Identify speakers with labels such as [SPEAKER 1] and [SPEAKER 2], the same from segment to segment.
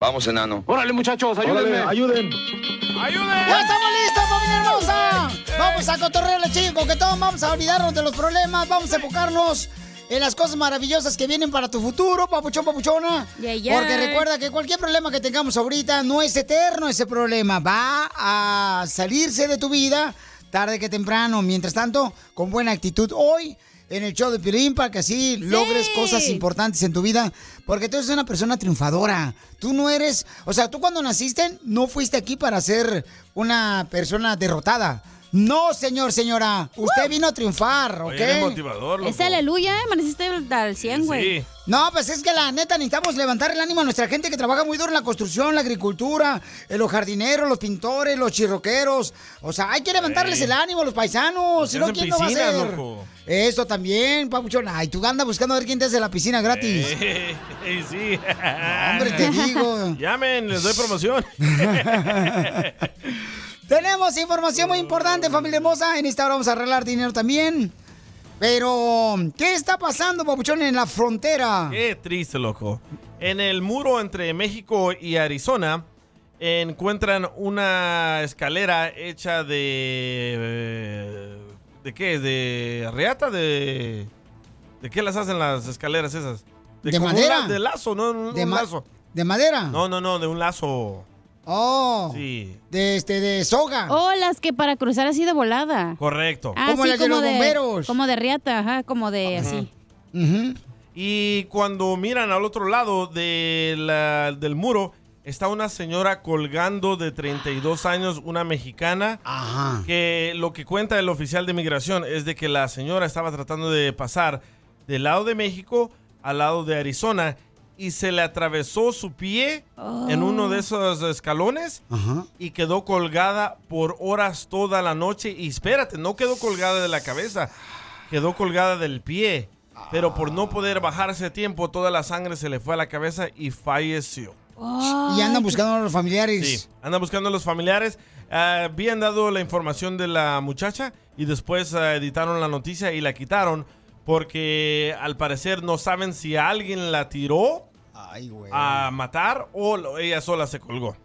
[SPEAKER 1] Vamos, enano.
[SPEAKER 2] Órale, muchachos, ayúdenme.
[SPEAKER 3] ayuden.
[SPEAKER 4] ¡Ya estamos listos, familia hermosa! Vamos a cotorrearle, chicos, que todos vamos a olvidarnos de los problemas, vamos a enfocarnos en las cosas maravillosas que vienen para tu futuro, papuchón, papuchona.
[SPEAKER 5] yeah.
[SPEAKER 4] Porque recuerda que cualquier problema que tengamos ahorita no es eterno ese problema, va a salirse de tu vida tarde que temprano. Mientras tanto, con buena actitud hoy en el show de Piolín para que así logres cosas importantes en tu vida, porque tú eres una persona triunfadora. Tú no eres, o sea, tú cuando naciste no fuiste aquí para ser una persona derrotada. No, señor, señora. Usted vino a triunfar, ¿ok?
[SPEAKER 6] Oye, eres motivador, loco.
[SPEAKER 5] Es aleluya, ¿eh? Amaneciste al 100, güey.
[SPEAKER 4] No, pues es que la neta necesitamos levantar el ánimo a nuestra gente que trabaja muy duro en la construcción, la agricultura, eh, los jardineros, los pintores, los chirroqueros. O sea, hay que levantarles
[SPEAKER 6] Ey.
[SPEAKER 4] el ánimo a los paisanos. Si no,
[SPEAKER 6] hacen
[SPEAKER 4] ¿quién no va a
[SPEAKER 6] piscinas,
[SPEAKER 4] hacer?
[SPEAKER 6] loco.
[SPEAKER 4] Eso también, papuchón. Ay, tú anda buscando a ver quién te hace la piscina gratis.
[SPEAKER 6] Ey, sí.
[SPEAKER 4] hombre, te digo.
[SPEAKER 6] Llamen, les doy promoción.
[SPEAKER 4] Tenemos información muy importante, familia hermosa. En esta hora vamos a arreglar dinero también. Pero, ¿qué está pasando, papuchón, en la frontera?
[SPEAKER 6] Qué triste, loco. En el muro entre México y Arizona encuentran una escalera hecha de... eh, ¿De qué? es? ¿De reata? ¿De de qué las hacen las escaleras esas?
[SPEAKER 4] ¿De
[SPEAKER 6] como un
[SPEAKER 4] madera?
[SPEAKER 6] la- de lazo, no un,
[SPEAKER 4] ¿De
[SPEAKER 6] un
[SPEAKER 4] ma-
[SPEAKER 6] lazo.
[SPEAKER 4] ¿De madera?
[SPEAKER 6] No, no, no, de un lazo.
[SPEAKER 4] Oh.
[SPEAKER 6] Sí,
[SPEAKER 4] De este, de soga.
[SPEAKER 5] O Oh, las que para cruzar así de volada.
[SPEAKER 6] correcto.
[SPEAKER 5] Ah,
[SPEAKER 4] Como
[SPEAKER 5] sí,
[SPEAKER 4] las de los bomberos.
[SPEAKER 5] Como de riata, ajá, como de así.
[SPEAKER 6] Y cuando miran al otro lado de la- del muro, está una señora colgando de 32 años, una mexicana,
[SPEAKER 4] Ajá.
[SPEAKER 6] que lo que cuenta el oficial de migración es de que la señora estaba tratando de pasar del lado de México al lado de Arizona y se le atravesó su pie en uno de esos escalones
[SPEAKER 4] Ajá.
[SPEAKER 6] y quedó colgada por horas toda la noche. Y espérate, no quedó colgada de la cabeza, quedó colgada del pie. Pero por no poder bajarse a tiempo, toda la sangre se le fue a la cabeza y falleció.
[SPEAKER 4] Y andan buscando a los familiares.
[SPEAKER 6] Sí, anda buscando a los familiares. Ah, habían dado la información de la muchacha y después ah, editaron la noticia y la quitaron porque al parecer no saben si alguien la tiró
[SPEAKER 4] Ay, güey.
[SPEAKER 6] a matar o lo- ella sola se colgó.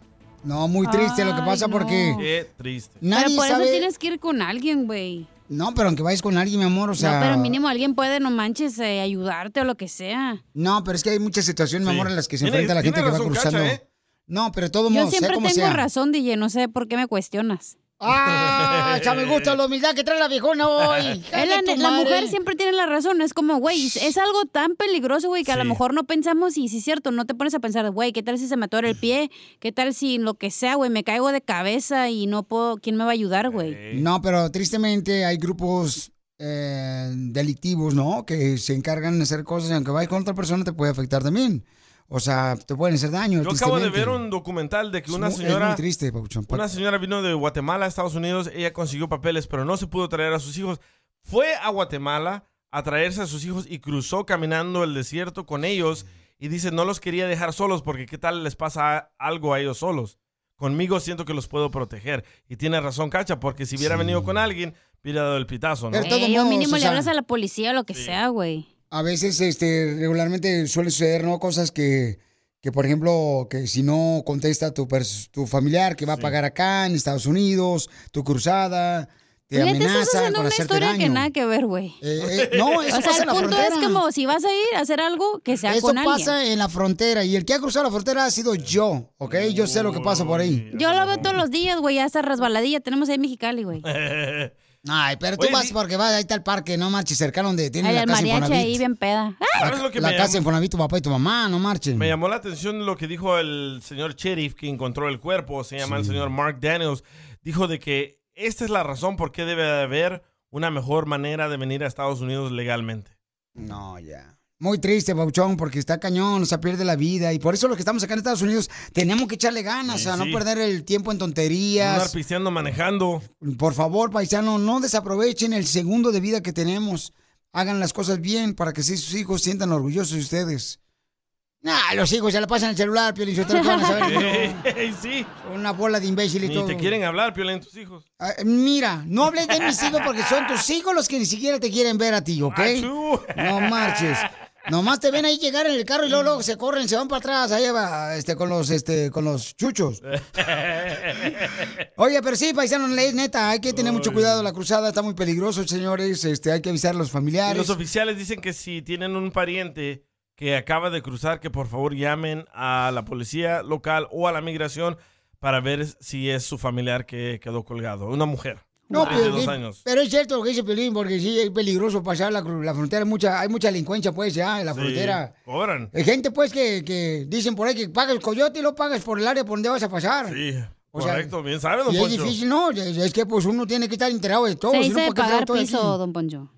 [SPEAKER 4] No, muy triste lo que
[SPEAKER 5] Ay,
[SPEAKER 4] pasa
[SPEAKER 5] no.
[SPEAKER 4] porque
[SPEAKER 6] Qué triste.
[SPEAKER 4] nadie
[SPEAKER 5] pero por
[SPEAKER 4] sabe.
[SPEAKER 5] eso tienes que ir con alguien, güey.
[SPEAKER 4] No, pero aunque vayas con alguien, mi amor, o sea.
[SPEAKER 5] No, pero mínimo alguien puede, no manches, eh, ayudarte o lo que sea.
[SPEAKER 4] No, pero es que hay muchas situaciones, mi
[SPEAKER 6] Sí.
[SPEAKER 4] amor, en las que se
[SPEAKER 6] Tiene-
[SPEAKER 4] enfrenta la
[SPEAKER 6] tiene
[SPEAKER 4] gente que va
[SPEAKER 6] razón,
[SPEAKER 4] cruzando.
[SPEAKER 6] Cacha, ¿eh?
[SPEAKER 4] No, pero todo
[SPEAKER 5] Yo
[SPEAKER 4] mundo, sea
[SPEAKER 5] siempre
[SPEAKER 4] como
[SPEAKER 5] tengo
[SPEAKER 4] sea.
[SPEAKER 5] razón, DJ, no sé por qué me cuestionas.
[SPEAKER 4] Ah, ya me gusta la humildad que trae la viejona hoy.
[SPEAKER 5] Es la, la mujer siempre tiene la razón, es como, güey, es algo tan peligroso, güey, que a lo
[SPEAKER 6] Sí.
[SPEAKER 5] mejor no pensamos y si es cierto, no te pones a pensar, güey, ¿qué tal si se me atora el pie? ¿Qué tal si lo que sea, güey, me caigo de cabeza y no puedo, ¿quién me va a ayudar, güey?
[SPEAKER 4] No, pero tristemente hay grupos eh, delictivos, ¿no? Que se encargan de hacer cosas y aunque vayas con otra persona te puede afectar también. O sea, te pueden hacer daño.
[SPEAKER 6] Yo acabo de
[SPEAKER 4] tristemente.
[SPEAKER 6] ver un documental de que
[SPEAKER 4] Es
[SPEAKER 6] una
[SPEAKER 4] muy-
[SPEAKER 6] señora...
[SPEAKER 4] Es muy triste, Papuchón.
[SPEAKER 6] Una señora vino de Guatemala a Estados Unidos, ella consiguió papeles, pero no se pudo traer a sus hijos. Fue a Guatemala a traerse a sus hijos y cruzó caminando el desierto con ellos y dice, no los quería dejar solos porque qué tal les pasa a- algo a ellos solos. Conmigo siento que los puedo proteger. Y tiene razón, Cacha, porque si hubiera venido con alguien, hubiera dado el pitazo, ¿no?
[SPEAKER 4] Pero- De todos
[SPEAKER 5] Eh, o
[SPEAKER 4] modos,
[SPEAKER 5] mínimo
[SPEAKER 4] o
[SPEAKER 5] le
[SPEAKER 4] sea-
[SPEAKER 5] hablas a la policía o lo que sea, güey.
[SPEAKER 4] A veces, este, regularmente suele suceder, ¿no? Cosas que, que por ejemplo, que si no contesta tu, pers- tu familiar que va a pagar acá en Estados Unidos, tu cruzada, te
[SPEAKER 5] Fíjate, estás
[SPEAKER 4] amenazan
[SPEAKER 5] haciendo
[SPEAKER 4] con
[SPEAKER 5] una
[SPEAKER 4] hacerte
[SPEAKER 5] historia que
[SPEAKER 4] daño.
[SPEAKER 5] nada que ver, güey.
[SPEAKER 4] Eh, eh, no, eso
[SPEAKER 5] o sea,
[SPEAKER 4] pasa en
[SPEAKER 5] el
[SPEAKER 4] la
[SPEAKER 5] punto es
[SPEAKER 4] frontera.
[SPEAKER 5] como si vas a ir a hacer algo que sea
[SPEAKER 4] Eso
[SPEAKER 5] con alguien.
[SPEAKER 4] pasa en la frontera y el que ha cruzado la frontera ha sido yo, ¿ok? Yo sé lo que pasa por ahí.
[SPEAKER 5] Yo lo veo todos los días, güey, ya está resbaladilla. Tenemos ahí en Mexicali, güey.
[SPEAKER 4] Ay, pero tú
[SPEAKER 5] Oye,
[SPEAKER 4] vas
[SPEAKER 5] di-
[SPEAKER 4] porque vas, ahí está el parque, no marches, cercano donde tiene
[SPEAKER 5] Ay,
[SPEAKER 4] la
[SPEAKER 5] el
[SPEAKER 4] casa
[SPEAKER 5] mariachi
[SPEAKER 4] Infonavit.
[SPEAKER 5] ahí bien peda. ¡Ah!
[SPEAKER 6] ¿Sabes lo que
[SPEAKER 4] la
[SPEAKER 6] me
[SPEAKER 4] casa
[SPEAKER 6] llamó?
[SPEAKER 4] Infonavit, tu papá y tu mamá, no marchen.
[SPEAKER 6] Me llamó la atención lo que dijo el señor sheriff que encontró el cuerpo, se llama el señor Mark Daniels, dijo de que esta es la razón por qué debe de haber una mejor manera de venir a Estados Unidos legalmente.
[SPEAKER 4] No, ya. Muy triste, Bauchón, porque está cañón, o sea, pierde la vida. Y por eso los que estamos acá en Estados Unidos tenemos que echarle ganas,
[SPEAKER 6] Sí,
[SPEAKER 4] a no
[SPEAKER 6] sí.
[SPEAKER 4] perder el tiempo en
[SPEAKER 6] Andar
[SPEAKER 4] tonterías.
[SPEAKER 6] pisteando manejando.
[SPEAKER 4] Por favor, paisano, no desaprovechen el segundo de vida que tenemos. Hagan las cosas bien para que sí sus hijos sientan orgullosos de ustedes. Nah, los hijos ya la pasan en el celular, Piolín, Sotelo, ¿qué van a saber?
[SPEAKER 6] Ey, sí.
[SPEAKER 4] Una bola de imbéciles y
[SPEAKER 6] Ni
[SPEAKER 4] todo.
[SPEAKER 6] te quieren hablar, Piolín, tus hijos.
[SPEAKER 4] Ah, Mira, no hables de mis hijos porque son tus hijos los que ni siquiera te quieren ver a ti, ¿ok?
[SPEAKER 6] Achú.
[SPEAKER 4] No marches. Nomás te ven ahí llegar en el carro y luego, luego se corren, se van para atrás, ahí va, este, con los, este, con los chuchos. Oye, pero sí, paisanos, le- neta, hay que tener mucho cuidado, la cruzada está muy peligroso, señores, este, hay que avisar a los
[SPEAKER 6] Y
[SPEAKER 4] familiares.
[SPEAKER 6] los oficiales dicen que si tienen un pariente que acaba de cruzar, que por favor llamen a la policía local o a la migración para ver si es su familiar que quedó colgado. Una mujer.
[SPEAKER 4] No,
[SPEAKER 6] de
[SPEAKER 4] Piolín,
[SPEAKER 6] dos años.
[SPEAKER 4] pero es cierto lo que dice Piolín, porque sí, es peligroso pasar la, cru- la frontera, mucha, hay mucha delincuencia, pues, ya, en la
[SPEAKER 6] Sí,
[SPEAKER 4] frontera.
[SPEAKER 6] Cobran.
[SPEAKER 4] Hay gente, pues, que, que dicen por ahí que pagas el coyote y lo pagas por el área por donde vas a pasar.
[SPEAKER 6] Sí,
[SPEAKER 4] O sea,
[SPEAKER 6] correcto. Bien sabe, don
[SPEAKER 4] Y es
[SPEAKER 6] Poncho.
[SPEAKER 4] difícil, no, es es que pues uno tiene que estar enterado de todo.
[SPEAKER 5] Se
[SPEAKER 4] si no,
[SPEAKER 5] dice
[SPEAKER 4] ¿por qué
[SPEAKER 5] pagar
[SPEAKER 4] trae todo
[SPEAKER 5] piso,
[SPEAKER 4] aquí?
[SPEAKER 5] don Poncho.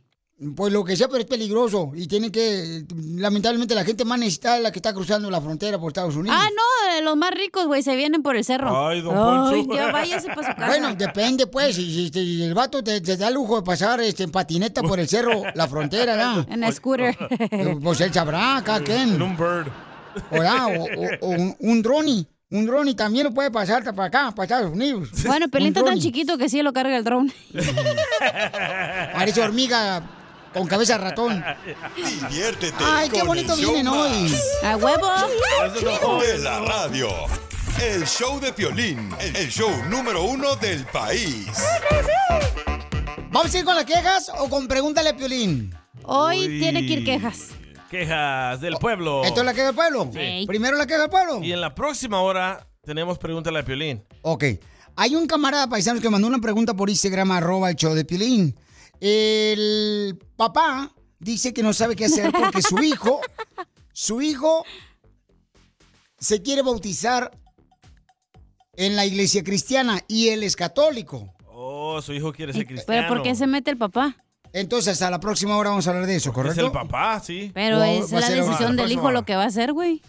[SPEAKER 4] Pues lo que sea, pero es peligroso. Y tiene que, lamentablemente, la gente más necesitada es la que está cruzando la frontera por Estados Unidos.
[SPEAKER 5] Ah, no, de los más ricos, güey, se vienen por el cerro.
[SPEAKER 6] Ay, don
[SPEAKER 5] Ay,
[SPEAKER 6] Poncho.
[SPEAKER 5] ya váyase para su casa.
[SPEAKER 4] Bueno, depende, pues, si, si- si el vato te, te da lujo de pasar este, en patineta por el cerro, la frontera, ¿verdad?
[SPEAKER 5] En scooter.
[SPEAKER 4] Eh, Pues él sabrá, cada
[SPEAKER 6] En
[SPEAKER 4] quien.
[SPEAKER 6] un bird.
[SPEAKER 4] ¿verdad? O, o- o un, un droni. Un droni también lo puede pasar para acá, para Estados Unidos.
[SPEAKER 5] Bueno,
[SPEAKER 4] Un
[SPEAKER 5] Pelín está tan
[SPEAKER 4] droni.
[SPEAKER 5] chiquito que sí lo carga el drone.
[SPEAKER 4] Parece hormiga con cabeza de ratón.
[SPEAKER 1] Diviértete.
[SPEAKER 4] Ay, qué
[SPEAKER 1] con
[SPEAKER 4] bonito
[SPEAKER 1] el show
[SPEAKER 4] vienen
[SPEAKER 1] más
[SPEAKER 4] hoy.
[SPEAKER 5] ¡A huevo!
[SPEAKER 1] De la radio. El show de Piolín. El show número uno del país.
[SPEAKER 4] ¿Vamos a ir con las quejas o con pregúntale a Piolín?
[SPEAKER 5] Hoy
[SPEAKER 6] Uy.
[SPEAKER 5] tiene que ir quejas.
[SPEAKER 6] Quejas del pueblo.
[SPEAKER 4] Oh, ¿Esto es la queja del pueblo?
[SPEAKER 5] Sí.
[SPEAKER 4] Primero la queja del pueblo.
[SPEAKER 6] Y en la próxima hora tenemos Pregúntale a Piolín.
[SPEAKER 4] Ok. Hay un camarada paisano que mandó una pregunta por Instagram, arroba el show de Piolín. El papá dice que no sabe qué hacer porque su hijo, su hijo se quiere bautizar en la iglesia cristiana y él es católico.
[SPEAKER 6] Oh, su hijo quiere ser cristiano.
[SPEAKER 5] Pero ¿por qué se mete el papá?
[SPEAKER 4] Entonces, a la próxima hora vamos a hablar de eso,
[SPEAKER 6] Es
[SPEAKER 4] ¿correcto?
[SPEAKER 6] el papá, sí.
[SPEAKER 5] Pero
[SPEAKER 4] Va-
[SPEAKER 5] es
[SPEAKER 4] va a
[SPEAKER 5] la
[SPEAKER 4] ser ahora.
[SPEAKER 5] decisión del hijo
[SPEAKER 6] Próxima.
[SPEAKER 5] lo que va a hacer, güey.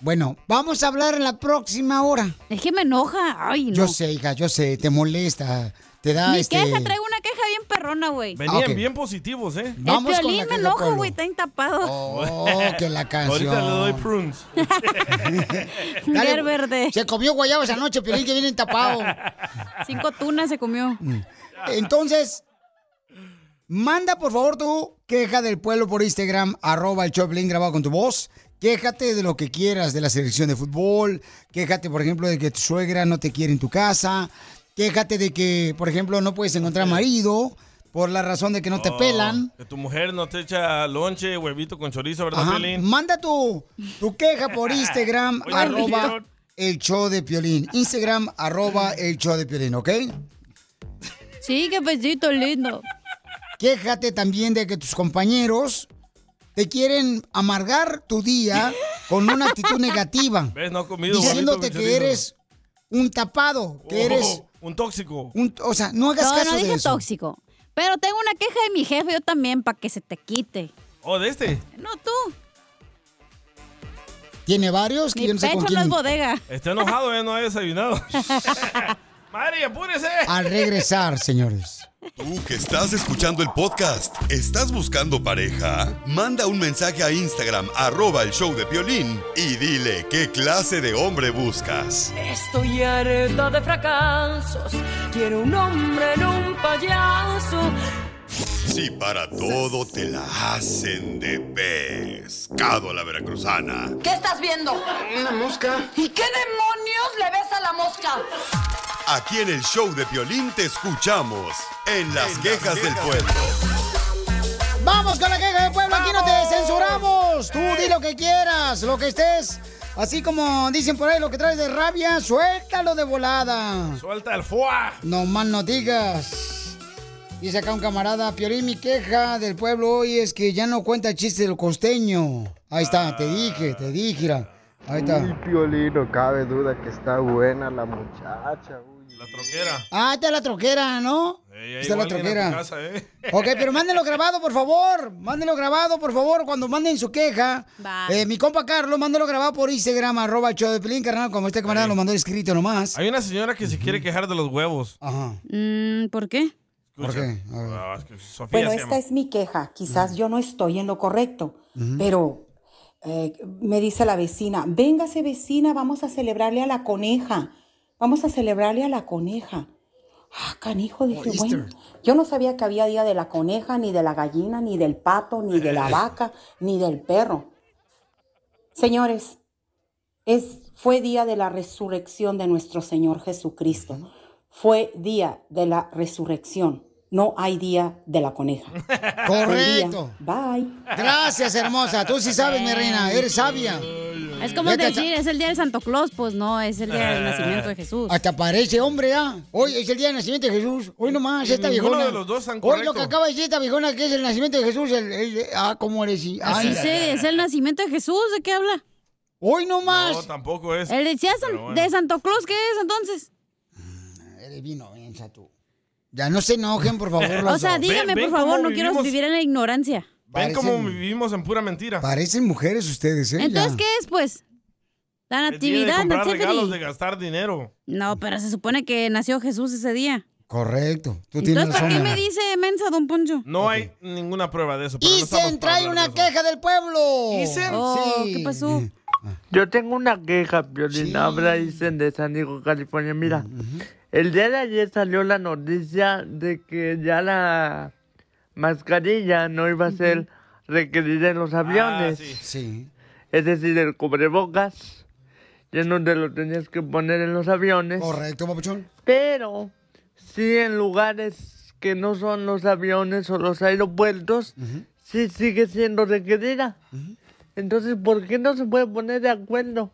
[SPEAKER 4] Bueno, vamos a hablar en la próxima hora.
[SPEAKER 5] Es que me enoja. Ay, no.
[SPEAKER 4] Yo sé, hija, yo sé, te molesta, te da
[SPEAKER 5] Mi
[SPEAKER 4] este...
[SPEAKER 5] queja, traigo una queja bien perrona, güey.
[SPEAKER 6] Venían
[SPEAKER 4] Ah, ok.
[SPEAKER 6] bien positivos, ¿eh?
[SPEAKER 4] Vamos
[SPEAKER 5] el
[SPEAKER 4] con
[SPEAKER 5] Piolín
[SPEAKER 4] la
[SPEAKER 5] me
[SPEAKER 4] queja del
[SPEAKER 5] enoja,
[SPEAKER 4] pueblo.
[SPEAKER 5] güey, está entapado.
[SPEAKER 4] Oh, que la canción.
[SPEAKER 6] Ahorita le doy prunes.
[SPEAKER 4] Dale,
[SPEAKER 5] Mier verde.
[SPEAKER 4] Se comió guayabas anoche, Piolín, que viene tapado. Mm.
[SPEAKER 5] Cinco tunas se comió.
[SPEAKER 4] Entonces, manda por favor tu queja del pueblo por Instagram, arroba el Choplin grabado con tu voz. Quéjate de lo que quieras, de la selección de fútbol. Quéjate, por ejemplo, de que tu suegra no te quiere en tu casa. Quéjate de que, por ejemplo, no puedes encontrar marido por la razón de que no te
[SPEAKER 6] Oh,
[SPEAKER 4] pelan.
[SPEAKER 6] Que tu mujer no te echa lonche, huevito con chorizo, ¿verdad,
[SPEAKER 4] Ajá.
[SPEAKER 6] Piolín?
[SPEAKER 4] Manda tu, tu queja por Instagram,
[SPEAKER 6] Oye,
[SPEAKER 4] arroba
[SPEAKER 6] Piolín.
[SPEAKER 4] el show de Piolín. Instagram, arroba el show de Piolín, ¿ok?
[SPEAKER 5] Sí, qué besito lindo.
[SPEAKER 4] Quéjate también de que tus compañeros te quieren amargar tu día con una actitud negativa,
[SPEAKER 6] ¿Ves? No ha comido
[SPEAKER 4] diciéndote
[SPEAKER 6] huevito con
[SPEAKER 4] que
[SPEAKER 6] chorizo.
[SPEAKER 4] eres un tapado, que
[SPEAKER 6] Oh,
[SPEAKER 4] eres
[SPEAKER 6] Un tóxico.
[SPEAKER 4] un... O sea, no hagas
[SPEAKER 5] No,
[SPEAKER 4] caso
[SPEAKER 5] no
[SPEAKER 4] de
[SPEAKER 5] dije
[SPEAKER 4] eso.
[SPEAKER 5] tóxico. Pero tengo una queja de mi jefe, yo también, para que se te quite.
[SPEAKER 6] Oh, de este.
[SPEAKER 5] No tú.
[SPEAKER 4] Tiene varios que
[SPEAKER 5] Mi
[SPEAKER 4] yo no sé
[SPEAKER 5] pecho
[SPEAKER 4] con
[SPEAKER 5] no es
[SPEAKER 4] quién.
[SPEAKER 5] bodega.
[SPEAKER 6] Está enojado, ¿eh? No ha desayunado. Madre, apúrese.
[SPEAKER 4] Al regresar, señores.
[SPEAKER 1] Tú que estás escuchando el podcast, ¿estás buscando pareja? Manda un mensaje a Instagram, arroba el show de Piolín, y dile qué clase de hombre buscas.
[SPEAKER 2] Estoy harta de fracasos. Quiero un hombre en un payaso.
[SPEAKER 1] Si para todo te la hacen de pescado a la veracruzana.
[SPEAKER 2] ¿Qué estás viendo? Una mosca. ¿Y qué demonios le ves a la mosca?
[SPEAKER 1] Aquí en el show de Piolín te escuchamos en las quejas del pueblo.
[SPEAKER 4] Vamos con la queja del pueblo, aquí no te censuramos. Tú di lo que quieras, lo que estés. Así como dicen por ahí, lo que traes de rabia, suéltalo de volada.
[SPEAKER 6] Suelta el fuá.
[SPEAKER 4] No más no digas. Dice acá un camarada, Piolín, mi queja del pueblo hoy es que ya no cuenta el chiste del costeño. Ahí está, te dije, te dije. mira. Ahí
[SPEAKER 7] Uy,
[SPEAKER 4] está.
[SPEAKER 7] Piolín, no cabe duda que está buena la muchacha. La
[SPEAKER 6] troquera.
[SPEAKER 4] Ah, está la troquera, ¿no? Está la troquera.
[SPEAKER 6] ¿eh?
[SPEAKER 4] Ok, pero mándenlo grabado, por favor. Mándenlo grabado, por favor, cuando manden su queja.
[SPEAKER 5] Va.
[SPEAKER 4] Eh, mi compa Carlos, mándelo grabado por Instagram, arroba el show de Pelín, carnal, como este camarada lo mandó escrito nomás.
[SPEAKER 6] Hay una señora que se quiere quejar de los huevos.
[SPEAKER 4] Ajá.
[SPEAKER 5] Mm, ¿Por qué?
[SPEAKER 4] ¿Por qué?
[SPEAKER 6] Ah, es que Sofía
[SPEAKER 8] Bueno,
[SPEAKER 6] se
[SPEAKER 8] esta
[SPEAKER 6] llama.
[SPEAKER 8] es mi queja. Quizás yo no estoy en lo correcto, pero eh, me dice la vecina, véngase vecina, vamos a celebrarle a la coneja. Vamos a celebrarle a la coneja. Ah, canijo, dije, bueno, yo no sabía que había día de la coneja, ni de la gallina, ni del pato, ni de la
[SPEAKER 9] Eh.
[SPEAKER 8] vaca, ni del perro. Señores, es, fue día de la resurrección de nuestro Señor Jesucristo. Fue día de la resurrección. No hay día de la coneja.
[SPEAKER 4] Correcto.
[SPEAKER 8] Bye.
[SPEAKER 4] Gracias, hermosa. Tú sí sabes, mi reina. Eres sabia.
[SPEAKER 5] Es como
[SPEAKER 4] Vete a
[SPEAKER 5] decir, es el día de Santo Claus, pues no, es el día del nacimiento de Jesús.
[SPEAKER 4] Hasta parece hombre, ¿ah? Hoy es el día del nacimiento de Jesús. Hoy nomás,
[SPEAKER 5] Y
[SPEAKER 4] esta
[SPEAKER 5] ninguno
[SPEAKER 4] viejona.
[SPEAKER 5] de los dos están
[SPEAKER 4] Hoy lo
[SPEAKER 5] correcto.
[SPEAKER 4] que acaba de decir esta viejona, que es el nacimiento de Jesús. El, el- ah, ¿cómo eres? Sí,
[SPEAKER 5] Así se- es el nacimiento de Jesús, ¿de qué habla?
[SPEAKER 4] Hoy nomás.
[SPEAKER 6] No, tampoco es.
[SPEAKER 5] El de, si es San-
[SPEAKER 6] Pero bueno.
[SPEAKER 5] de Santo Claus, ¿qué es entonces?
[SPEAKER 4] Eres vino, mensa tú. Ya no se enojen, por favor. los
[SPEAKER 5] o sea,
[SPEAKER 4] dos.
[SPEAKER 5] dígame, por favor, no quiero vivir en la ignorancia.
[SPEAKER 6] Ven cómo
[SPEAKER 4] Parecen-
[SPEAKER 6] vivimos en pura mentira.
[SPEAKER 4] Parecen mujeres ustedes, ¿eh?
[SPEAKER 5] Entonces,
[SPEAKER 4] Ya.
[SPEAKER 5] ¿qué es, pues? La
[SPEAKER 6] Es día de
[SPEAKER 5] natividad,
[SPEAKER 6] comprar regalos, de
[SPEAKER 5] nativity.
[SPEAKER 6] gastar dinero.
[SPEAKER 5] No, pero se supone que nació Jesús ese día.
[SPEAKER 4] Correcto. Tú tienes
[SPEAKER 5] Entonces, ¿para
[SPEAKER 4] razón.
[SPEAKER 5] qué
[SPEAKER 4] Ana.
[SPEAKER 5] me dice mensa, don Poncho?
[SPEAKER 6] No hay ninguna prueba de eso. pero no
[SPEAKER 4] Y
[SPEAKER 6] estamos
[SPEAKER 4] se
[SPEAKER 6] para
[SPEAKER 4] trae
[SPEAKER 6] hablar de
[SPEAKER 4] una
[SPEAKER 6] eso.
[SPEAKER 4] queja del pueblo.
[SPEAKER 5] Oh,
[SPEAKER 4] Sí.
[SPEAKER 5] ¿qué pasó?
[SPEAKER 9] Yo tengo una queja, Piolín. Habla Isen de San Diego, California. Mira, el día de ayer salió la noticia de que ya la mascarilla no iba a ser requerida en los aviones.
[SPEAKER 4] Ah, Sí.
[SPEAKER 9] Es decir, el cubrebocas, ya no te lo tenías que poner en los aviones.
[SPEAKER 4] Correcto, papuchón.
[SPEAKER 9] Pero sí en lugares que no son los aviones o los aeropuertos, sí sigue siendo requerida. Entonces, ¿por qué no se puede poner de acuerdo?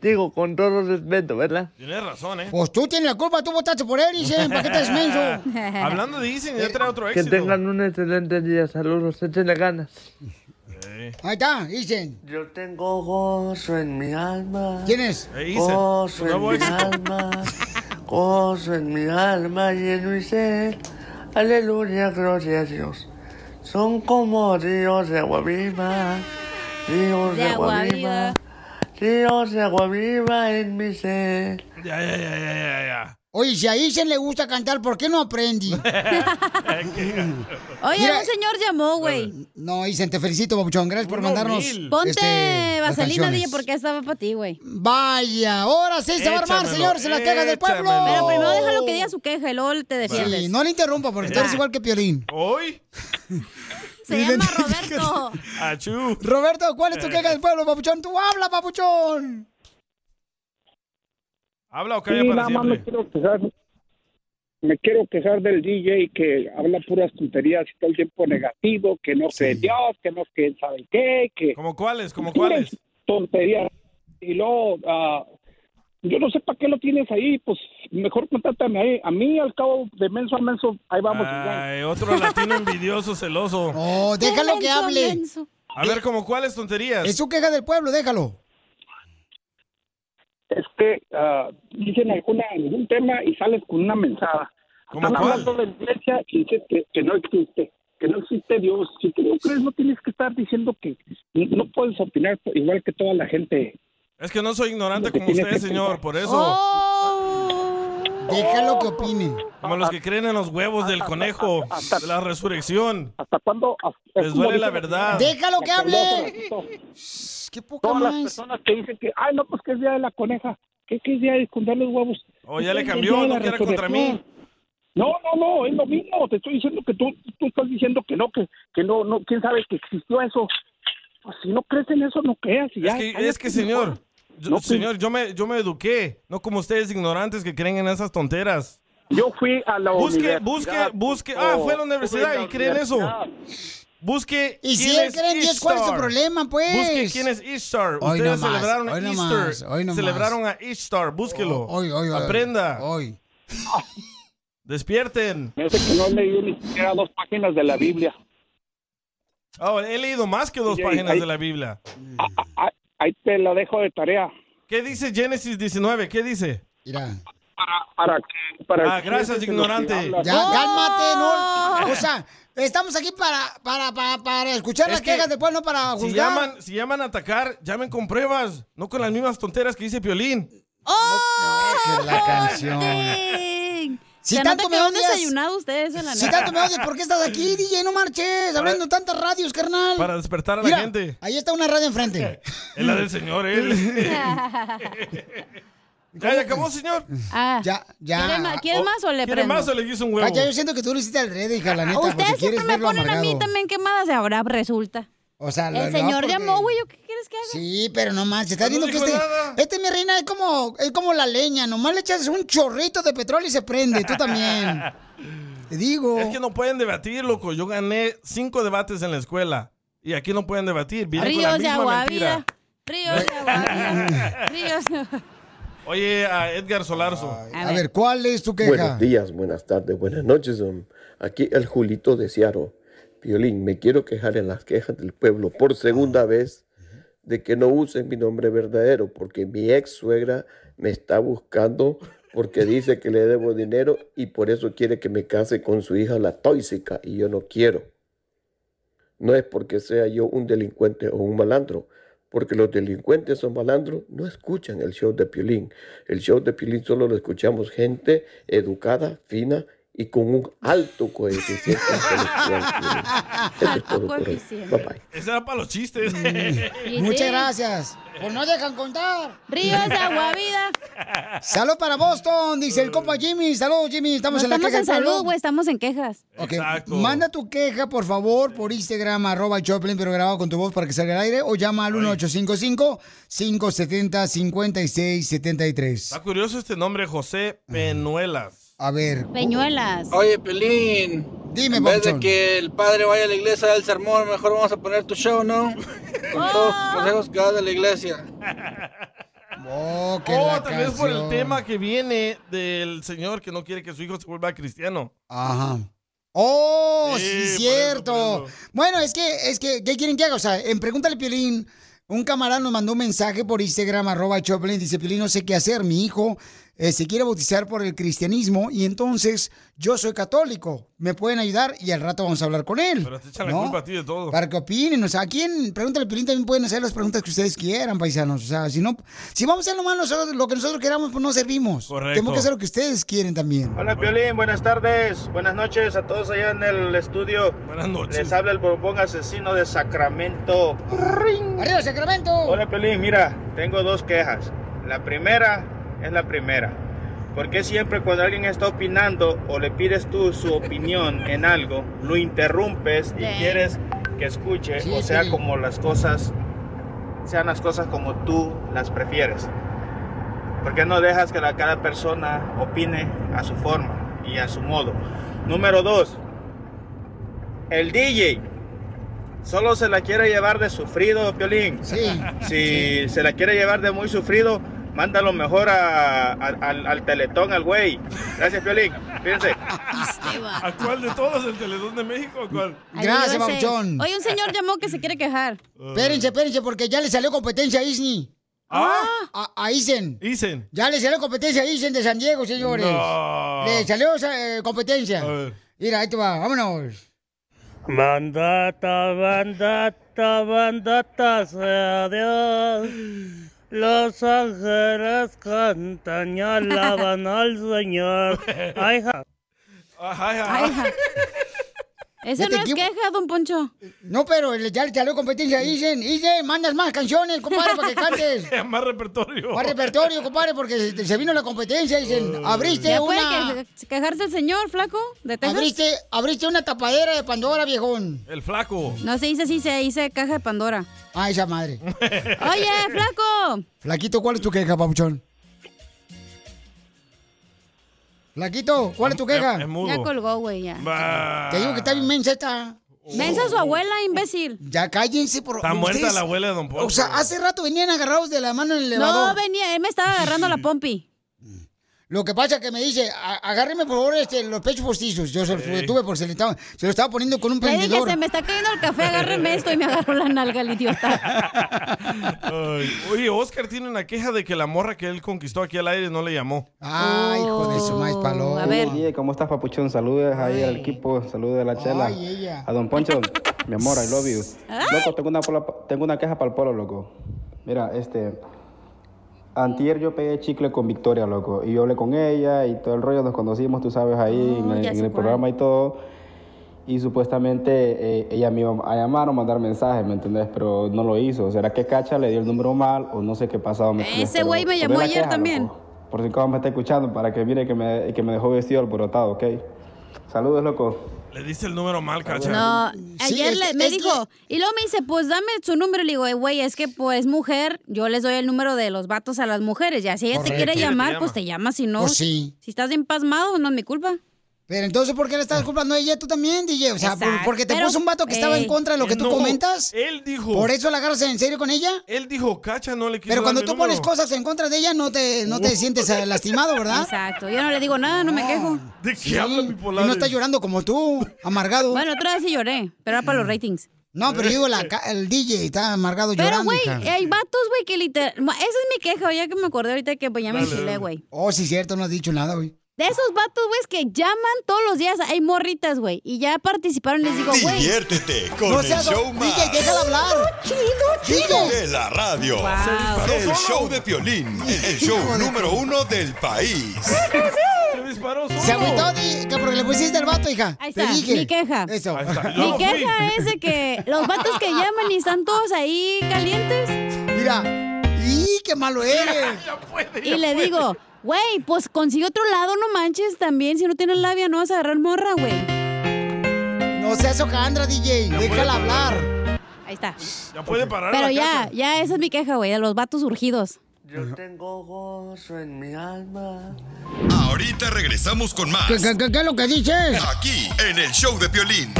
[SPEAKER 9] Digo, con todo respeto, ¿verdad?
[SPEAKER 6] Tienes razón, ¿eh?
[SPEAKER 4] Pues tú tienes la culpa, tú votaste por él, dicen. ¿Para qué estás menso?
[SPEAKER 6] Hablando de Isen,
[SPEAKER 4] Eh,
[SPEAKER 6] ya trae otro
[SPEAKER 9] Que
[SPEAKER 6] éxito.
[SPEAKER 9] tengan un excelente día. Saludos, échenle ganas.
[SPEAKER 4] Ahí está, dicen.
[SPEAKER 9] Yo tengo gozo en mi alma.
[SPEAKER 4] ¿Quién es?
[SPEAKER 9] Gozo
[SPEAKER 6] tu
[SPEAKER 9] en
[SPEAKER 6] nuevo
[SPEAKER 9] mi
[SPEAKER 6] éxito.
[SPEAKER 9] alma. Gozo en mi alma y en mi ser. Aleluya, gloria a Dios. Son como ríos de agua viva. Ríos de,
[SPEAKER 5] De
[SPEAKER 9] agua,
[SPEAKER 5] agua
[SPEAKER 9] viva.
[SPEAKER 5] viva.
[SPEAKER 9] Ríos de agua viva en mi ser.
[SPEAKER 6] Ya, ya, ya, ya, ya,
[SPEAKER 4] Oye, si a Isen le gusta cantar, ¿por qué no aprendí?
[SPEAKER 5] Oye,
[SPEAKER 4] Mira-
[SPEAKER 5] un señor llamó, güey.
[SPEAKER 4] No, Isen, te felicito, papuchón. Gracias por
[SPEAKER 6] Uno
[SPEAKER 4] mandarnos.
[SPEAKER 6] mil.
[SPEAKER 5] Ponte
[SPEAKER 4] este, las
[SPEAKER 5] vaselina,
[SPEAKER 4] canciones.
[SPEAKER 5] dije, porque estaba para ti, güey.
[SPEAKER 4] Vaya, ahora sí se va a armar,
[SPEAKER 6] Échamelo,
[SPEAKER 4] señores, en la queja del pueblo.
[SPEAKER 6] échamelo.
[SPEAKER 5] Pero primero déjalo que diga su queja y luego te defiendes.
[SPEAKER 4] Sí, no le interrumpa, porque tú eres igual que Piolín.
[SPEAKER 6] ya. Ah. Hoy,
[SPEAKER 5] Se llama Roberto.
[SPEAKER 6] achú.
[SPEAKER 4] Roberto, ¿cuál es tu queja del pueblo, papuchón? ¡Tú habla, papuchón!
[SPEAKER 6] Habla o
[SPEAKER 10] Sí,
[SPEAKER 6] calla para
[SPEAKER 10] nada más me
[SPEAKER 6] siempre.
[SPEAKER 10] quiero quejar. Me quiero quejar del DJ que habla puras tonterías y todo el tiempo negativo, que no cree en Dios, que no cree en sabe qué, que
[SPEAKER 6] ¿Como cuáles? ¿Como cuáles?
[SPEAKER 10] tonterías. Y luego, ah, yo no sé para qué lo tienes ahí, pues mejor contátame ahí. A mí, al cabo de menso a menso, ahí vamos. igual.
[SPEAKER 6] Ay, otro latino envidioso, celoso.
[SPEAKER 4] No, déjalo que
[SPEAKER 5] Menso,
[SPEAKER 4] hable.
[SPEAKER 5] menso.
[SPEAKER 6] A ver, ¿como cuáles tonterías?
[SPEAKER 4] Es su queja del pueblo, déjalo.
[SPEAKER 10] Es que ah, dicen alguna, algún tema y sales con una mensada.
[SPEAKER 6] ¿Cómo
[SPEAKER 10] Están
[SPEAKER 6] cuál?
[SPEAKER 10] hablando de la iglesia y dices que, que no existe, que no existe Dios. Si tú no crees, no tienes que estar diciendo que no puedes opinar igual que toda la gente.
[SPEAKER 6] Es que no soy ignorante
[SPEAKER 10] Lo que
[SPEAKER 6] como
[SPEAKER 10] tiene
[SPEAKER 6] usted,
[SPEAKER 10] que
[SPEAKER 6] señor,
[SPEAKER 10] pensar.
[SPEAKER 6] por eso.
[SPEAKER 5] Oh.
[SPEAKER 4] Déjalo que opine.
[SPEAKER 6] Como los que creen en los huevos del conejo, de la resurrección.
[SPEAKER 10] ¿Hasta cuándo? Hasta- es
[SPEAKER 6] Les
[SPEAKER 10] como
[SPEAKER 6] duele
[SPEAKER 10] dice
[SPEAKER 6] la verdad.
[SPEAKER 4] ¡Déjalo que
[SPEAKER 10] que habló hace
[SPEAKER 4] hable!
[SPEAKER 10] ratito.
[SPEAKER 4] ¡Qué poca
[SPEAKER 10] Todas las
[SPEAKER 4] más!
[SPEAKER 10] personas que dicen que, ay, no, pues que es día de la coneja, que, que es día de esconder los huevos.
[SPEAKER 6] Oh, ya le
[SPEAKER 10] Es
[SPEAKER 6] cambió,
[SPEAKER 10] día de
[SPEAKER 6] no
[SPEAKER 10] la
[SPEAKER 6] quiera contra
[SPEAKER 10] resurrección. No, no, no, es lo mismo. Te estoy diciendo que tú, tú estás diciendo que no, que, que no, no, quién sabe que existió eso. Pues si no crees en eso, no creas. y
[SPEAKER 6] Es
[SPEAKER 10] ya,
[SPEAKER 6] que, es
[SPEAKER 10] cállate
[SPEAKER 6] que
[SPEAKER 10] mejor.
[SPEAKER 6] señor, Yo-
[SPEAKER 11] No, pues-
[SPEAKER 6] señor, yo me, yo me eduqué, no como ustedes ignorantes que creen en esas tonteras.
[SPEAKER 11] Yo fui a la
[SPEAKER 6] busque,
[SPEAKER 11] universidad.
[SPEAKER 6] Busque, busque, ah,
[SPEAKER 11] Oh,
[SPEAKER 6] fue a la universidad
[SPEAKER 11] fui a la
[SPEAKER 6] y creen eso. Busque
[SPEAKER 4] Y si
[SPEAKER 6] quién
[SPEAKER 4] él cree en Dios, ¿cuál es su
[SPEAKER 6] Ishtar.
[SPEAKER 4] problema, pues?
[SPEAKER 6] Busque quién es Ishtar.
[SPEAKER 4] Hoy
[SPEAKER 6] Ustedes
[SPEAKER 4] nomás,
[SPEAKER 6] celebraron a
[SPEAKER 4] hoy nomás,
[SPEAKER 6] Easter.
[SPEAKER 4] hoy nomás.
[SPEAKER 6] Celebraron a Ishtar. Búsquelo.
[SPEAKER 4] Hoy, hoy, hoy.
[SPEAKER 6] Aprenda.
[SPEAKER 4] Hoy.
[SPEAKER 6] Despierten.
[SPEAKER 11] Me hace que no he leído ni siquiera dos páginas de la Biblia.
[SPEAKER 6] Oh, he leído más que dos
[SPEAKER 11] Sí,
[SPEAKER 6] páginas
[SPEAKER 11] ahí-
[SPEAKER 6] de la Biblia.
[SPEAKER 11] Ahí te la dejo de tarea.
[SPEAKER 6] ¿Qué dice Génesis 19? ¿Qué dice?
[SPEAKER 4] Mira.
[SPEAKER 11] Para que. Para
[SPEAKER 6] ah, gracias, ignorante.
[SPEAKER 4] Ya, cálmate, no. O sea, estamos aquí para, para, para, para escuchar
[SPEAKER 6] Oh. Es
[SPEAKER 4] las
[SPEAKER 6] que
[SPEAKER 4] quejas del pueblo, no para juzgar.
[SPEAKER 6] Si llaman, si llaman a atacar, llamen con pruebas, no con las mismas tonteras que dice Piolín.
[SPEAKER 4] que la canción. Si
[SPEAKER 5] Se
[SPEAKER 4] tanto
[SPEAKER 5] nota
[SPEAKER 4] me
[SPEAKER 5] que no han
[SPEAKER 4] odias-
[SPEAKER 5] desayunado ustedes en la
[SPEAKER 4] Si
[SPEAKER 5] neta.
[SPEAKER 4] tanto me odias, ¿por qué estás aquí, DJ? No marches, hablando en tantas radios, carnal.
[SPEAKER 6] Para despertar a la
[SPEAKER 4] Mira,
[SPEAKER 6] gente.
[SPEAKER 4] Ahí está una radio enfrente.
[SPEAKER 6] Es la del señor, él. ya, ya acabó, señor. Oh,
[SPEAKER 5] Ah,
[SPEAKER 4] ya, ya.
[SPEAKER 5] ¿Quieren ma- quieren más o le
[SPEAKER 6] ¿Quiere
[SPEAKER 5] prendo?
[SPEAKER 6] más o le guiso un huevo?
[SPEAKER 4] Cacha, yo siento que tú lo hiciste al red, hija, la neta. porque
[SPEAKER 5] Ustedes siempre
[SPEAKER 4] quieres
[SPEAKER 5] me
[SPEAKER 4] verlo
[SPEAKER 5] ponen a mí
[SPEAKER 4] amargado.
[SPEAKER 5] también quemadas y ahora resulta.
[SPEAKER 4] O sea,
[SPEAKER 5] El señor llamó, güey, ¿yo qué quieres que haga?
[SPEAKER 4] Sí, pero no manches, estás
[SPEAKER 5] Pero no
[SPEAKER 4] viendo que
[SPEAKER 5] dijo
[SPEAKER 4] este,
[SPEAKER 5] nada.
[SPEAKER 4] este, mi reina, es como, es como la leña, nomás le echas un chorrito de petróleo y se prende, tú también. Te digo.
[SPEAKER 6] Es que no pueden debatir, loco. Yo gané cinco debates en la escuela. Y aquí no pueden debatir. Vienen con la
[SPEAKER 5] Ríos de
[SPEAKER 6] misma
[SPEAKER 5] agua
[SPEAKER 6] mentira.
[SPEAKER 5] vida. Ríos de agua vida. Ríos de agua
[SPEAKER 6] Oye, a Edgar Solarzo.
[SPEAKER 5] A
[SPEAKER 4] ver, ¿cuál es tu
[SPEAKER 12] Buenos días, buenas tardes, buenas noches. um, Aquí el Julito de Ciaro. Violín, me quiero quejar en las quejas del pueblo por segunda vez de que no usen mi nombre verdadero, porque mi ex suegra me está buscando porque dice que le debo dinero y por eso quiere que me case con su hija la tóxica y yo no quiero. No es porque sea yo un delincuente o un malandro, porque los delincuentes o malandros no escuchan el show de Piolín. El show de Piolín solo lo escuchamos gente educada, fina y con un alto coeficiente intelectual. Piolín. Eso es todo por hoy. Bye bye.
[SPEAKER 6] Ese era para los chistes.
[SPEAKER 4] Mm. Muchas gracias. Pues no dejan contar.
[SPEAKER 5] Ríos de agua vida.
[SPEAKER 4] Salud para Boston, dice el compa Jimmy. Saludos, Jimmy. Estamos
[SPEAKER 5] No
[SPEAKER 4] en la
[SPEAKER 5] estamos
[SPEAKER 4] queja
[SPEAKER 5] en
[SPEAKER 4] del pueblo.
[SPEAKER 5] salud, güey, estamos en quejas.
[SPEAKER 4] Ok, Manda tu queja, por favor, por Instagram, arroba el Choplin, pero grabado con tu voz para que salga al aire, o llama al 1855-570-5673.
[SPEAKER 6] Está curioso este nombre, José Penuelas.
[SPEAKER 4] A ver.
[SPEAKER 5] Peñuelas.
[SPEAKER 13] Oye, Pelín.
[SPEAKER 4] Dime,
[SPEAKER 13] En vez de
[SPEAKER 4] Papuchón.
[SPEAKER 13] que el padre vaya a la iglesia del sermón, mejor vamos a poner tu show, ¿no? Con todos tus consejos que das de la iglesia.
[SPEAKER 4] Oh,
[SPEAKER 13] que
[SPEAKER 6] oh
[SPEAKER 13] la
[SPEAKER 6] tal vez por el
[SPEAKER 13] canción.
[SPEAKER 6] tema que viene del señor que no quiere que su hijo se vuelva cristiano.
[SPEAKER 4] Ajá. Oh,
[SPEAKER 6] Sí,
[SPEAKER 4] sí,
[SPEAKER 6] por eso,
[SPEAKER 4] cierto.
[SPEAKER 6] por eso.
[SPEAKER 4] Bueno, es que, es que, ¿qué quieren que haga? O sea, en Pregúntale Piolín, un camarada nos mandó un mensaje por Instagram, arroba Choplin, dice, Piolín, no sé qué hacer, mi hijo eh, se quiere bautizar por el cristianismo y entonces yo soy católico, me pueden ayudar y al rato vamos a hablar con él.
[SPEAKER 6] Pero te echan la
[SPEAKER 4] ¿no?
[SPEAKER 6] culpa a ti de todo.
[SPEAKER 4] Para que opinen, o sea, aquí en Pregúntale Piolín también pueden hacer las preguntas que ustedes quieran, paisanos. O sea, si no, si vamos a hacer nomás nosotros, lo que nosotros queramos, pues no servimos.
[SPEAKER 14] Correcto.
[SPEAKER 4] Tenemos que hacer lo que ustedes quieren también.
[SPEAKER 14] Hola Piolín, buenas tardes, buenas noches a todos allá en el estudio. Buenas noches. Les habla el Borbón asesino de Sacramento.
[SPEAKER 4] ¡Arriba, Sacramento!
[SPEAKER 14] Hola Piolín, mira, tengo dos quejas. La primera es la primera. Porque siempre cuando alguien está opinando o le pides tú su opinión en algo, lo interrumpes y
[SPEAKER 7] Sí.
[SPEAKER 14] quieres que escuche,
[SPEAKER 7] Sí,
[SPEAKER 14] o sea,
[SPEAKER 7] Piolín.
[SPEAKER 14] como las cosas, sean las cosas como tú las prefieres. Porque no dejas que la, cada persona opine a su forma y a su modo? Número dos, el DJ solo se la quiere llevar de sufrido, Piolín. Si se la quiere llevar de muy sufrido, mándalo mejor a- a- al, al teletón, al güey. Gracias, Piolín. Fíjense.
[SPEAKER 6] ¿A cuál de todos? ¿El Teledón de México o cuál?
[SPEAKER 4] Gracias,
[SPEAKER 5] Ayúdense.
[SPEAKER 4] Papuchón.
[SPEAKER 5] Oye, un señor llamó que se quiere quejar.
[SPEAKER 4] Eh. Espérense, espérense, porque ya le salió competencia a Isni.
[SPEAKER 6] Ah.
[SPEAKER 4] A, a Isen.
[SPEAKER 6] Isen.
[SPEAKER 4] Ya le salió competencia a Isen de San Diego, señores.
[SPEAKER 15] No.
[SPEAKER 4] Le salió eh, competencia. Mira, ahí te va, vámonos.
[SPEAKER 15] Mandata, mandata, mandata sea Dios. Los ángeles cantan y alaban al Señor. Ay, ja.
[SPEAKER 6] Ajá, ajá.
[SPEAKER 5] Esa no es queja, don Poncho.
[SPEAKER 4] Este No, pero le- ya le salió competencia. Dicen, dicen, mandas más canciones, compadre, para que cantes.
[SPEAKER 6] Más repertorio.
[SPEAKER 4] Más repertorio, compadre, porque se- se vino la competencia. Dicen, abriste
[SPEAKER 5] ¿Ya puede
[SPEAKER 4] una...
[SPEAKER 5] que- quejarse el señor, flaco, de Texas?
[SPEAKER 4] Abriste, abriste una tapadera de Pandora, viejón.
[SPEAKER 6] El flaco.
[SPEAKER 5] No se dice así, se dice caja de Pandora.
[SPEAKER 4] Ah, esa madre.
[SPEAKER 5] Oye, flaco.
[SPEAKER 4] Flaquito, ¿cuál es tu queja, papuchón? Flaquito, ¿cuál es tu queja?
[SPEAKER 5] Ya colgó, güey, ya. Oh.
[SPEAKER 4] Te digo que está bien mensa esta.
[SPEAKER 5] Mensa su abuela, imbécil.
[SPEAKER 4] Ya cállense por
[SPEAKER 6] Está muerta
[SPEAKER 4] ustedes-
[SPEAKER 6] la abuela de Don Poncho.
[SPEAKER 4] O sea, hace rato venían agarrados de la mano en el elevador.
[SPEAKER 5] No, venía, él me estaba agarrando la pompi.
[SPEAKER 4] Lo que pasa que me dice, "A- agárreme por favor este, los pechos postizos. Yo se los
[SPEAKER 5] Ey.
[SPEAKER 4] tuve por se, le estaba- se lo estaba poniendo con un
[SPEAKER 5] Le dije,
[SPEAKER 4] prendedor.
[SPEAKER 5] se me está cayendo el café, agárreme esto y me agarró la nalga el idiota.
[SPEAKER 6] Ay, Oye, Oscar tiene una queja de que la morra que él conquistó aquí al aire no le llamó.
[SPEAKER 4] Ah. Ay, hijo de su
[SPEAKER 5] Oh,
[SPEAKER 4] maíz Pues paloma.
[SPEAKER 7] Buen día, ¿Cómo estás, Papuchón? Saludos ahí al equipo, saludos a la chela.
[SPEAKER 4] Ay, ella.
[SPEAKER 7] A Don Poncho, mi amor, I love you. Loco, tengo una, pola- tengo una queja para el polo, loco. Mira, este. Antier yo pegué chicle con Victoria, loco. Y yo hablé con ella y todo el rollo, nos conocimos, tú sabes, ahí en el,
[SPEAKER 16] Oh, ya
[SPEAKER 7] en
[SPEAKER 16] sé
[SPEAKER 7] el
[SPEAKER 16] cuál.
[SPEAKER 7] programa y todo. Y supuestamente eh, ella me iba a llamar o mandar mensajes, ¿me entendés? Pero no lo hizo. ¿Será que Cacha le dio el número mal o no sé qué pasado? ¿me entendés?
[SPEAKER 5] Ese
[SPEAKER 7] Pero
[SPEAKER 5] güey me
[SPEAKER 7] poné
[SPEAKER 5] llamó
[SPEAKER 7] la
[SPEAKER 5] ayer
[SPEAKER 7] queja,
[SPEAKER 5] también.
[SPEAKER 7] loco. Por si acaso me está escuchando, para que mire que me, que me dejó vestido alborotado, ¿ok? Saludos, loco.
[SPEAKER 6] Le diste el número mal, cacha.
[SPEAKER 5] No, ayer
[SPEAKER 4] es
[SPEAKER 5] le-
[SPEAKER 4] que-
[SPEAKER 5] me
[SPEAKER 4] es
[SPEAKER 5] dijo, y luego me dice, pues dame su número. Le digo, "Eh, güey, es que pues mujer, yo les doy el número de los vatos a las mujeres. Ya, si ella
[SPEAKER 4] Correcto.
[SPEAKER 5] te quiere
[SPEAKER 4] Ella te
[SPEAKER 5] llamar,
[SPEAKER 4] llama.
[SPEAKER 5] pues te llama. Si no,
[SPEAKER 4] Pues sí.
[SPEAKER 5] si estás empasmado, no es mi culpa. Ah.
[SPEAKER 4] Pero entonces, ¿por qué le estás culpando a ella tú también, DJ? O sea, por-
[SPEAKER 5] Exacto.
[SPEAKER 4] porque te
[SPEAKER 5] Pero, eh,
[SPEAKER 4] puso un vato que estaba en
[SPEAKER 5] ey.
[SPEAKER 4] contra de lo que tú
[SPEAKER 6] No,
[SPEAKER 4] comentas.
[SPEAKER 6] Él dijo.
[SPEAKER 4] ¿Por eso la agarras en serio con ella?
[SPEAKER 6] Él dijo, cacha, no le quiso
[SPEAKER 4] Pero cuando
[SPEAKER 6] dar mi
[SPEAKER 4] tú
[SPEAKER 6] número".
[SPEAKER 4] pones cosas en contra de ella, no te, no te sientes eh, lastimado, ¿verdad?
[SPEAKER 5] Exacto. Yo no le digo nada, no me quejo.
[SPEAKER 6] ¿De qué
[SPEAKER 4] Sí,
[SPEAKER 6] habla bipolar?
[SPEAKER 4] Y no está llorando como tú, amargado. Mm.
[SPEAKER 5] Bueno, otra vez sí lloré, pero era para los ratings.
[SPEAKER 4] No, pero digo, la ca- el DJ está amargado
[SPEAKER 5] Pero,
[SPEAKER 4] llorando.
[SPEAKER 5] güey,
[SPEAKER 4] hija.
[SPEAKER 5] hay vatos, güey, que literal... Esa es mi queja, ya que me acordé ahorita que pues, ya me
[SPEAKER 4] Dale,
[SPEAKER 5] enchilé,
[SPEAKER 4] dale.
[SPEAKER 5] güey.
[SPEAKER 4] Oh, sí, cierto, no has dicho nada, güey.
[SPEAKER 5] De esos vatos, güey, es que llaman todos los días. Hay morritas, güey. Y ya participaron. Les digo, güey.
[SPEAKER 1] Diviértete con
[SPEAKER 5] No
[SPEAKER 1] el
[SPEAKER 5] seas-
[SPEAKER 1] show más.
[SPEAKER 5] DJ, déjala
[SPEAKER 4] hablar.
[SPEAKER 5] Chido,
[SPEAKER 1] De la radio.
[SPEAKER 5] Wow.
[SPEAKER 1] El show de Piolín. El show número uno del país.
[SPEAKER 6] Se disparó
[SPEAKER 4] Se agüitó, di- que porque le pusiste al vato, hija.
[SPEAKER 5] Ahí
[SPEAKER 4] Te
[SPEAKER 5] está,
[SPEAKER 4] dije.
[SPEAKER 5] mi queja.
[SPEAKER 4] Eso.
[SPEAKER 5] Mi queja es de que los vatos que llaman y están todos ahí calientes.
[SPEAKER 4] Mira. ¡Y qué malo eres!
[SPEAKER 6] pues.
[SPEAKER 5] y le digo, güey, pues consigue otro lado, no manches también. Si no tienes labia, no vas a agarrar morra, güey.
[SPEAKER 4] No seas Sojandra, DJ. Déjala hablar.
[SPEAKER 5] Ahí está.
[SPEAKER 6] Ya puede parar.
[SPEAKER 5] Pero
[SPEAKER 6] la
[SPEAKER 5] ya,
[SPEAKER 6] cacha.
[SPEAKER 5] ya, esa es mi queja, güey, de los vatos urgidos.
[SPEAKER 9] Yo tengo gozo en mi alma.
[SPEAKER 1] Ahorita regresamos con más.
[SPEAKER 4] ¿Qué, qué- qué- qué es lo que dices?
[SPEAKER 1] Aquí, en el show de Piolín.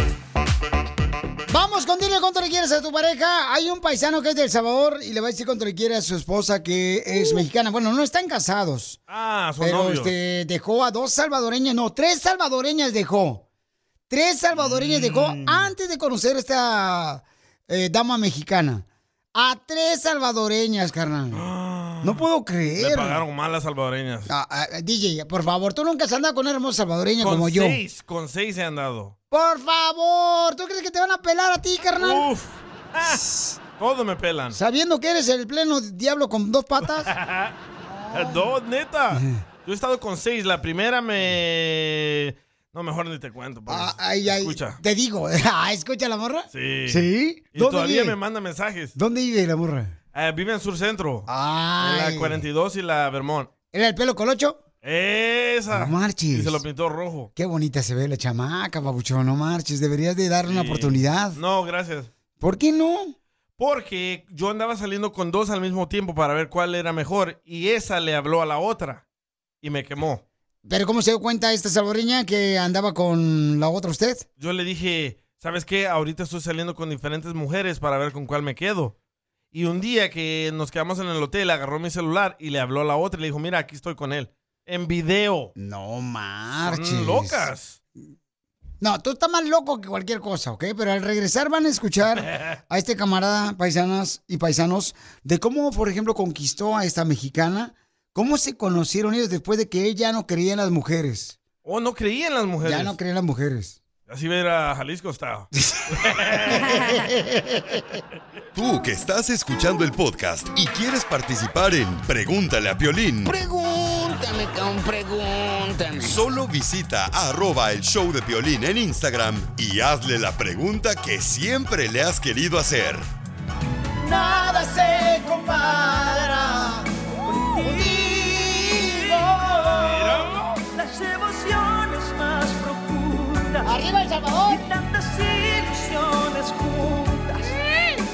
[SPEAKER 4] Vamos con dile cuánto le quieres a tu pareja. Hay un paisano que es del Salvador y le va a decir cuánto le quiere a su esposa que es
[SPEAKER 5] Uh.
[SPEAKER 4] mexicana. Bueno, no están casados.
[SPEAKER 6] Ah, son
[SPEAKER 4] pero
[SPEAKER 6] novios.
[SPEAKER 4] este dejó a dos salvadoreñas, no, tres salvadoreñas dejó. Tres salvadoreñas dejó
[SPEAKER 6] Mm.
[SPEAKER 4] antes de conocer esta eh, dama mexicana. A tres salvadoreñas, carnal. No puedo creer.
[SPEAKER 6] Le pagaron mal las salvadoreñas.
[SPEAKER 4] Ah, ah, DJ, por favor, tú nunca has andado con una hermosa salvadoreña
[SPEAKER 6] con
[SPEAKER 4] como yo.
[SPEAKER 6] seis, con seis se han dado.
[SPEAKER 4] Por favor, ¿tú crees que te van a pelar a ti, carnal?
[SPEAKER 6] Uf. Todo Ah, me pelan.
[SPEAKER 4] Sabiendo que eres el pleno diablo con dos patas.
[SPEAKER 6] Dos, neta. Yo he estado con seis. La primera me. No, mejor ni te cuento. porque
[SPEAKER 4] Ah, Ay, ay,
[SPEAKER 6] Escucha.
[SPEAKER 4] Te digo, ah, escucha la morra.
[SPEAKER 6] Sí.
[SPEAKER 4] ¿Sí?
[SPEAKER 6] Y
[SPEAKER 4] ¿Dónde
[SPEAKER 6] todavía
[SPEAKER 4] vive?
[SPEAKER 6] me manda mensajes.
[SPEAKER 4] ¿Dónde vive la morra?
[SPEAKER 6] Eh, vive en Sur Centro.
[SPEAKER 4] Ay.
[SPEAKER 6] En la 42 y la Vermont.
[SPEAKER 4] ¿Era el pelo colocho?
[SPEAKER 6] Esa.
[SPEAKER 4] No marches.
[SPEAKER 6] Y se lo pintó rojo.
[SPEAKER 4] Qué bonita se ve la chamaca, babuchón, no marches. Deberías de darle una
[SPEAKER 6] Sí.
[SPEAKER 4] oportunidad.
[SPEAKER 6] No, gracias.
[SPEAKER 4] ¿Por qué no?
[SPEAKER 6] Porque yo andaba saliendo con dos al mismo tiempo para ver cuál era mejor. Y esa le habló a la otra. Y me quemó.
[SPEAKER 4] Pero ¿cómo se dio cuenta esta salvadoreña que andaba con la otra usted?
[SPEAKER 6] yo le dije, ¿sabes qué? Ahorita estoy saliendo con diferentes mujeres para ver con cuál me quedo. Y un día que nos quedamos en el hotel, agarró mi celular y le habló a la otra y le dijo, mira, aquí estoy con él. En video.
[SPEAKER 4] No marches.
[SPEAKER 6] Son locas.
[SPEAKER 4] No, tú estás más loco que cualquier cosa, ¿ok? Pero al regresar van a escuchar a este camarada, paisanas y paisanos, de cómo, por ejemplo, conquistó a esta mexicana, cómo se conocieron ellos después de que él ya no creía en las mujeres.
[SPEAKER 6] O Oh, no creían las mujeres.
[SPEAKER 4] Ya no creía en las mujeres.
[SPEAKER 6] Así ver a Jalisco está.
[SPEAKER 1] Tú que estás escuchando el podcast y quieres participar en Pregúntale a Piolín.
[SPEAKER 4] Pregúntale
[SPEAKER 16] Pregúntame, cabrón, pregúntame.
[SPEAKER 1] Solo visita arroba el show de Piolín en Instagram y hazle la pregunta que siempre le has querido hacer.
[SPEAKER 2] Nada se compara contigo. Las emociones más profundas.
[SPEAKER 4] ¡Arriba El Salvador!
[SPEAKER 2] Y tantas ilusiones juntas.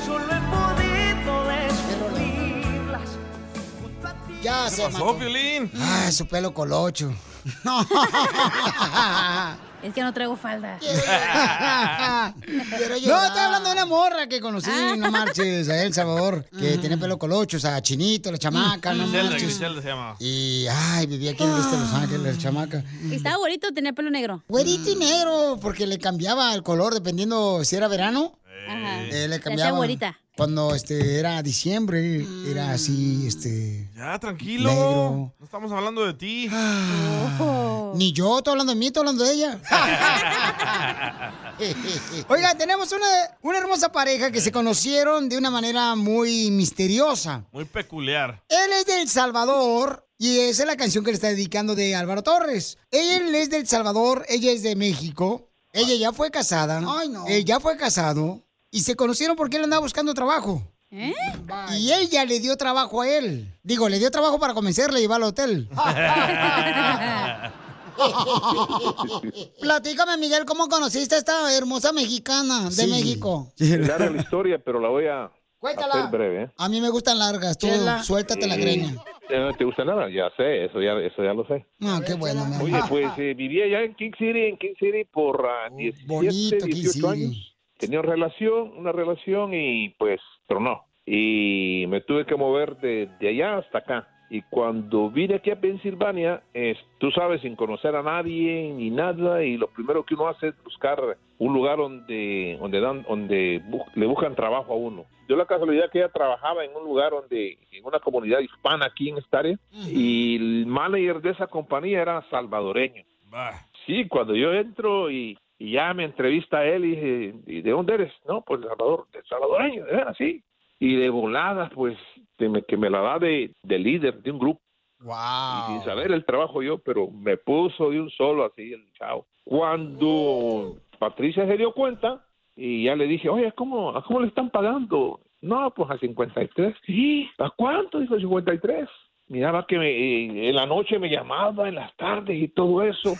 [SPEAKER 2] Solo he podido descubrirlas.
[SPEAKER 4] Ya se
[SPEAKER 6] pasó,
[SPEAKER 4] mató.
[SPEAKER 6] Piolín?
[SPEAKER 4] Ah, su pelo colocho.
[SPEAKER 5] Es que no traigo falda.
[SPEAKER 4] no, estoy hablando de una morra que conocí,
[SPEAKER 5] Ah,
[SPEAKER 4] no marches, a El Salvador, que tiene pelo colocho, o sea, chinito, la chamaca, no
[SPEAKER 6] Griselda,
[SPEAKER 4] marches.
[SPEAKER 6] Griselda se llama.
[SPEAKER 4] Y, ay, vivía aquí en el este Los Ángeles, la chamaca.
[SPEAKER 5] Y estaba bonito, tenía pelo negro.
[SPEAKER 4] Güerito y negro, porque le cambiaba el color dependiendo si era verano.
[SPEAKER 5] Ajá.
[SPEAKER 4] eh, le
[SPEAKER 5] hacía
[SPEAKER 4] cambiaba.
[SPEAKER 5] güerita.
[SPEAKER 4] Cuando este era diciembre, era
[SPEAKER 5] Mm.
[SPEAKER 4] así, este.
[SPEAKER 6] Ya, tranquilo.
[SPEAKER 4] Negro. Ah.
[SPEAKER 6] No estamos hablando de ti.
[SPEAKER 5] Oh.
[SPEAKER 4] Ni yo, estoy hablando de mí, estoy hablando de ella. Oiga, tenemos una, una hermosa pareja que se conocieron de una manera muy misteriosa.
[SPEAKER 6] Muy peculiar.
[SPEAKER 4] Él es de El Salvador y esa es la canción que le está dedicando de Álvaro Torres. Él es de El Salvador, ella es de México. Ella ya fue casada.
[SPEAKER 16] Ay, no.
[SPEAKER 4] Él ya fue casado y se conocieron porque él andaba buscando trabajo.
[SPEAKER 5] ¿Eh?
[SPEAKER 4] Y ella le dio trabajo a él. Digo, le dio trabajo para convencerle y llevar al hotel. Platícame, Miguel, ¿cómo conociste a esta hermosa mexicana de México?
[SPEAKER 10] Es larga la historia, pero la voy a
[SPEAKER 4] Cuéntala.
[SPEAKER 10] hacer breve. ¿eh?
[SPEAKER 4] A mí me gustan largas, tú
[SPEAKER 10] Chela.
[SPEAKER 4] suéltate la
[SPEAKER 10] Sí.
[SPEAKER 4] greña.
[SPEAKER 10] Eh, ¿No te gusta nada? Ya sé, eso ya, eso ya lo sé.
[SPEAKER 4] No, qué bueno, mi amor.
[SPEAKER 10] Oye, pues eh, vivía ya en King City, en King City por ah, 17,
[SPEAKER 4] Oh, bonito King
[SPEAKER 10] 18
[SPEAKER 4] City.
[SPEAKER 10] años. Tenía relación, una relación y pues, pero no. Y me tuve que mover de, de allá hasta acá. Y cuando vine aquí a Pensilvania, es, tú sabes, sin conocer a nadie ni nada, y lo primero que uno hace es buscar un lugar donde donde dan donde bu- le buscan trabajo a uno. Yo la casualidad que ella trabajaba en un lugar donde en una comunidad hispana aquí en esta área y el manager de esa compañía era salvadoreño. Sí, cuando yo entro y, y ya me entrevista él y dije, ¿y de dónde eres? No, pues de Salvador, de salvadoreño, de veras, sí. Y de volada, pues, de me- que me la da de, de líder de un grupo.
[SPEAKER 4] Ah.
[SPEAKER 10] Y sin saber el trabajo yo, pero me puso de un solo así el chao. Cuando Patricia se dio cuenta y ya le dije, oye, ¿cómo, ¿a cómo le están pagando? No, pues a 53. ¿Sí? ¿A cuánto? Dijo 53. Miraba que me- eh, en la noche me llamaba, en las tardes y todo eso.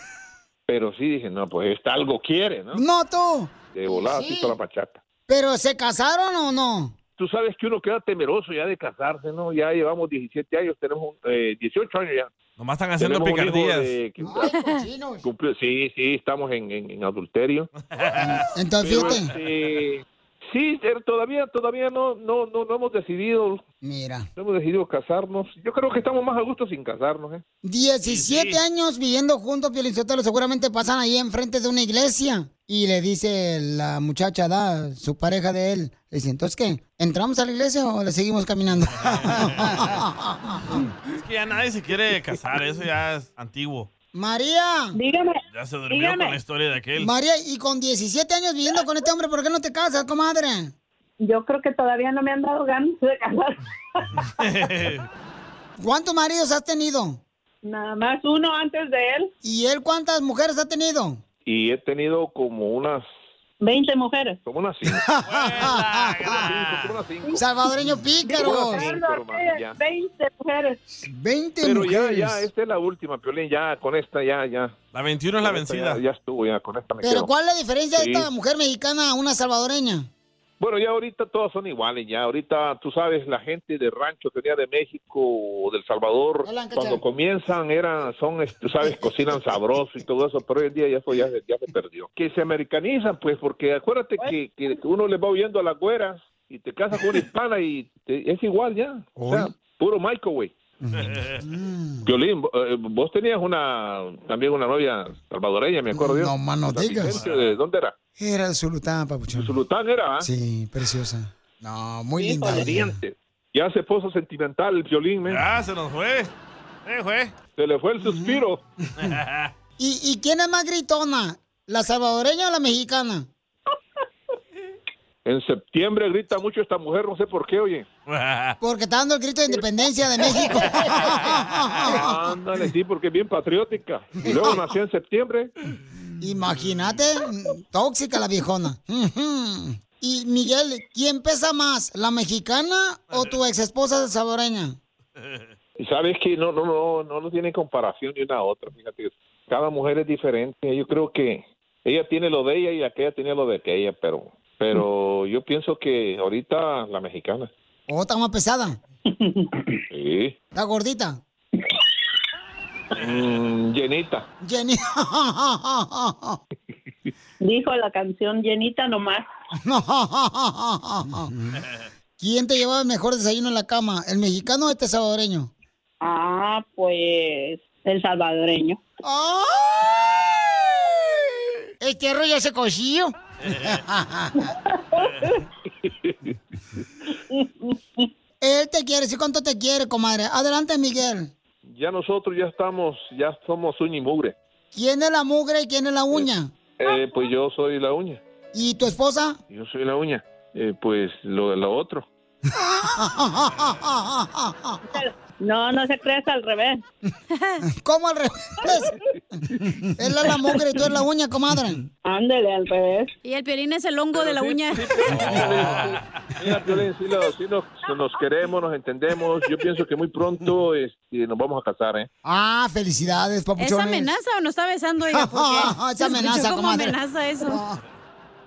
[SPEAKER 10] Pero sí dije, no, pues está algo quiere, ¿no?
[SPEAKER 4] No, tú.
[SPEAKER 10] De volada,
[SPEAKER 4] Sí.
[SPEAKER 10] así toda la pachata.
[SPEAKER 4] ¿Pero se casaron o no?
[SPEAKER 10] Tú sabes que uno queda temeroso ya de casarse, ¿no? Ya llevamos 17 años, tenemos eh, 18 años ya.
[SPEAKER 6] Nomás están haciendo
[SPEAKER 10] Tenemos un hijo
[SPEAKER 6] picardías.
[SPEAKER 10] de- que- Cumplió- sí, sí, estamos en, en- en adulterio.
[SPEAKER 4] Entonces,
[SPEAKER 10] Pero,
[SPEAKER 4] fíjate.
[SPEAKER 10] este, sí, eh, todavía, todavía no, no, no, no hemos decidido.
[SPEAKER 4] Mira.
[SPEAKER 10] No hemos decidido casarnos. Yo creo que estamos más a gusto sin casarnos, ¿eh?
[SPEAKER 4] 17 años viviendo juntos, Pielinsotelo, seguramente pasan ahí enfrente de una iglesia. Y le dice la muchacha, da, su pareja de él. Le dice, ¿entonces qué? ¿Entramos a la iglesia o le seguimos caminando?
[SPEAKER 6] Es que ya nadie se quiere casar, eso ya es antiguo.
[SPEAKER 4] María. Dígame.
[SPEAKER 6] Ya se durmió
[SPEAKER 4] Dígame.
[SPEAKER 6] con la historia de aquel.
[SPEAKER 4] María, y con 17 años viviendo con este hombre, ¿por qué no te casas, comadre?
[SPEAKER 17] Yo creo que todavía no me han dado ganas de casar.
[SPEAKER 4] ¿Cuántos maridos has tenido?
[SPEAKER 17] Nada más uno antes de él.
[SPEAKER 4] ¿Y él cuántas mujeres ha tenido?
[SPEAKER 10] Y he tenido como unas...
[SPEAKER 17] 20 mujeres.
[SPEAKER 10] Como unas cinco.
[SPEAKER 6] Ah,
[SPEAKER 4] Salvadoreño pícaros.
[SPEAKER 10] Buenas tardes, hermano, ya.
[SPEAKER 17] 20 mujeres.
[SPEAKER 4] 20
[SPEAKER 10] Pero ya, ya, esta es la última, Piolín, ya, con esta, ya, ya.
[SPEAKER 6] La 21 es la vencida.
[SPEAKER 10] Ya, ya estuvo, ya, con esta me
[SPEAKER 4] Pero
[SPEAKER 10] quedo.
[SPEAKER 4] ¿cuál es la diferencia de
[SPEAKER 10] Sí.
[SPEAKER 4] esta mujer mexicana a una salvadoreña?
[SPEAKER 10] Bueno, ya ahorita todos son iguales, ya ahorita tú sabes, la gente de rancho que venía de México o del Salvador,
[SPEAKER 4] Hola, Ancacha.
[SPEAKER 10] cuando comienzan eran, son, es- tú sabes, cocinan sabroso y todo eso, pero hoy en día ya eso ya, se- ya se perdió. Que se americanizan, pues, porque acuérdate que, que uno les va oyendo a las güeras y te casas con una hispana y te- es igual ya, o sea, puro microwave. Violín, eh, vos tenías una, también una novia salvadoreña, me acuerdo yo.
[SPEAKER 4] No, más no
[SPEAKER 10] San
[SPEAKER 4] digas.
[SPEAKER 10] Vicente, ¿De dónde era?
[SPEAKER 4] Era de Zulután, papuchón.
[SPEAKER 10] Zulután era, ¿ah?
[SPEAKER 6] ¿eh?
[SPEAKER 4] Sí, preciosa. No, muy
[SPEAKER 10] Sí,
[SPEAKER 4] linda.
[SPEAKER 10] valiente. Ya se puso sentimental el violín, men.
[SPEAKER 6] Ah, se nos fue. Se fue.
[SPEAKER 10] Se le fue el suspiro.
[SPEAKER 4] ¿Y, y quién es más gritona? ¿La salvadoreña o la mexicana?
[SPEAKER 10] En septiembre grita mucho esta mujer, no sé por qué, oye.
[SPEAKER 4] Porque está dando el grito de independencia de México.
[SPEAKER 10] Ándale, sí, porque es bien patriótica. Y luego nació en septiembre.
[SPEAKER 4] Imagínate, tóxica la viejona. Ujú. Y Miguel, ¿quién pesa más, la mexicana o tu ex esposa salvadoreña?
[SPEAKER 10] Y sabes que no, no, no, no, no tiene comparación ni una a otra. Fíjate, cada mujer es diferente. Yo creo que ella tiene lo de ella y aquella tiene lo de aquella, pero, pero yo pienso que ahorita la mexicana.
[SPEAKER 4] ¿O Oh, está más pesada?
[SPEAKER 10] Sí.
[SPEAKER 4] ¿Está gordita?
[SPEAKER 10] Mm, llenita.
[SPEAKER 4] Jenny.
[SPEAKER 17] Dijo la canción llenita nomás.
[SPEAKER 4] ¿Quién te llevaba el mejor desayuno en la cama? ¿El mexicano o este salvadoreño?
[SPEAKER 17] Ah, pues el salvadoreño.
[SPEAKER 4] Este rollo se cosillo. Él te quiere, sí, cuánto te quiere, comadre. Adelante, Miguel.
[SPEAKER 10] Ya nosotros ya estamos, ya somos uña y mugre.
[SPEAKER 4] ¿Quién es la mugre y quién es la uña?
[SPEAKER 10] Eh, pues yo soy la uña.
[SPEAKER 4] ¿Y tu esposa?
[SPEAKER 10] Yo soy la uña. Eh, pues lo, lo otro.
[SPEAKER 17] No, no se crees al revés.
[SPEAKER 4] ¿Cómo al revés? Él es la mugre y tú eres la uña, comadre.
[SPEAKER 17] Ándele, al revés.
[SPEAKER 5] Y el piolín es el hongo de la uña.
[SPEAKER 10] Mira, Piolín, sí, lo- sí nos, nos queremos, nos entendemos. Yo pienso que muy pronto este, nos vamos a casar, ¿eh?
[SPEAKER 4] Ah, felicidades,
[SPEAKER 5] ¿Es
[SPEAKER 4] papuchones.
[SPEAKER 5] amenaza o no está besando ella? Porque
[SPEAKER 4] Es
[SPEAKER 5] se escuchó
[SPEAKER 4] amenaza,
[SPEAKER 5] como
[SPEAKER 4] comadre.
[SPEAKER 5] amenaza eso.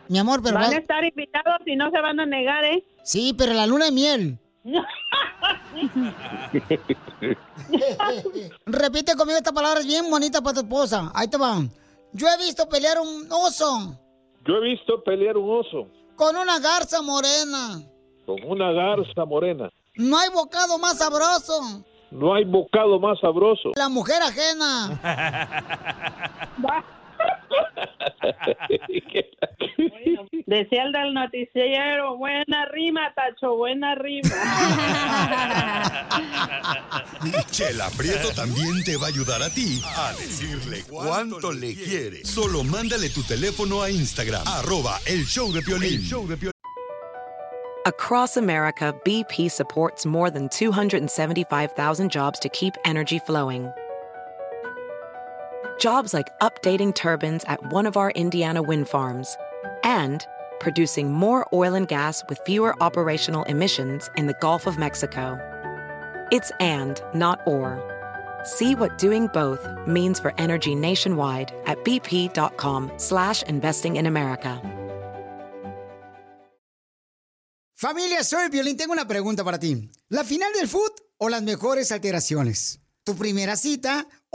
[SPEAKER 4] Mi amor, pero...
[SPEAKER 17] Van a estar invitados y no se van a negar, ¿eh?
[SPEAKER 4] Sí, pero la luna de miel. Repite conmigo esta palabra, es bien bonita para tu esposa. Ahí te va. Yo he visto pelear un oso
[SPEAKER 10] Yo he visto pelear un oso
[SPEAKER 4] con una garza morena.
[SPEAKER 10] con una garza morena.
[SPEAKER 4] No hay bocado más sabroso.
[SPEAKER 10] No hay bocado más sabroso.
[SPEAKER 4] La mujer ajena.
[SPEAKER 17] Decía el del noticiero, buena rima, Tacho, buena rima.
[SPEAKER 1] Chela Prieto también te va a ayudar a ti a decirle cuánto le quiere. Solo mándale tu teléfono a Instagram, arroba el show de Piolín.
[SPEAKER 18] Across America, BP supports more than 275,000 jobs to keep energy flowing. Jobs like updating turbines at one of our Indiana wind farms and producing more oil and gas with fewer operational emissions in the Gulf of Mexico. It's and, not or. See what doing both means for energy nationwide at bp.com slash investing in America.
[SPEAKER 4] Familia, soy Violín. Tengo una pregunta para ti. ¿La final del foot o las mejores alteraciones? ¿Tu primera cita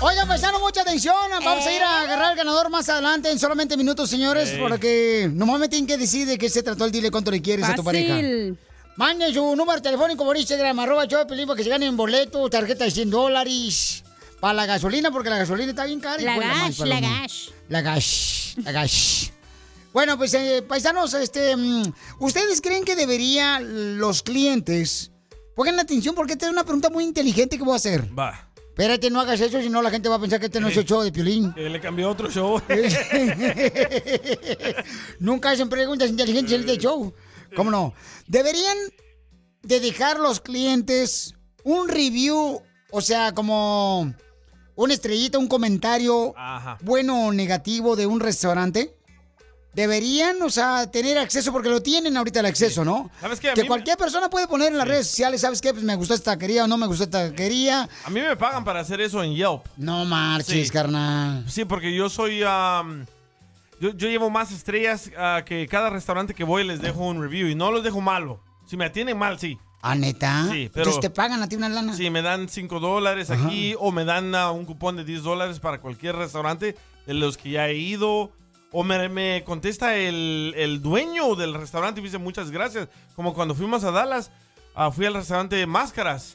[SPEAKER 4] Oigan, paisano, mucha atención. Vamos a ir a agarrar al ganador más adelante en solamente minutos, señores,
[SPEAKER 19] Ey.
[SPEAKER 4] porque nomás me tienen que decir de qué se trató el dile cuánto le quieres a tu
[SPEAKER 19] Fácil.
[SPEAKER 4] pareja. Mande su número telefónico por Instagram, arroba yo, para que se ganen boleto, tarjeta de 100 dólares. Para la gasolina, porque la gasolina está bien cara. y
[SPEAKER 5] La
[SPEAKER 4] huele mal,
[SPEAKER 5] gash, la
[SPEAKER 4] paloma.
[SPEAKER 5] gash.
[SPEAKER 4] La gash, la gash. Bueno, pues eh, paisanos, este, mm, ¿ustedes creen que debería los clientes? Pongan atención porque esta es una pregunta muy inteligente que voy a hacer.
[SPEAKER 6] Va.
[SPEAKER 4] Espérate, no hagas eso, si no la gente va a pensar que este no es el show de Piolín.
[SPEAKER 6] Eh, le cambió otro show.
[SPEAKER 4] Nunca hacen preguntas inteligentes en este show. ¿Cómo no? Deberían de dejar los clientes un review, o sea, como una estrellita, un comentario
[SPEAKER 6] Ajá.
[SPEAKER 4] bueno o negativo de un restaurante. deberían, o sea, tener acceso, porque lo tienen ahorita el acceso, ¿no?
[SPEAKER 6] ¿Sabes qué? A
[SPEAKER 4] Que
[SPEAKER 6] mí-
[SPEAKER 4] cualquier persona puede poner en las redes sociales, ¿sabes qué? Pues me gustó esta taquería o no me gustó esta taquería.
[SPEAKER 6] A mí me pagan para hacer eso en Yelp.
[SPEAKER 4] No marches,
[SPEAKER 6] Sí.
[SPEAKER 4] carnal.
[SPEAKER 6] Sí, porque yo soy... am, yo, yo llevo más estrellas ah, que cada restaurante que voy les dejo un review y no los dejo malo. Si me atienden mal, sí.
[SPEAKER 4] Ah, neta.
[SPEAKER 6] Sí, pero...
[SPEAKER 4] Entonces te pagan a ti una lana.
[SPEAKER 6] Sí, me dan 5 dólares aquí o me dan ah, un cupón de 10 dólares para cualquier restaurante de los que ya he ido. O me, me contesta el, el dueño del restaurante y me dice muchas gracias. Como cuando fuimos a Dallas, ah, fui al restaurante de máscaras.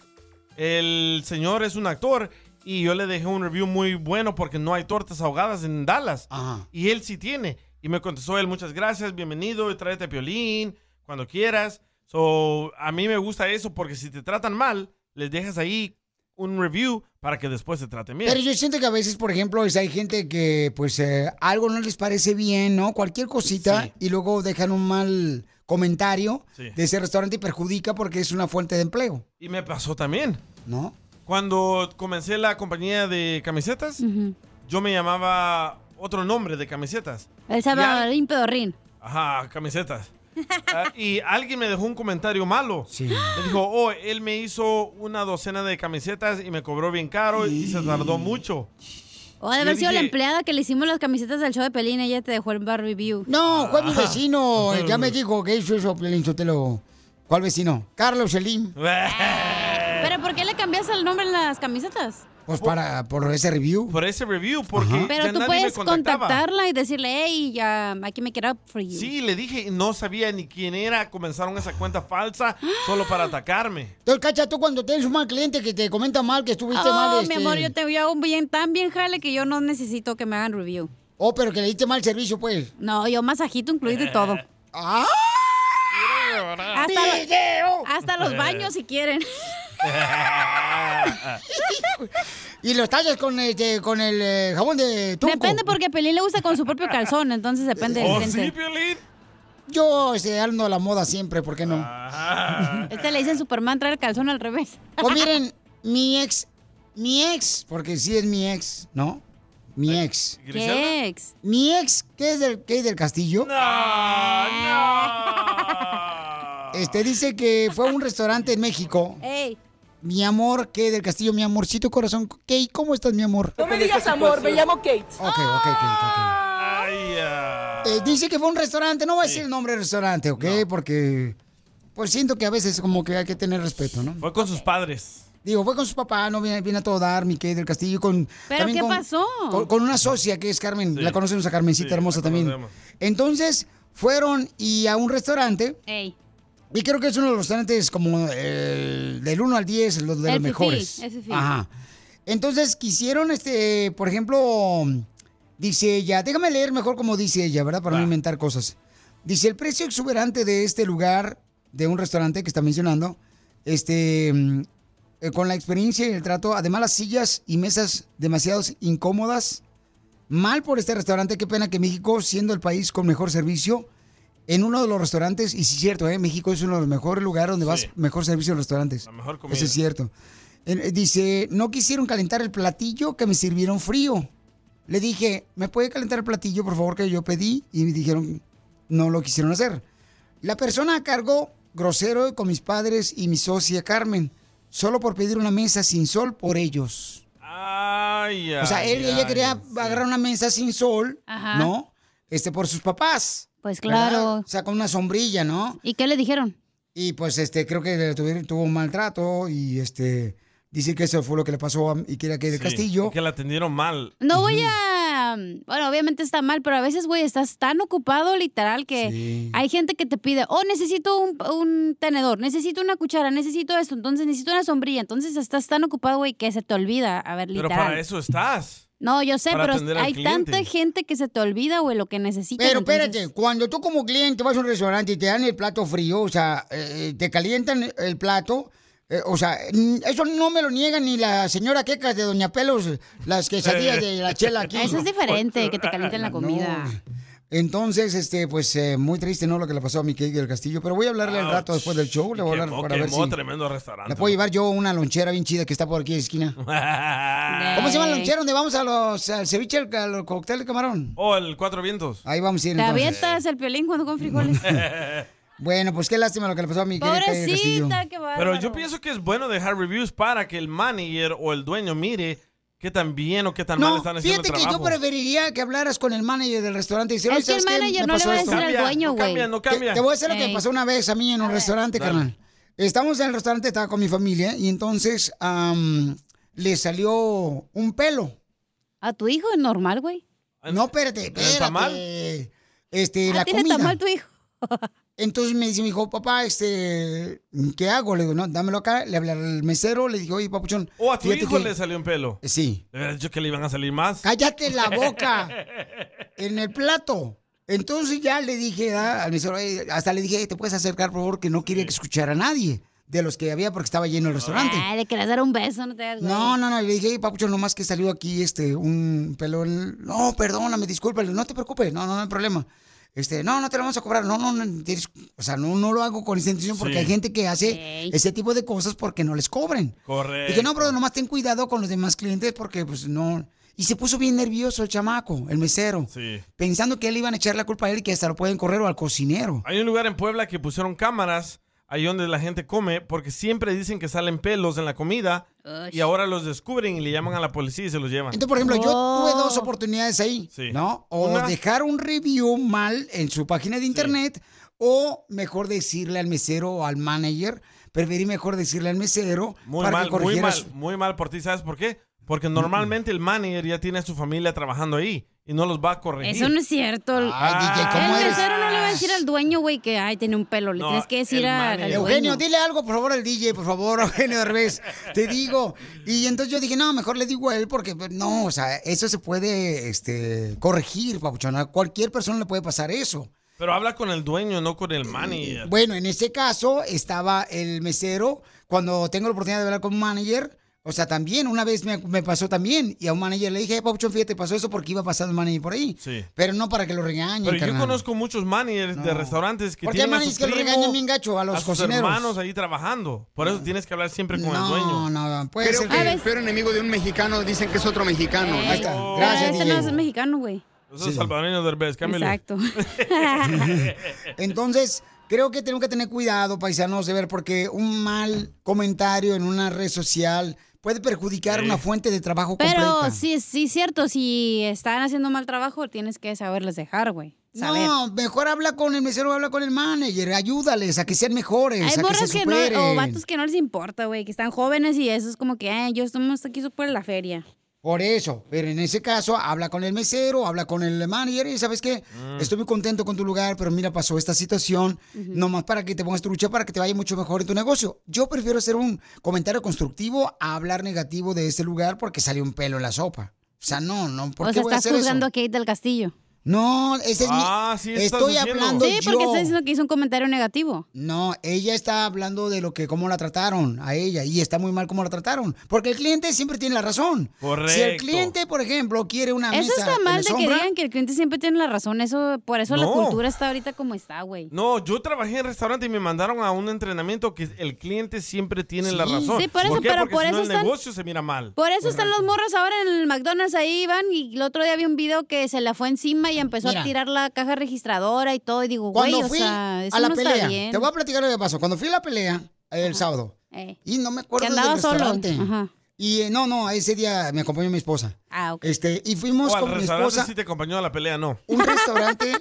[SPEAKER 6] El señor es un actor y yo le dejé un review muy bueno porque no hay tortas ahogadas en Dallas. Y él sí tiene. Y me contestó él, muchas gracias, bienvenido, y tráete piolín cuando quieras. So, a mí me gusta eso porque si te tratan mal, les dejas ahí un review para que después te traten bien.
[SPEAKER 4] Pero yo siento que a veces, por ejemplo, es- hay gente que pues eh, algo no les parece bien, ¿no? Cualquier cosita y luego dejan un mal comentario
[SPEAKER 6] Sí.
[SPEAKER 4] de ese restaurante y perjudica porque es una fuente de empleo.
[SPEAKER 6] Y me pasó también.
[SPEAKER 4] ¿No?
[SPEAKER 6] Cuando comencé la compañía de camisetas, yo me llamaba otro nombre de camisetas.
[SPEAKER 5] El salvadorín pedorrín.
[SPEAKER 6] Ajá, camisetas. Ah, y alguien me dejó un comentario malo. Me dijo, oh, él me hizo una docena de camisetas y me cobró bien caro y se tardó mucho.
[SPEAKER 5] O de
[SPEAKER 6] Yo
[SPEAKER 5] haber sido la
[SPEAKER 6] dije-
[SPEAKER 5] empleada que le hicimos las camisetas del show de Pelín, ella te dejó el bar review.
[SPEAKER 4] No, fue mi
[SPEAKER 5] Ah.
[SPEAKER 4] vecino. eh, Ya me dijo que hizo eso, Piolín Sotelo. ¿Cuál vecino? Carlos Selim.
[SPEAKER 5] ¿Pero por qué le cambiaste el nombre en las camisetas?
[SPEAKER 4] Pues para, por ese review.
[SPEAKER 6] Por ese review, porque
[SPEAKER 4] ¿Ah?
[SPEAKER 6] ya
[SPEAKER 5] Pero tú
[SPEAKER 6] nadie me
[SPEAKER 5] puedes
[SPEAKER 6] contactaba.
[SPEAKER 5] contactarla y decirle, hey, ya, aquí me quiero for you.
[SPEAKER 6] Sí, le dije, y no sabía ni quién era. Comenzaron esa cuenta falsa solo para atacarme.
[SPEAKER 4] Entonces, cacha, tú cuando tienes un mal cliente que te comenta mal, que estuviste
[SPEAKER 5] oh,
[SPEAKER 4] mal.
[SPEAKER 5] mi
[SPEAKER 4] este,
[SPEAKER 5] amor, yo te voy a un bien tan bien jale que yo no necesito que me hagan review.
[SPEAKER 4] Oh, pero que le diste mal servicio, pues.
[SPEAKER 5] No, yo masajito incluido y todo.
[SPEAKER 4] ¡Ah!
[SPEAKER 5] Hasta, lo- hasta los baños si quieren.
[SPEAKER 4] Y los tallas con, este, con el eh, jabón de tunco.
[SPEAKER 5] Depende porque a Pelín le gusta con su propio calzón, entonces depende del
[SPEAKER 4] ¿Oh,
[SPEAKER 5] cliente.
[SPEAKER 4] sí, Yo este, ando a la moda siempre, ¿por qué no?
[SPEAKER 6] Ah,
[SPEAKER 5] Este le dicen Superman trae el calzón al revés.
[SPEAKER 4] Pues miren, mi ex, mi ex, porque sí es mi ex, ¿no? Mi ex.
[SPEAKER 5] ¿Griselda? ¿Qué ex?
[SPEAKER 4] Mi ex, que es del, que es del castillo. Este dice que fue a un restaurante en México. Mi amor, que del castillo, mi amorcito corazón. Kate, ¿cómo estás, mi amor?
[SPEAKER 2] No me digas amor, me llamo Kate.
[SPEAKER 6] Oh.
[SPEAKER 4] Ok, ok, Kate, ok. Eh, dice que fue a un restaurante, no voy a decir el nombre del restaurante, ¿ok? Porque pues siento que a veces como que hay que tener respeto, ¿no?
[SPEAKER 6] Fue con sus padres.
[SPEAKER 4] Digo, fue con su papá, no viene, viene a todo dar, mi Kate del Castillo. Con,
[SPEAKER 5] ¿Pero
[SPEAKER 4] también
[SPEAKER 5] qué
[SPEAKER 4] con-
[SPEAKER 5] pasó?
[SPEAKER 4] Con, con una socia que es Carmen,
[SPEAKER 5] Sí.
[SPEAKER 4] la conocemos a Carmencita
[SPEAKER 5] Sí, la
[SPEAKER 4] hermosa también.
[SPEAKER 5] conocemos.
[SPEAKER 4] Entonces, fueron y a un restaurante,
[SPEAKER 5] Ey.
[SPEAKER 4] y creo que es uno de los restaurantes como el- del 1 al 10, los de
[SPEAKER 5] El fifí,
[SPEAKER 4] los mejores.
[SPEAKER 5] el fifí.
[SPEAKER 4] Ajá. Entonces, quisieron, este, por ejemplo, dice ella, déjame leer mejor como dice ella, ¿verdad? Para no inventar cosas. Dice, el precio exuberante de este lugar, de un restaurante que está mencionando, este, mm, eh, con la experiencia y el trato, además las sillas y mesas demasiado incómodas, mal por este restaurante, qué pena que México, siendo el país con mejor servicio, en uno de los restaurantes, y sí es cierto, ¿eh? México es uno de los mejores lugares donde vas, mejor servicio en los restaurantes. La
[SPEAKER 6] mejor comida.
[SPEAKER 4] Eso es cierto. En- eh, Dice, no quisieron calentar el platillo que me sirvieron frío. Le dije, ¿me puede calentar el platillo, por favor, que yo pedí? Y me dijeron, no lo quisieron hacer. La persona a cargo, grosero con mis padres y mi socia Carmen, solo por pedir una mesa sin sol por ellos.
[SPEAKER 6] Ay,
[SPEAKER 4] o sea, él,
[SPEAKER 6] ay,
[SPEAKER 4] ella
[SPEAKER 6] ay.
[SPEAKER 4] quería agarrar una mesa sin sol,
[SPEAKER 5] Ajá.
[SPEAKER 4] ¿no? Este, por sus papás.
[SPEAKER 5] Pues claro.
[SPEAKER 4] O sea, con una sombrilla, ¿no?
[SPEAKER 5] ¿Y qué le dijeron?
[SPEAKER 4] Y pues, este, creo que le tuvieron- tuvo un maltrato y, este, dice que eso fue lo que le pasó a, y que era que de
[SPEAKER 6] Sí,
[SPEAKER 4] Castillo.
[SPEAKER 6] Que la atendieron mal.
[SPEAKER 5] No voy a... mm, Bueno, obviamente está mal, pero a veces, güey, estás tan ocupado literal que hay gente que te pide, oh, necesito un, un tenedor, necesito una cuchara, necesito esto, entonces necesito una sombrilla, entonces estás tan ocupado, güey, que se te olvida. A ver,
[SPEAKER 6] Pero
[SPEAKER 5] literal.
[SPEAKER 6] para eso estás.
[SPEAKER 5] No, yo sé,
[SPEAKER 6] para
[SPEAKER 5] pero
[SPEAKER 6] atender al
[SPEAKER 5] hay
[SPEAKER 6] cliente.
[SPEAKER 5] tanta gente que se te olvida, güey, lo que necesitas.
[SPEAKER 4] Pero
[SPEAKER 5] entonces-
[SPEAKER 4] espérate, cuando tú como cliente vas a un restaurante y te dan el plato frío, o sea, eh, eh, te calientan el plato, eh, o sea, mm, eso no me lo niegan ni la señora Quecas de
[SPEAKER 17] Eh.
[SPEAKER 4] Doña Pelos, las quesadillas de la chela aquí.
[SPEAKER 5] Eso es diferente, que te calienten la comida.
[SPEAKER 4] Entonces, este, pues eh, muy triste, ¿no? Lo que le pasó a mi querido del Castillo. Pero voy a hablarle al rato después del show. Le voy a hablar
[SPEAKER 6] Quemó,
[SPEAKER 4] para ver
[SPEAKER 6] quemó
[SPEAKER 4] si.
[SPEAKER 6] tremendo
[SPEAKER 4] Le
[SPEAKER 6] restaurante.
[SPEAKER 4] puedo llevar yo una lonchera bien chida que está por aquí en la esquina.
[SPEAKER 6] Ah.
[SPEAKER 4] ¿Cómo se llama la lonchera donde vamos a los, al ceviche, al, al cóctel de camarón?
[SPEAKER 6] O Oh, el Cuatro Vientos.
[SPEAKER 4] Ahí vamos a ir
[SPEAKER 5] Te
[SPEAKER 4] entonces.
[SPEAKER 5] avientas el piolín cuando con frijoles.
[SPEAKER 4] Bueno, pues qué lástima lo que le pasó a mi querido del Castillo.
[SPEAKER 5] Pobrecita, qué bárbaro.
[SPEAKER 6] Pero yo pienso que es bueno dejar reviews para que el manager o el dueño mire qué tan bien o qué tan mal
[SPEAKER 4] No,
[SPEAKER 6] están haciendo
[SPEAKER 4] fíjate
[SPEAKER 6] el
[SPEAKER 4] que
[SPEAKER 6] trabajo.
[SPEAKER 4] yo preferiría que hablaras con el manager del restaurante y decirle,
[SPEAKER 5] Es que el
[SPEAKER 4] "¿Sabes qué?
[SPEAKER 5] manager
[SPEAKER 4] Me
[SPEAKER 5] no le
[SPEAKER 4] pasó
[SPEAKER 5] va a
[SPEAKER 4] esto".
[SPEAKER 5] decir al Cambia, dueño, no güey. cambia.
[SPEAKER 4] Te- Te, voy a decir lo que
[SPEAKER 5] Ey.
[SPEAKER 4] pasó una vez a mí en un restaurante,
[SPEAKER 6] Dale.
[SPEAKER 4] carnal. Estamos en el restaurante, estaba con mi familia y entonces am, le salió un pelo.
[SPEAKER 5] ¿A tu hijo es normal, güey?
[SPEAKER 4] No, espérate, espérate.
[SPEAKER 5] tamal?
[SPEAKER 4] Este,
[SPEAKER 5] Ah,
[SPEAKER 4] la
[SPEAKER 5] ¿tiene
[SPEAKER 4] comida.
[SPEAKER 5] tamal tu hijo?
[SPEAKER 4] Entonces me dice mi hijo, papá, este, ¿qué hago? Le digo, no, dámelo acá. Le hablé al mesero, le digo, oye, papuchón.
[SPEAKER 6] O Oh, a tu
[SPEAKER 4] fíjate
[SPEAKER 6] hijo
[SPEAKER 4] que- Eh,
[SPEAKER 6] le salió un pelo.
[SPEAKER 4] Sí.
[SPEAKER 6] Le hubieras dicho que le iban a salir más.
[SPEAKER 4] cállate la boca en el plato. Entonces ya le dije ah, al mesero, "Ey", hasta le dije, "Ey, te puedes acercar, por favor, que no quería que escuchara a nadie de los que había porque estaba lleno el restaurante.
[SPEAKER 5] Ay, le querés dar un beso, no te hagas, güey.
[SPEAKER 4] No, no, no, le dije, "Ey, papucho, nomás que salió aquí este, un pelón. No, perdóname, discúlpale, no te preocupes, no, no, no hay problema. Este, no, no te lo vamos a cobrar, no, no, no, tienes- o sea, no, no lo hago con esa intención porque
[SPEAKER 6] Sí.
[SPEAKER 4] hay gente que hace
[SPEAKER 6] Ey.
[SPEAKER 4] ese tipo de cosas porque no les cobren.
[SPEAKER 6] Correcto.
[SPEAKER 4] Dije, no, bro, nomás ten cuidado con los demás clientes porque, pues, no. Y se puso bien nervioso el chamaco, el mesero,
[SPEAKER 6] Sí.
[SPEAKER 4] pensando que le iban a echar la culpa a él y que hasta lo pueden correr o al cocinero.
[SPEAKER 6] Hay un lugar en Puebla que pusieron cámaras ahí donde la gente come porque siempre dicen que salen pelos en la comida y ahora los descubren y le llaman a la policía y se los llevan.
[SPEAKER 4] Entonces, por ejemplo, yo
[SPEAKER 5] Oh.
[SPEAKER 4] tuve dos oportunidades ahí,
[SPEAKER 6] Sí.
[SPEAKER 4] ¿no? O
[SPEAKER 6] Una-
[SPEAKER 4] dejar un review mal en su página de internet, o mejor decirle al mesero o al manager, preferí mejor decirle al mesero
[SPEAKER 6] Muy
[SPEAKER 4] para
[SPEAKER 6] mal,
[SPEAKER 4] que
[SPEAKER 6] muy
[SPEAKER 4] corrigiera
[SPEAKER 6] mal,
[SPEAKER 4] su-
[SPEAKER 6] muy mal por ti. ¿Sabes por qué? Porque normalmente el manager ya tiene a su familia trabajando ahí y no los va a corregir.
[SPEAKER 5] Eso no es cierto. El-
[SPEAKER 6] DJ, ¿cómo
[SPEAKER 5] el
[SPEAKER 6] eres?
[SPEAKER 5] mesero no le va a decir al dueño, güey, que ay, tiene un pelo. Le
[SPEAKER 6] No,
[SPEAKER 5] tienes que decir
[SPEAKER 6] el
[SPEAKER 5] a- al
[SPEAKER 6] manager.
[SPEAKER 5] dueño.
[SPEAKER 4] Eugenio, dile algo, por favor, al DJ, por favor, Eugenio Derbez, te digo. Y entonces yo dije, no, mejor le digo a él porque, pues, no, o sea, eso se puede este, corregir, papuchón. A cualquier persona le puede pasar eso.
[SPEAKER 6] Pero habla con el dueño, no con el manager.
[SPEAKER 4] Bueno, en este caso estaba el mesero. Cuando tengo la oportunidad de hablar con un manager, o sea, también una vez me, me pasó también. Y a un manager le dije, "Eh, Papuchón, fíjate, pasó eso porque iba pasando el manager por ahí.
[SPEAKER 6] Sí.
[SPEAKER 4] Pero no para que lo regañen.
[SPEAKER 6] Pero yo
[SPEAKER 4] carnal.
[SPEAKER 6] conozco muchos managers de restaurantes que
[SPEAKER 4] Porque hay
[SPEAKER 6] tienen a
[SPEAKER 4] managers
[SPEAKER 6] sus
[SPEAKER 4] que lo regañan bien gacho a los
[SPEAKER 6] sus
[SPEAKER 4] cocineros.
[SPEAKER 6] hermanos ahí trabajando. Por eso tienes que hablar siempre con el
[SPEAKER 4] No,
[SPEAKER 6] dueño.
[SPEAKER 4] no,
[SPEAKER 6] puede
[SPEAKER 20] Creo
[SPEAKER 6] ser
[SPEAKER 20] que
[SPEAKER 6] que-
[SPEAKER 20] el peor enemigo de un mexicano dicen que es otro mexicano.
[SPEAKER 5] Ey,
[SPEAKER 6] Oh.
[SPEAKER 5] pero este no es mexicano, güey.
[SPEAKER 6] Eso es salvadoreño Derbez, cámbiale.
[SPEAKER 5] Exacto.
[SPEAKER 4] Entonces, creo que tenemos que tener cuidado, paisanos, de ver, porque un mal comentario en una red social puede perjudicar una fuente de trabajo
[SPEAKER 5] Pero
[SPEAKER 4] completa.
[SPEAKER 5] sí, sí, es cierto. Si están haciendo mal trabajo, tienes que saberles dejar, güey. Saber.
[SPEAKER 4] No, mejor habla con el mesero, habla con el manager, ayúdales a que sean mejores,
[SPEAKER 5] Hay
[SPEAKER 4] a que se
[SPEAKER 5] morras que, no,
[SPEAKER 4] superen.
[SPEAKER 5] o vatos que no les importa, güey, que están jóvenes y eso es como que, ay, yo estamos aquí por la feria.
[SPEAKER 4] Por eso, pero en ese caso, habla con el mesero, habla con el manager y sabes qué, estoy muy contento con tu lugar, pero mira, pasó esta situación,
[SPEAKER 5] Ujú.
[SPEAKER 4] nomás para que te pongas trucha, para que te vaya mucho mejor en tu negocio. Yo prefiero hacer un comentario constructivo a hablar negativo de este lugar porque salió un pelo en la sopa. O sea, no, no, ¿por
[SPEAKER 5] o
[SPEAKER 4] qué
[SPEAKER 5] sea,
[SPEAKER 4] voy a
[SPEAKER 5] estás
[SPEAKER 4] hacer eso?
[SPEAKER 5] juzgando a Kate del Castillo.
[SPEAKER 4] No, ese es mi- Ah, sí, estás estoy diciendo. hablando
[SPEAKER 5] Sí, porque
[SPEAKER 4] yo.
[SPEAKER 5] estás diciendo que hizo un comentario negativo.
[SPEAKER 4] No, ella está hablando de lo que cómo la trataron a ella y está muy mal cómo la trataron, porque el cliente siempre tiene la razón. Si el
[SPEAKER 6] Correcto.
[SPEAKER 4] cliente, por ejemplo, quiere una
[SPEAKER 5] Eso
[SPEAKER 4] mesa
[SPEAKER 5] está
[SPEAKER 4] en la
[SPEAKER 5] mal de que
[SPEAKER 4] sombra,
[SPEAKER 5] digan que el cliente siempre tiene la razón. Eso, por eso la
[SPEAKER 6] No.
[SPEAKER 5] cultura está ahorita como está, güey.
[SPEAKER 6] No, yo trabajé en restaurante y me mandaron a un entrenamiento que el cliente siempre tiene la
[SPEAKER 5] Sí.
[SPEAKER 6] razón.
[SPEAKER 5] Sí, por eso,
[SPEAKER 6] ¿Por qué?
[SPEAKER 5] pero
[SPEAKER 6] Porque
[SPEAKER 5] por
[SPEAKER 6] si no
[SPEAKER 5] eso
[SPEAKER 6] el
[SPEAKER 5] están-
[SPEAKER 6] negocio se mira mal.
[SPEAKER 5] Por eso están los morros ahora en el McDonald's ahí, van y el otro día vi un video que se la fue encima y empezó
[SPEAKER 4] Mira.
[SPEAKER 5] a tirar la caja registradora y todo. Y digo, güey,
[SPEAKER 4] Cuando
[SPEAKER 5] o
[SPEAKER 4] fui
[SPEAKER 5] sea, eso
[SPEAKER 4] a la
[SPEAKER 5] no está
[SPEAKER 4] pelea,
[SPEAKER 5] bien.
[SPEAKER 4] te voy a platicar lo que pasó. Cuando fui a la pelea el sábado,
[SPEAKER 5] Ey.
[SPEAKER 4] y no me
[SPEAKER 5] Eh. Que
[SPEAKER 4] acuerdo del
[SPEAKER 5] andaba solo.
[SPEAKER 4] restaurante.
[SPEAKER 5] Ajá.
[SPEAKER 4] Y eh, no, no, ese día me acompañó mi esposa.
[SPEAKER 5] Ah, ok.
[SPEAKER 4] Este, y fuimos
[SPEAKER 6] O al
[SPEAKER 4] con mi
[SPEAKER 6] restaurante
[SPEAKER 4] esposa
[SPEAKER 6] sí te acompañó a la pelea, no.
[SPEAKER 4] un restaurante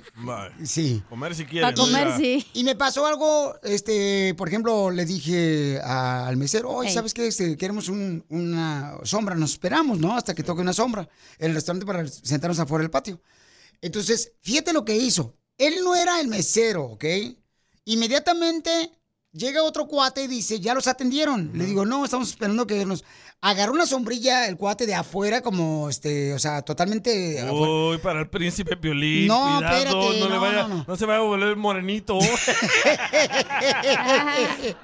[SPEAKER 4] Sí.
[SPEAKER 6] Comer si quieres. o sea,
[SPEAKER 4] Y me pasó algo, este, por ejemplo, le dije a- al mesero, oye,
[SPEAKER 6] Ey.
[SPEAKER 4] ¿sabes qué? Este, queremos un- una sombra, nos esperamos, ¿no? Hasta que toque una sombra en el restaurante para sentarnos afuera del patio. Entonces, fíjate lo que hizo. Él no era el mesero, ¿ok? Inmediatamente Llega otro cuate y dice, ya los atendieron. Le digo, no, estamos esperando que nos... Agarró una sombrilla el cuate de afuera, como, este, o sea, totalmente... afuera.
[SPEAKER 6] Uy, para el príncipe Piolín.
[SPEAKER 4] No,
[SPEAKER 6] cuidado,
[SPEAKER 4] espérate,
[SPEAKER 6] no, le
[SPEAKER 4] no,
[SPEAKER 6] vaya-
[SPEAKER 4] no, no.
[SPEAKER 6] no se vaya a volver morenito.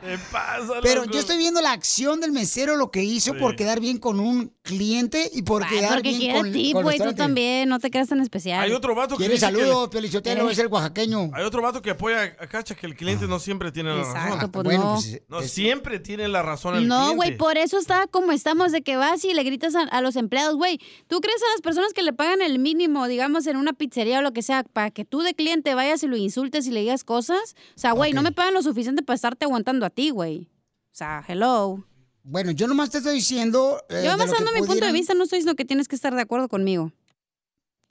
[SPEAKER 6] Te pasa,
[SPEAKER 4] Pero
[SPEAKER 6] loco.
[SPEAKER 4] yo estoy viendo la acción del mesero, lo que hizo
[SPEAKER 6] Sí.
[SPEAKER 4] por quedar bien con un cliente y por
[SPEAKER 5] Ay,
[SPEAKER 4] quedar
[SPEAKER 5] porque
[SPEAKER 4] bien
[SPEAKER 5] quiere
[SPEAKER 4] con,
[SPEAKER 5] a ti,
[SPEAKER 4] con el
[SPEAKER 5] güey, tú
[SPEAKER 4] restaurante.
[SPEAKER 5] también, no te creas tan especial.
[SPEAKER 6] Hay otro vato que
[SPEAKER 4] Quiere
[SPEAKER 6] dice que-
[SPEAKER 4] saludo, Pio Lichotelo,
[SPEAKER 6] Eh.
[SPEAKER 4] es el oaxaqueño.
[SPEAKER 6] Hay otro vato que apoya a Cacha que el cliente no siempre tiene la
[SPEAKER 5] Exacto,
[SPEAKER 6] razón.
[SPEAKER 5] pues Bueno, no. pues,
[SPEAKER 6] no, siempre tiene la razón el
[SPEAKER 5] No,
[SPEAKER 6] cliente.
[SPEAKER 5] güey, pues. por eso está como estamos, de que vas y le gritas a, a los empleados, güey, ¿tú crees a las personas que le pagan el mínimo, digamos, en una pizzería o lo que sea, para que tú de cliente vayas y lo insultes y le digas cosas? O sea, güey, no me pagan lo suficiente para estarte aguantando a ti, güey. O sea, hello.
[SPEAKER 4] Bueno, yo nomás te estoy diciendo... eh, de
[SPEAKER 5] Yo
[SPEAKER 4] lo
[SPEAKER 5] nomás
[SPEAKER 4] que
[SPEAKER 5] dando mi punto de
[SPEAKER 4] pudieran-
[SPEAKER 5] vista, no estoy diciendo que tienes que estar de acuerdo conmigo.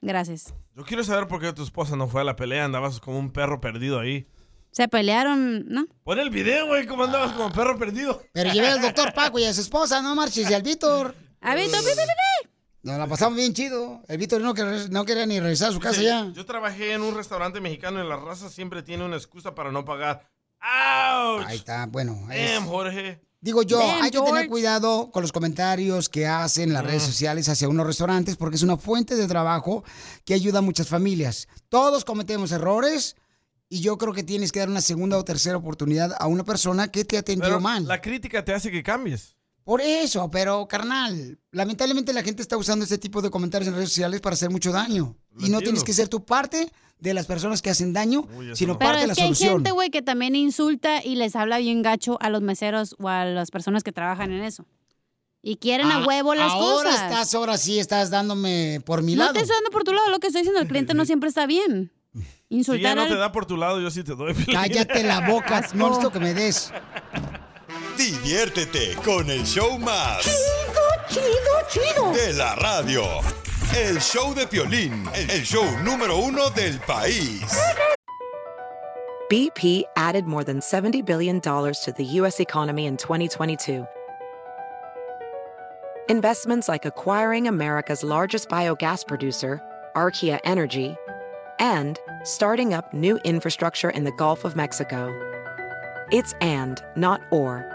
[SPEAKER 5] Gracias.
[SPEAKER 6] Yo quiero saber por qué tu esposa no fue a la pelea, andabas como un perro perdido ahí.
[SPEAKER 5] Se pelearon, ¿no?
[SPEAKER 6] Pon el video, güey, cómo andabas como perro perdido.
[SPEAKER 4] Pero llevé al doctor Paco y a su esposa, no marches, y al Víctor.
[SPEAKER 5] A Víctor,
[SPEAKER 4] Nos la pasamos bien chido. El Víctor no, quer- no quería ni regresar a su casa
[SPEAKER 6] Dice,
[SPEAKER 4] ya.
[SPEAKER 6] Yo trabajé en un restaurante mexicano y la raza siempre tiene una excusa para no pagar. ¡Auch! Ahí
[SPEAKER 4] está, bueno. ahí es.
[SPEAKER 6] Damn, Jorge.
[SPEAKER 4] Digo yo,
[SPEAKER 6] Damn,
[SPEAKER 4] hay que
[SPEAKER 6] George.
[SPEAKER 4] tener cuidado con los comentarios que hacen las redes sociales hacia unos restaurantes porque es una fuente de trabajo que ayuda a muchas familias. Todos cometemos errores y yo creo que tienes que dar una segunda o tercera oportunidad a una persona que te atendió
[SPEAKER 6] Pero
[SPEAKER 4] mal.
[SPEAKER 6] la crítica te hace que cambies.
[SPEAKER 4] Por eso, pero carnal, lamentablemente la gente está usando este tipo de comentarios en redes sociales para hacer mucho daño. y no
[SPEAKER 5] entiendo.
[SPEAKER 4] tienes que ser tu parte de las personas que hacen daño,
[SPEAKER 5] Pero
[SPEAKER 4] sino parte de
[SPEAKER 5] es
[SPEAKER 4] la
[SPEAKER 5] que
[SPEAKER 4] solución.
[SPEAKER 5] hay gente, güey, que también insulta y les habla bien gacho a los meseros o a las personas que trabajan en eso. Y quieren a
[SPEAKER 4] Ah,
[SPEAKER 5] huevo las
[SPEAKER 4] ahora
[SPEAKER 5] cosas.
[SPEAKER 4] estás, ahora sí estás dándome por mi
[SPEAKER 5] no
[SPEAKER 4] lado.
[SPEAKER 5] te estoy dando por tu lado lo que estoy diciendo. El cliente no siempre está bien.
[SPEAKER 6] Si ya
[SPEAKER 5] Insultar
[SPEAKER 6] no te
[SPEAKER 5] al...
[SPEAKER 6] da por tu lado, yo sí te doy. Piolín.
[SPEAKER 4] Cállate la boca, no necesito que me des.
[SPEAKER 1] Diviértete con el show más. Chido, chido, chido. De la radio. El show de Piolín, el show número uno del país.
[SPEAKER 18] BP added more than $70 billion to the U.S. economy in 2022. Investments like acquiring America's largest biogas producer, Archaea Energy, and starting up new infrastructure in the Gulf of Mexico. It's and, not or.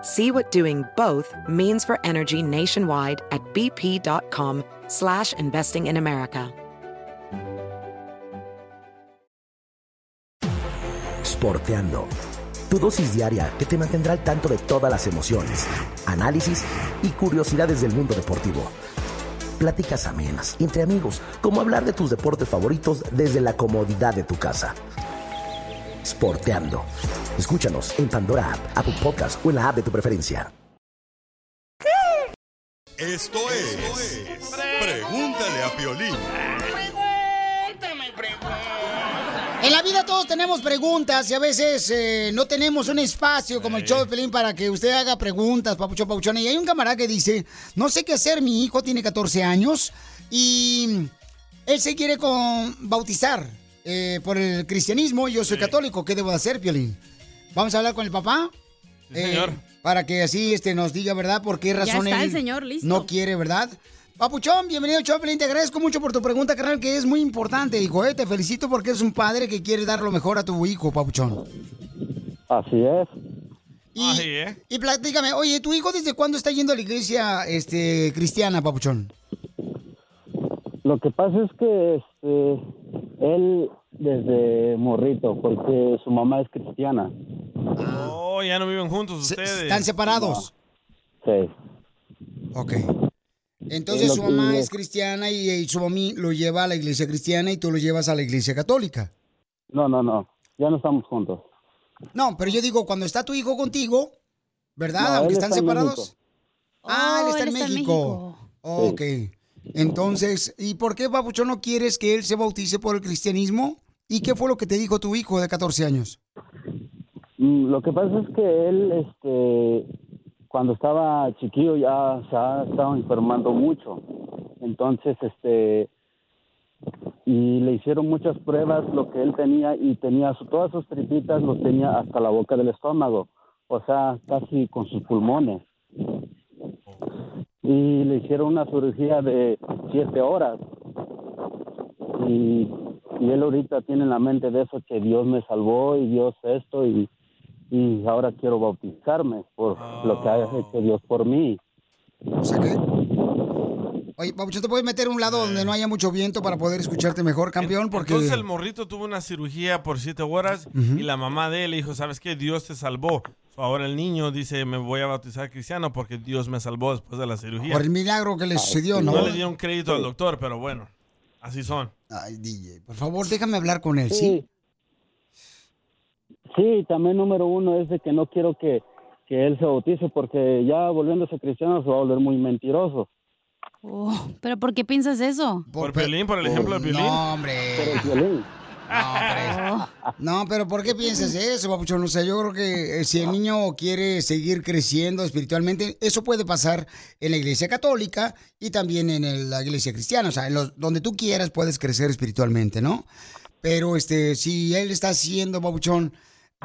[SPEAKER 18] See what doing both means for energy nationwide at bp.com slash investing in America.
[SPEAKER 21] Sporteando. Tu dosis diaria que te mantendrá al tanto de todas las emociones, análisis y curiosidades del mundo deportivo. Pláticas amenas y entre amigos, como hablar de tus deportes favoritos desde la comodidad de tu casa. Sporteando. Escúchanos en Pandora App, Apple Podcast o en la app de tu preferencia.
[SPEAKER 1] Esto es. Pues Pregúntale a Piolín.
[SPEAKER 4] En la vida todos tenemos preguntas y a veces eh, no tenemos un espacio como el show de Pelín para que usted haga preguntas, papuchón, papuchón. Y hay un camarada que dice, no sé qué hacer, mi hijo tiene 14 años y él se quiere con- bautizar eh, por el cristianismo. Yo soy católico, ¿qué debo hacer, Piolín? Vamos a hablar con el papá. eh,
[SPEAKER 6] Sí, señor.
[SPEAKER 4] Para que así este, nos diga, ¿verdad? ¿Por qué
[SPEAKER 5] Ya
[SPEAKER 4] razón
[SPEAKER 5] está el
[SPEAKER 4] él
[SPEAKER 5] señor, listo.
[SPEAKER 4] no quiere, ¿verdad? Papuchón, bienvenido, Choplin. Te agradezco mucho por tu pregunta, carnal, que es muy importante, hijo. ¿eh? Te felicito porque eres un padre que quiere dar lo mejor a tu hijo, Papuchón.
[SPEAKER 22] Así es.
[SPEAKER 4] Y platícame, oye, ¿tu hijo desde cuándo está yendo a la iglesia este, cristiana, Papuchón?
[SPEAKER 22] Lo que pasa es que este, él desde morrito, porque su mamá es cristiana.
[SPEAKER 6] Oh, ya no viven juntos ustedes.
[SPEAKER 4] Están separados.
[SPEAKER 22] Sí.
[SPEAKER 4] Ok. Entonces
[SPEAKER 22] Es lo
[SPEAKER 4] su
[SPEAKER 22] que
[SPEAKER 4] mamá
[SPEAKER 22] yo-
[SPEAKER 4] es cristiana y, y su mami lo lleva a la iglesia cristiana y tú lo llevas a la iglesia católica.
[SPEAKER 22] No, no, no. Ya no estamos juntos.
[SPEAKER 4] No, pero yo digo, cuando está tu hijo contigo, ¿verdad?
[SPEAKER 22] No,
[SPEAKER 4] Aunque
[SPEAKER 22] él
[SPEAKER 4] están
[SPEAKER 22] está en
[SPEAKER 4] separados. Ah, él está, en, México. Ok.
[SPEAKER 22] Sí.
[SPEAKER 4] Entonces, ¿y por qué, Papuchón, no quieres que él se bautice por el cristianismo? ¿Y qué fue lo que te dijo tu hijo de 14 años?
[SPEAKER 22] Mm, Lo que pasa es que él, este, cuando estaba chiquillo ya se ha estado enfermando mucho. Entonces, este, y le hicieron muchas pruebas lo que él tenía y tenía su- todas sus tripitas los tenía hasta la boca del estómago, o sea, casi con sus pulmones. Y le hicieron una cirugía de siete horas. Y, y él ahorita tiene en la mente de eso que Dios me salvó y Dios esto y y ahora quiero bautizarme por lo que ha hecho Dios por mí.
[SPEAKER 4] Oye, Papuchón, ¿te puedes meter a un lado donde no haya mucho viento para poder escucharte mejor, campeón? Porque...
[SPEAKER 6] Entonces el morrito tuvo una cirugía por siete horas y la mamá de él le dijo, ¿sabes qué? Dios te salvó. So, ahora el niño dice, me voy a bautizar cristiano porque Dios me salvó después de la cirugía.
[SPEAKER 4] Por el milagro que le sucedió, ¿no?
[SPEAKER 6] No le dieron crédito al doctor, pero bueno, así son.
[SPEAKER 4] Ay, DJ, Por favor, déjame hablar con él, ¿sí?
[SPEAKER 22] Sí, también número uno es de que no quiero que, que él se bautice porque ya volviéndose cristiano se va a volver muy mentiroso.
[SPEAKER 5] Oh, ¿Pero por qué piensas eso?
[SPEAKER 6] Por, Piolín, por el ejemplo de Piolín.
[SPEAKER 4] No, hombre. No, pero ¿por qué piensas eso, Papuchón? O sea, yo creo que eh, si el niño quiere seguir creciendo espiritualmente, eso puede pasar en la iglesia católica y también en el- la iglesia cristiana. O sea, en los- donde tú quieras puedes crecer espiritualmente, ¿no? Pero este, si él está siendo, Papuchón,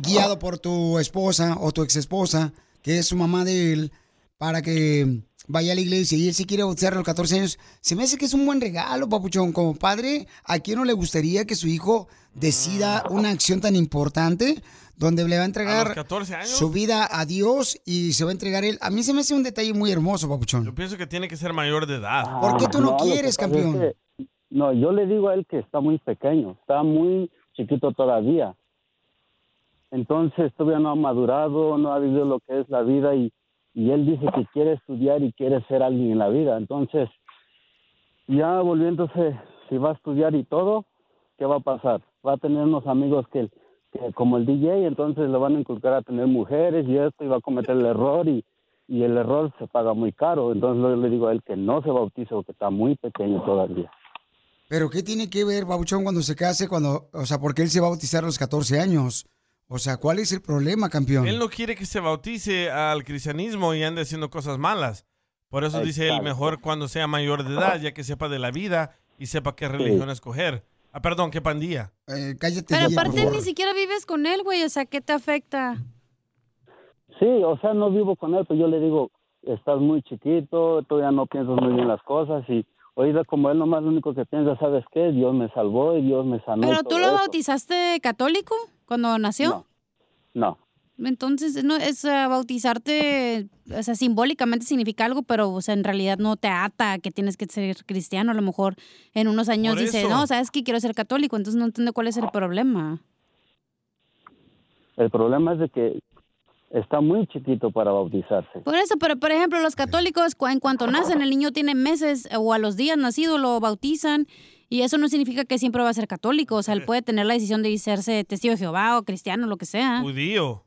[SPEAKER 4] guiado por tu esposa o tu exesposa, que es su mamá de él, para que vaya a la iglesia y él se quiere bautizar a los 14 años, se me hace que es un buen regalo, papuchón. Como padre, ¿a quién no le gustaría que su hijo decida una acción tan importante donde le va a
[SPEAKER 6] A los
[SPEAKER 4] entregar
[SPEAKER 6] 14 años.
[SPEAKER 4] su vida a Dios y se va a entregar él? A mí se me hace un detalle muy hermoso,
[SPEAKER 6] Yo
[SPEAKER 4] papuchón.
[SPEAKER 6] pienso que tiene que ser mayor de edad.
[SPEAKER 4] ¿Por qué tú no
[SPEAKER 22] lo que
[SPEAKER 4] quieres,
[SPEAKER 22] pasa es
[SPEAKER 4] campeón?
[SPEAKER 22] que- no, yo le digo a él que está muy pequeño, está muy chiquito todavía. Entonces todavía no ha madurado, no ha vivido lo que es la vida y, y él dice que quiere estudiar y quiere ser alguien en la vida. Entonces, ya volviéndose, si va a estudiar y todo, ¿qué va a pasar? Va a tener unos amigos que, que como el DJ, entonces le van a inculcar a tener mujeres y esto y va a cometer el error y, y el error se paga muy caro. Entonces yo le digo a él que no se bautice porque está muy pequeño todavía.
[SPEAKER 4] Pero ¿qué tiene que ver, papuchón, cuando se case? cuando, O sea, porque él se va a bautizar a los 14 años. O sea, ¿cuál es el problema, campeón?
[SPEAKER 6] Él no quiere que se bautice al cristianismo y ande haciendo cosas malas. Por eso dice él
[SPEAKER 4] Exacto.
[SPEAKER 6] mejor cuando sea mayor de edad, ya que sepa de la vida y sepa qué religión escoger. Ah, perdón, qué pandilla.
[SPEAKER 4] cállate.
[SPEAKER 5] Pero
[SPEAKER 6] DJ, por
[SPEAKER 5] aparte
[SPEAKER 6] favor.
[SPEAKER 5] ni siquiera vives con él, güey. O sea, ¿qué te afecta?
[SPEAKER 22] Sí, o sea, no vivo con él, pero yo le digo, estás muy chiquito, todavía no piensas muy bien las cosas y oída como él nomás lo único que piensa, ¿sabes qué? Dios me salvó y Dios me sanó. y
[SPEAKER 5] ¿Pero
[SPEAKER 22] todo
[SPEAKER 5] tú lo
[SPEAKER 22] eso".
[SPEAKER 5] bautizaste católico cuando nació?
[SPEAKER 22] No.
[SPEAKER 5] Entonces, no, es ah, bautizarte, o sea, simbólicamente significa algo, pero, o sea, en realidad no te ata a que tienes que ser cristiano. A lo mejor en unos años
[SPEAKER 22] Por
[SPEAKER 5] dice,
[SPEAKER 22] eso.
[SPEAKER 5] no, sabes que quiero ser católico, entonces no entiendo cuál es el problema.
[SPEAKER 22] El problema es de que está muy chiquito para bautizarse.
[SPEAKER 5] Por eso, pero por ejemplo, los católicos, cua- en cuanto nacen, el niño tiene meses eh, o a los días nacido, lo bautizan. Y eso no significa que siempre va a ser católico. O sea, él puede tener la decisión de hacerse testigo de Jehová o cristiano, lo que sea.
[SPEAKER 6] Judío.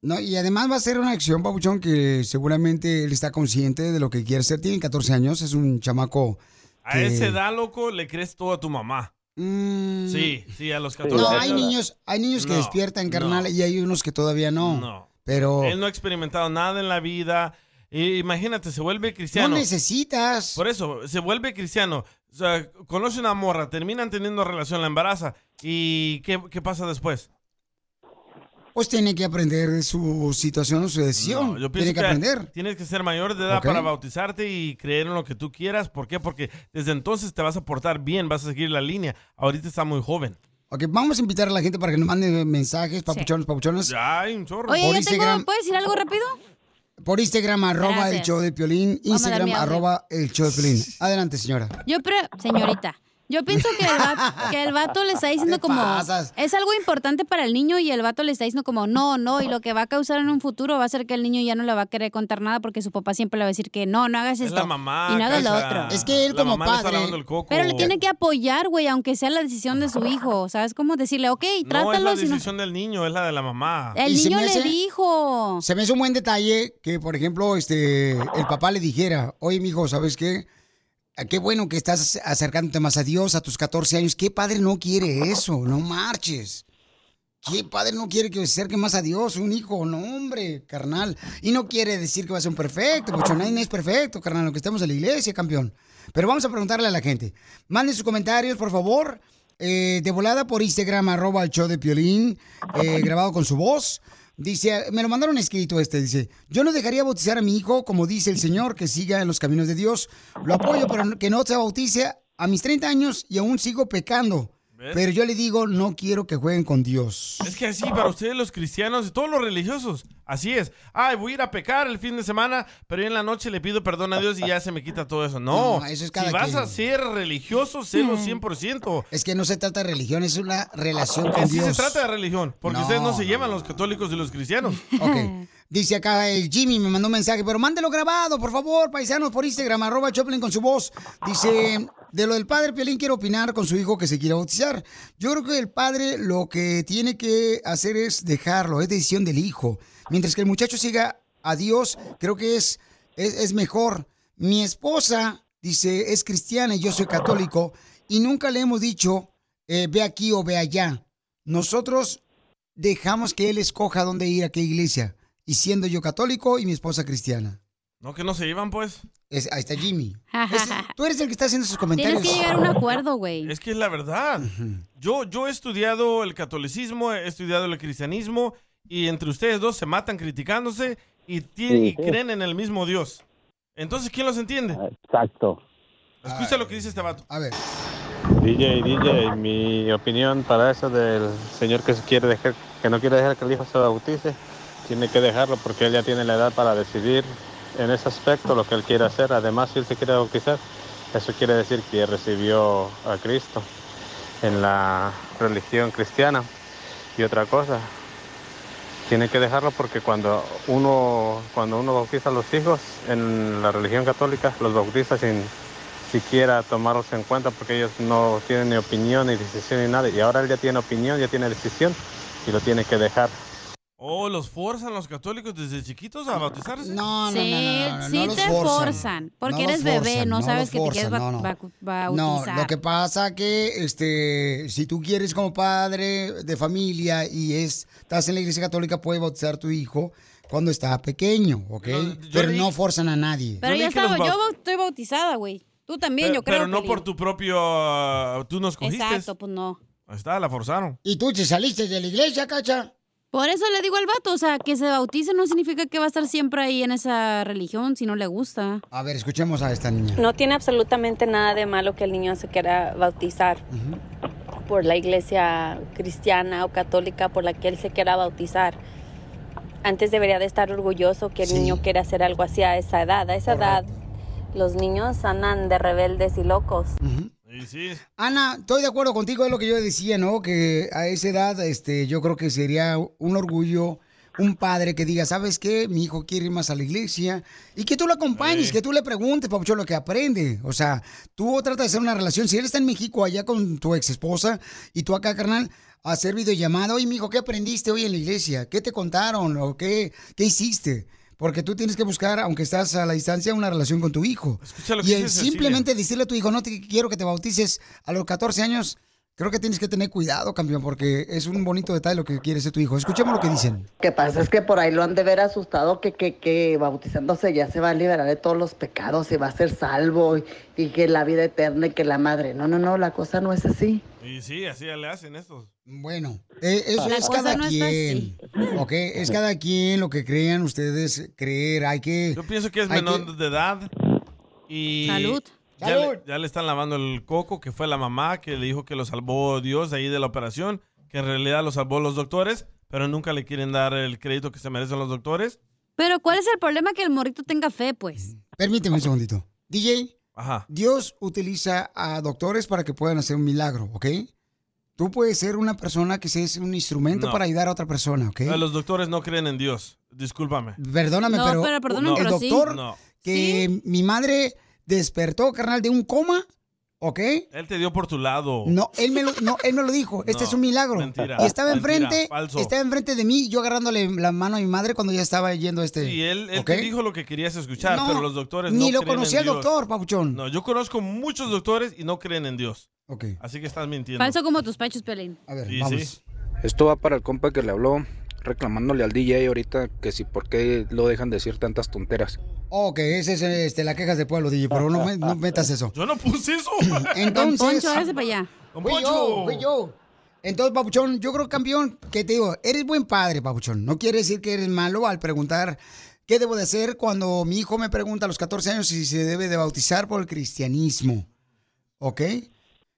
[SPEAKER 4] No, y además va a ser una acción, Papuchón, que seguramente él está consciente de lo que quiere ser. Tiene 14 años, es un chamaco.
[SPEAKER 6] A
[SPEAKER 4] que-
[SPEAKER 6] esa edad, loco, le crees todo a tu mamá. Sí, sí, a los 14
[SPEAKER 4] Mm. No,
[SPEAKER 6] años.
[SPEAKER 4] hay niños, hay niños que
[SPEAKER 6] No,
[SPEAKER 4] despiertan, carnal, y hay unos que todavía no.
[SPEAKER 6] No.
[SPEAKER 4] Pero
[SPEAKER 6] Él no ha experimentado nada en la vida. E- imagínate, se vuelve cristiano.
[SPEAKER 4] No necesitas.
[SPEAKER 6] Por eso, se vuelve cristiano. O sea, conoce una morra, terminan teniendo relación, la embaraza. ¿Y qué, qué pasa después?
[SPEAKER 4] pues tiene que aprender de su situación o su decisión.
[SPEAKER 6] No, yo
[SPEAKER 4] tiene
[SPEAKER 6] pienso
[SPEAKER 4] que, aprender.
[SPEAKER 6] Tienes que ser mayor de edad
[SPEAKER 4] Ok.
[SPEAKER 6] para bautizarte y creer en lo que tú quieras. ¿Por qué? Porque desde entonces te vas a portar bien, vas a seguir la línea. Ahorita está muy joven.
[SPEAKER 4] Ok, vamos a invitar a la gente para que nos mande mensajes, papuchones, papuchones.
[SPEAKER 6] Ya hay un chorro.
[SPEAKER 5] Oye, yo tengo, ¿puedes decir algo rápido?
[SPEAKER 4] Por Instagram, arroba el
[SPEAKER 5] Gracias.
[SPEAKER 4] show de Piolín.
[SPEAKER 5] Vamos a dar
[SPEAKER 4] Instagram,
[SPEAKER 5] mi audio.
[SPEAKER 4] arroba el show de Piolín. Adelante, señora.
[SPEAKER 5] Yo, pero, señorita, yo pienso que el, vato, que el vato le está diciendo
[SPEAKER 4] Te
[SPEAKER 5] como.
[SPEAKER 4] pasas.
[SPEAKER 5] Es algo importante para el niño y el vato le está diciendo como, no, no, y lo que va a causar en un futuro va a ser que el niño ya no le va a querer contar nada porque su papá siempre le va a decir que no, no hagas
[SPEAKER 6] Es
[SPEAKER 5] esto.
[SPEAKER 6] la mamá.
[SPEAKER 5] y no hagas lo
[SPEAKER 6] Cacha.
[SPEAKER 5] otro.
[SPEAKER 6] Es que él La como mamá le está padre- lavando el coco.
[SPEAKER 5] Pero le tiene que apoyar, güey, aunque sea la decisión de su hijo. ¿Sabes cómo decirle, ok,
[SPEAKER 6] No es la
[SPEAKER 5] trátalo? si no-
[SPEAKER 6] decisión del niño, es la de la mamá.
[SPEAKER 5] El
[SPEAKER 4] se
[SPEAKER 5] niño
[SPEAKER 4] me
[SPEAKER 5] le
[SPEAKER 4] hace-
[SPEAKER 5] dijo.
[SPEAKER 4] Se me hizo un buen detalle que, por ejemplo, este, el papá le dijera, oye, mijo, ¿sabes qué? Ah, Qué bueno que estás acercándote más a Dios a tus 14 años. ¿Qué padre no quiere eso? No marches. ¿Qué padre no quiere que se acerque más a Dios? Un hijo, no, hombre, carnal. Y no quiere decir que va a ser un perfecto, porque nadie es perfecto, carnal, lo que estamos en la iglesia, campeón. Pero vamos a preguntarle a la gente. Manden sus comentarios, por favor. eh, de volada por Instagram, arroba el show de Piolín, eh, grabado con su voz. Dice, me lo mandaron escrito este, dice, yo no dejaría bautizar a mi hijo como dice el Señor, que siga en los caminos de Dios. Lo apoyo, pero que no se bautice a mis 30 años y aún sigo pecando.
[SPEAKER 6] ¿Ves?
[SPEAKER 4] Pero yo le digo, no quiero que jueguen con Dios.
[SPEAKER 6] Es que así, para ustedes los cristianos y todos los religiosos, así es. Ay, voy a ir a pecar el fin de semana, pero en la noche le pido perdón a Dios y ya se me quita todo eso. No,
[SPEAKER 4] No, eso es cada
[SPEAKER 6] si vas
[SPEAKER 4] quien.
[SPEAKER 6] a ser religioso, sélo
[SPEAKER 4] Mm.
[SPEAKER 6] 100%.
[SPEAKER 4] Es que no se trata de religión, es una relación con
[SPEAKER 6] Ah, Así
[SPEAKER 4] Dios.
[SPEAKER 6] se trata de religión, porque
[SPEAKER 4] No,
[SPEAKER 6] ustedes no se llevan los católicos y los cristianos.
[SPEAKER 4] Ok. Dice acá el Jimmy, me mandó un mensaje, pero mándelo grabado, por favor, paisanos, por Instagram, arroba Choplin con su voz. Dice, de lo del padre Piolín quiero opinar con su hijo que se quiere bautizar. Yo creo que el padre lo que tiene que hacer es dejarlo, es decisión del hijo. Mientras que el muchacho siga a Dios, creo que es, es, es mejor. Mi esposa, dice, es cristiana y yo soy católico, y nunca le hemos dicho, eh, ve aquí o ve allá. Nosotros dejamos que él escoja dónde ir a qué iglesia. Y siendo yo católico y mi esposa cristiana.
[SPEAKER 6] No, que no se llevan, pues.
[SPEAKER 4] Es- ahí está Jimmy. Ese- tú eres el que está haciendo esos comentarios.
[SPEAKER 5] güey.
[SPEAKER 6] Es que es la verdad. Yo, yo he estudiado el catolicismo, he estudiado el cristianismo, y entre ustedes dos se matan criticándose y, ti- y
[SPEAKER 22] Sí, sí.
[SPEAKER 6] creen en el mismo Dios. Entonces, ¿quién los entiende?
[SPEAKER 22] Exacto.
[SPEAKER 6] Escucha lo que dice este vato.
[SPEAKER 4] A ver.
[SPEAKER 3] DJ, DJ, mi opinión para eso del señor que se quiere dejar, que no quiere dejar que el hijo se bautice, tiene que dejarlo porque él ya tiene la edad para decidir en ese aspecto lo que él quiere hacer. Además, si él se quiere bautizar, eso quiere decir que recibió a Cristo en la religión cristiana. Y otra cosa, tiene que dejarlo porque cuando uno cuando uno bautiza a los hijos en la religión católica los bautiza sin siquiera tomarlos en cuenta porque ellos no tienen ni opinión ni decisión ni nada y ahora él ya tiene opinión ya tiene decisión y lo tiene que dejar
[SPEAKER 6] Oh, los forzan los católicos desde chiquitos a bautizarse.
[SPEAKER 4] No,
[SPEAKER 5] sí, sí te forzan, porque
[SPEAKER 4] No
[SPEAKER 5] eres
[SPEAKER 4] los
[SPEAKER 5] bebé,
[SPEAKER 4] forzan,
[SPEAKER 5] no,
[SPEAKER 4] no
[SPEAKER 5] sabes
[SPEAKER 4] los
[SPEAKER 5] que te quieres
[SPEAKER 4] forzan,
[SPEAKER 5] ba-
[SPEAKER 4] no, no.
[SPEAKER 5] vacu-
[SPEAKER 4] No,
[SPEAKER 5] bautizar.
[SPEAKER 4] lo que pasa que este, si tú quieres como padre de familia y es, estás en la iglesia católica, puedes bautizar a tu hijo cuando está pequeño, ¿ok? Pero no forzan a nadie.
[SPEAKER 5] Pero
[SPEAKER 6] Yo
[SPEAKER 5] ya
[SPEAKER 6] vi que los
[SPEAKER 5] estaba, yo
[SPEAKER 6] bau-
[SPEAKER 5] bau- estoy bautizada, güey. Tú también,
[SPEAKER 6] Pero,
[SPEAKER 5] yo creo.
[SPEAKER 6] pero no
[SPEAKER 5] Piolín.
[SPEAKER 6] por tu propio... ah, Tú nos cogiste.
[SPEAKER 5] Exacto, pues no.
[SPEAKER 6] Ahí está, la forzaron.
[SPEAKER 4] Y tú te saliste de la iglesia, cacha.
[SPEAKER 5] Por eso le digo al vato, o sea, que se bautice no significa que va a estar siempre ahí en esa religión si no le gusta.
[SPEAKER 4] A ver, escuchemos a esta niña.
[SPEAKER 23] No tiene absolutamente nada de malo que el niño se quiera bautizar por la iglesia cristiana o católica por la que él se quiera bautizar. Antes debería de estar orgulloso que el niño quiera hacer algo así a esa edad. A esa edad los niños andan de rebeldes y locos.
[SPEAKER 4] Ana, estoy de acuerdo contigo, es lo que yo decía, ¿no? Que a esa edad, este, yo creo que sería un orgullo un padre que diga, ¿sabes qué? Mi hijo quiere ir más a la iglesia. Y que tú lo acompañes, que tú le preguntes, papucho, lo que aprende. O sea, tú trata de hacer una relación. Si él está en México, allá con tu ex esposa, y tú acá, carnal, hacer videollamada. Oye, mijo, ¿qué aprendiste hoy en la iglesia? ¿Qué te contaron? ¿O qué, qué hiciste? Porque tú tienes que buscar, aunque estás a la distancia, una relación con tu hijo.
[SPEAKER 6] lo que
[SPEAKER 4] y el
[SPEAKER 6] dice Cecilia.
[SPEAKER 4] simplemente decirle a tu hijo, no te quiero que te bautices a los 14 años, creo que tienes que tener cuidado, campeón, porque es un bonito detalle lo que quiere ser tu hijo. Escuchemos lo que dicen.
[SPEAKER 24] que pasa es que por ahí lo han de ver asustado que, que, que bautizándose ya se va a liberar de todos los pecados y va a ser salvo y, y que la vida eterna y que la madre. No, no, no, la cosa no es así.
[SPEAKER 6] Y sí, así le hacen estos.
[SPEAKER 4] Bueno, eh, eso
[SPEAKER 6] La
[SPEAKER 4] es
[SPEAKER 6] cosa
[SPEAKER 4] cada
[SPEAKER 6] no está
[SPEAKER 4] quien. Ok, es cada quien lo que crean ustedes creer. Hay que.
[SPEAKER 6] Yo pienso que es
[SPEAKER 4] hay
[SPEAKER 6] menor de edad. Y
[SPEAKER 4] Salud.
[SPEAKER 6] Ya,
[SPEAKER 4] Salud.
[SPEAKER 6] Le, ya le están lavando el coco, que fue la mamá que le dijo que lo salvó Dios ahí de la operación, que en realidad lo salvó los doctores, pero nunca le quieren dar el crédito que se merecen los doctores.
[SPEAKER 5] Pero ¿cuál es el problema que el morrito tenga fe, pues?
[SPEAKER 4] Permíteme un segundito. DJ,
[SPEAKER 6] Ajá.
[SPEAKER 4] Dios utiliza a doctores para que puedan hacer un milagro, ¿ok? Tú puedes ser una persona que seas un instrumento
[SPEAKER 6] No.
[SPEAKER 4] para ayudar a otra persona, ¿ok?
[SPEAKER 6] O sea, Los doctores no creen en Dios. Discúlpame.
[SPEAKER 4] Perdóname, pero, el doctor
[SPEAKER 6] No.
[SPEAKER 4] que mi madre despertó, carnal, de un coma, ¿ok?
[SPEAKER 6] Él te dio por tu lado.
[SPEAKER 4] No, él me lo, no, él me lo dijo. Este
[SPEAKER 6] No,
[SPEAKER 4] es un milagro.
[SPEAKER 6] mentira,
[SPEAKER 4] y estaba
[SPEAKER 6] mentira,
[SPEAKER 4] enfrente,
[SPEAKER 6] falso.
[SPEAKER 4] estaba enfrente de mí, yo agarrándole la mano a mi madre cuando ya estaba yendo este.
[SPEAKER 6] Y él, él
[SPEAKER 4] ¿ok?
[SPEAKER 6] te dijo lo que querías escuchar,
[SPEAKER 4] No,
[SPEAKER 6] pero los doctores no
[SPEAKER 4] ni lo
[SPEAKER 6] creen en
[SPEAKER 4] conocía el
[SPEAKER 6] Dios.
[SPEAKER 4] doctor, Papuchón.
[SPEAKER 6] No, yo conozco muchos doctores y no creen en Dios. Así que estás mintiendo.
[SPEAKER 5] Falso como tus pechos, Pelín.
[SPEAKER 4] A ver,
[SPEAKER 6] Sí, vamos. sí.
[SPEAKER 25] Esto va para el compa que le habló reclamándole al DJ ahorita que si por qué lo dejan decir tantas tonteras.
[SPEAKER 4] Ok, esa es este, la quejas del pueblo, DJ, pero no, me- no metas eso.
[SPEAKER 6] Yo no puse eso.
[SPEAKER 4] Entonces.
[SPEAKER 5] Don Poncho, hágase para allá.
[SPEAKER 4] Fui yo, fui yo. Entonces, Papuchón, yo creo, campeón, que te digo, eres buen padre, Papuchón. No quiere decir que eres malo al preguntar qué debo de hacer cuando mi hijo me pregunta a los 14 años si se debe de bautizar por el cristianismo. ¿Ok?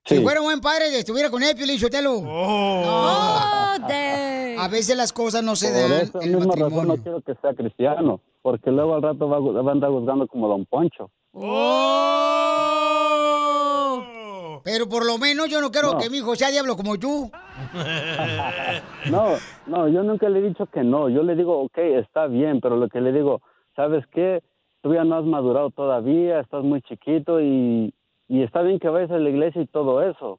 [SPEAKER 4] Si fuera un buen padre, estuviera con él, Piolín Sotelo. No. A veces las cosas no se
[SPEAKER 22] Por
[SPEAKER 4] dan
[SPEAKER 22] esa
[SPEAKER 4] en el
[SPEAKER 22] misma razón
[SPEAKER 4] matrimonio.
[SPEAKER 22] no quiero que sea cristiano, porque luego al rato va, a gu- va a andar juzgando como Don Poncho.
[SPEAKER 4] Pero por lo menos yo no quiero que mi hijo sea diablo como tú.
[SPEAKER 22] No, no, yo nunca le he dicho que no. Yo le digo, ok, está bien, pero lo que le digo, ¿sabes qué? Tú ya no has madurado todavía, estás muy chiquito y, y está bien que vayas a la iglesia y todo eso,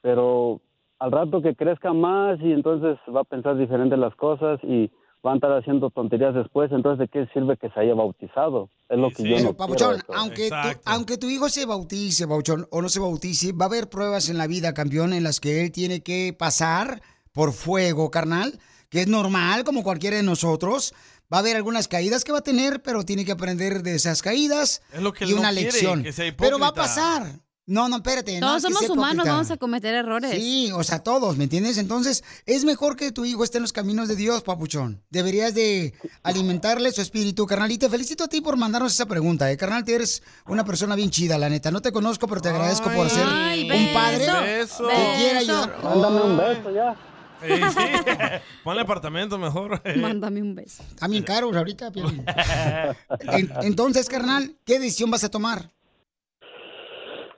[SPEAKER 22] pero al rato que crezca más y entonces va a pensar diferente las cosas y va a estar haciendo tonterías después, entonces ¿de qué sirve que se haya bautizado? Es lo que yo no quiero.
[SPEAKER 4] Papuchón,
[SPEAKER 22] eso.
[SPEAKER 4] aunque tu, aunque tu hijo se bautice, Papuchón, o no se bautice, va a haber pruebas en la vida, campeón, en las que él tiene que pasar por fuego, carnal, que es normal, como cualquiera de nosotros. Va a haber algunas caídas que va a tener, pero tiene que aprender de esas caídas
[SPEAKER 6] Es lo que él
[SPEAKER 4] y
[SPEAKER 6] no
[SPEAKER 4] una
[SPEAKER 6] quiere,
[SPEAKER 4] lección.
[SPEAKER 6] que sea
[SPEAKER 4] pero va a
[SPEAKER 6] hipócrita.
[SPEAKER 4] pasar. No, no, espérate. no
[SPEAKER 5] Todos
[SPEAKER 4] es que
[SPEAKER 5] somos
[SPEAKER 4] sea
[SPEAKER 5] humanos,
[SPEAKER 4] hipócrita.
[SPEAKER 5] vamos a cometer errores.
[SPEAKER 4] Sí, o sea, todos, ¿me entiendes? Entonces, es mejor que tu hijo esté en los caminos de Dios, papuchón. Deberías de alimentarle su espíritu, carnal. Y te felicito a ti por mandarnos esa pregunta, ¿eh? Carnal, te eres una persona bien chida, la neta. No te conozco, pero te agradezco por ser
[SPEAKER 5] Ay,
[SPEAKER 4] un padre
[SPEAKER 5] beso, beso.
[SPEAKER 4] que quiera ayudar.
[SPEAKER 22] Mándame un beso ya.
[SPEAKER 6] Sí, Eh, sí. Ponle apartamento mejor.
[SPEAKER 5] Mándame un beso.
[SPEAKER 4] Está bien caros ahorita, Piolín. En- Entonces, carnal, ¿qué decisión vas a tomar?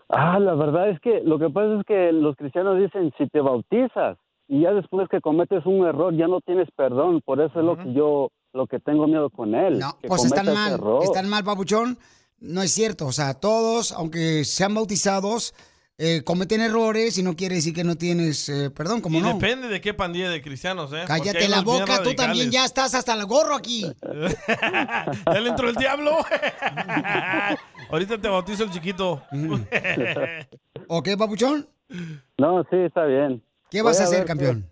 [SPEAKER 22] Ah, la verdad es que lo que pasa es que los cristianos dicen, si te bautizas y ya después que cometes un error ya no tienes perdón, por eso es lo que yo, lo que tengo miedo con él.
[SPEAKER 4] No,
[SPEAKER 22] que
[SPEAKER 4] pues están
[SPEAKER 22] cometas
[SPEAKER 4] mal,
[SPEAKER 22] error.
[SPEAKER 4] están mal, papuchón. No es cierto, o sea, todos, aunque sean bautizados, eh, cometen errores y no quiere decir que no tienes eh, perdón, como
[SPEAKER 6] Y
[SPEAKER 4] no.
[SPEAKER 6] depende de qué pandilla de cristianos, ¿eh? Porque
[SPEAKER 4] Cállate
[SPEAKER 6] hay
[SPEAKER 4] la
[SPEAKER 6] unos bien
[SPEAKER 4] boca, tú también ya estás hasta el gorro aquí.
[SPEAKER 6] radicales. Ya le entró el diablo. Ahorita te bautizo el chiquito.
[SPEAKER 4] ¿O qué, papuchón?
[SPEAKER 22] No, sí, está bien.
[SPEAKER 4] ¿Qué vas
[SPEAKER 22] Voy
[SPEAKER 4] a hacer,
[SPEAKER 22] ver qué-
[SPEAKER 4] campeón?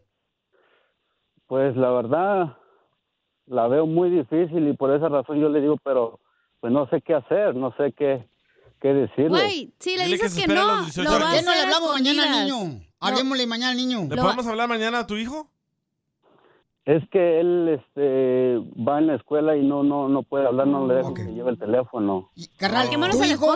[SPEAKER 22] Pues la verdad, la veo muy difícil y por esa razón yo le digo, pero pues no sé qué hacer, no sé qué, qué decirle.
[SPEAKER 5] Güey, si le
[SPEAKER 6] Dile que
[SPEAKER 5] dices
[SPEAKER 6] se
[SPEAKER 5] que
[SPEAKER 6] espere a
[SPEAKER 5] no,
[SPEAKER 6] los 18
[SPEAKER 5] lo va a hacer
[SPEAKER 6] años. ¿Por qué no le
[SPEAKER 5] a
[SPEAKER 6] hablamos
[SPEAKER 4] mañana al
[SPEAKER 5] escondidas.
[SPEAKER 4] niño? Hablemosle mañana al niño.
[SPEAKER 6] ¿Le
[SPEAKER 5] Lo-
[SPEAKER 6] podemos hablar mañana a tu hijo?
[SPEAKER 22] Es que él este, va en la escuela y no, no, no puede hablar, no le dejo que lleve el teléfono.
[SPEAKER 4] Carnal,
[SPEAKER 5] Quémanos
[SPEAKER 4] tu
[SPEAKER 5] a la
[SPEAKER 4] hijo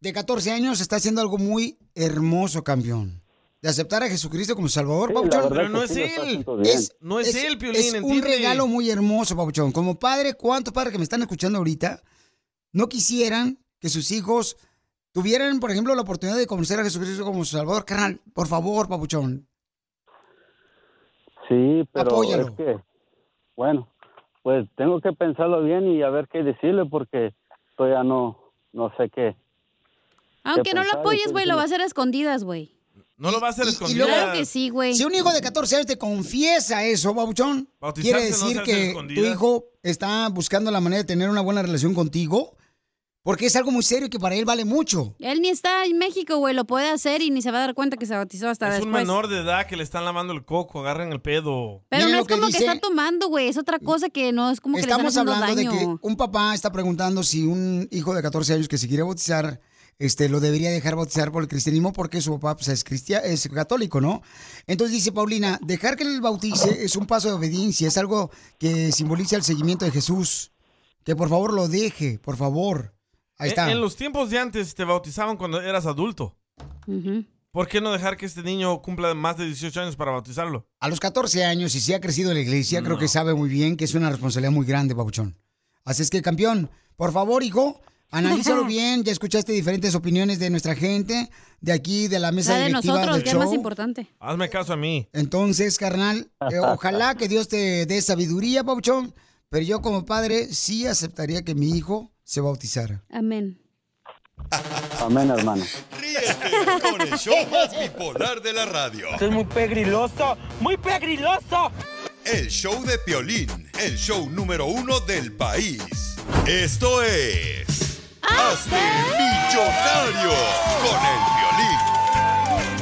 [SPEAKER 4] de 14 años está haciendo algo muy hermoso, campeón. De aceptar a Jesucristo como Salvador,
[SPEAKER 22] Sí, la
[SPEAKER 4] Papuchón.
[SPEAKER 22] verdad Pero no que es sí, lo está él. haciendo bien.
[SPEAKER 6] No es él, Piolín,
[SPEAKER 4] Es un
[SPEAKER 6] entiende.
[SPEAKER 4] regalo muy hermoso, Papuchón. Como padre, ¿cuántos padres que me están escuchando ahorita no quisieran que sus hijos tuvieran, por ejemplo, la oportunidad de conocer a Jesucristo como su Salvador? Carnal, por favor, Papuchón.
[SPEAKER 22] Sí, pero
[SPEAKER 4] Apóyalo.
[SPEAKER 22] es que, bueno, pues tengo que pensarlo bien y a ver qué decirle porque todavía no, no sé qué.
[SPEAKER 5] Aunque no lo
[SPEAKER 22] pensar,
[SPEAKER 5] apoyes,
[SPEAKER 22] entonces,
[SPEAKER 5] güey, lo
[SPEAKER 22] sí.
[SPEAKER 5] va a hacer a escondidas, güey.
[SPEAKER 6] No lo va a hacer
[SPEAKER 4] Y
[SPEAKER 6] escondido.
[SPEAKER 4] luego-
[SPEAKER 5] Claro que sí, güey.
[SPEAKER 4] Si un hijo de 14 años te confiesa eso, babuchón,
[SPEAKER 6] Bautizarse
[SPEAKER 4] quiere
[SPEAKER 6] no se
[SPEAKER 4] decir
[SPEAKER 6] hace
[SPEAKER 4] que tu
[SPEAKER 6] escondidas.
[SPEAKER 4] hijo está buscando la manera de tener una buena relación contigo, porque es algo muy serio que para él vale mucho.
[SPEAKER 5] Él ni está en México, güey, lo puede hacer y ni se va a dar cuenta que se bautizó hasta
[SPEAKER 6] Es un
[SPEAKER 4] Pues
[SPEAKER 5] después.
[SPEAKER 6] menor de edad que le están lavando el coco, agarren el pedo.
[SPEAKER 5] Pero
[SPEAKER 4] Miren
[SPEAKER 5] no
[SPEAKER 4] lo
[SPEAKER 5] es
[SPEAKER 4] que
[SPEAKER 5] como que
[SPEAKER 4] dice-
[SPEAKER 5] está tomando, güey, es otra cosa que no es como que
[SPEAKER 4] Estamos
[SPEAKER 5] le están
[SPEAKER 4] hablando
[SPEAKER 5] haciendo
[SPEAKER 4] de que
[SPEAKER 5] daño.
[SPEAKER 4] un papá está preguntando si un hijo de 14 años que se quiere bautizar, este, lo debería dejar bautizar por el cristianismo porque su papá pues, es, cristia- es católico, ¿no? Entonces dice Paulina, dejar que él bautice es un paso de obediencia, es algo que simboliza el seguimiento de Jesús. Que por favor lo deje, por favor. Ahí
[SPEAKER 6] En-
[SPEAKER 4] está.
[SPEAKER 6] En, los tiempos de antes te bautizaban cuando eras adulto. ¿Por qué no dejar que este niño cumpla más de 18 años para bautizarlo?
[SPEAKER 4] A los 14 años, y si ha crecido la iglesia, creo que sabe muy bien que es una responsabilidad muy grande, Pabuchón. Así es que, campeón, por favor, hijo, analízalo bien. Ya escuchaste diferentes opiniones de nuestra gente, de aquí, de la mesa
[SPEAKER 5] La de
[SPEAKER 4] directiva
[SPEAKER 5] nosotros,
[SPEAKER 4] del
[SPEAKER 5] que es más
[SPEAKER 4] show.
[SPEAKER 5] importante.
[SPEAKER 6] Hazme caso a mí.
[SPEAKER 4] Entonces, carnal, eh, ojalá que Dios te dé sabiduría, Pabuchón. Pero yo, como padre, sí aceptaría que mi hijo se bautizara.
[SPEAKER 5] Amén.
[SPEAKER 22] Amén, hermano.
[SPEAKER 1] Con el show más bipolar de la radio.
[SPEAKER 22] es muy pegriloso,
[SPEAKER 1] muy pegriloso. El show de Piolín, el show número uno del país. Esto es... ¡Hazte millonario con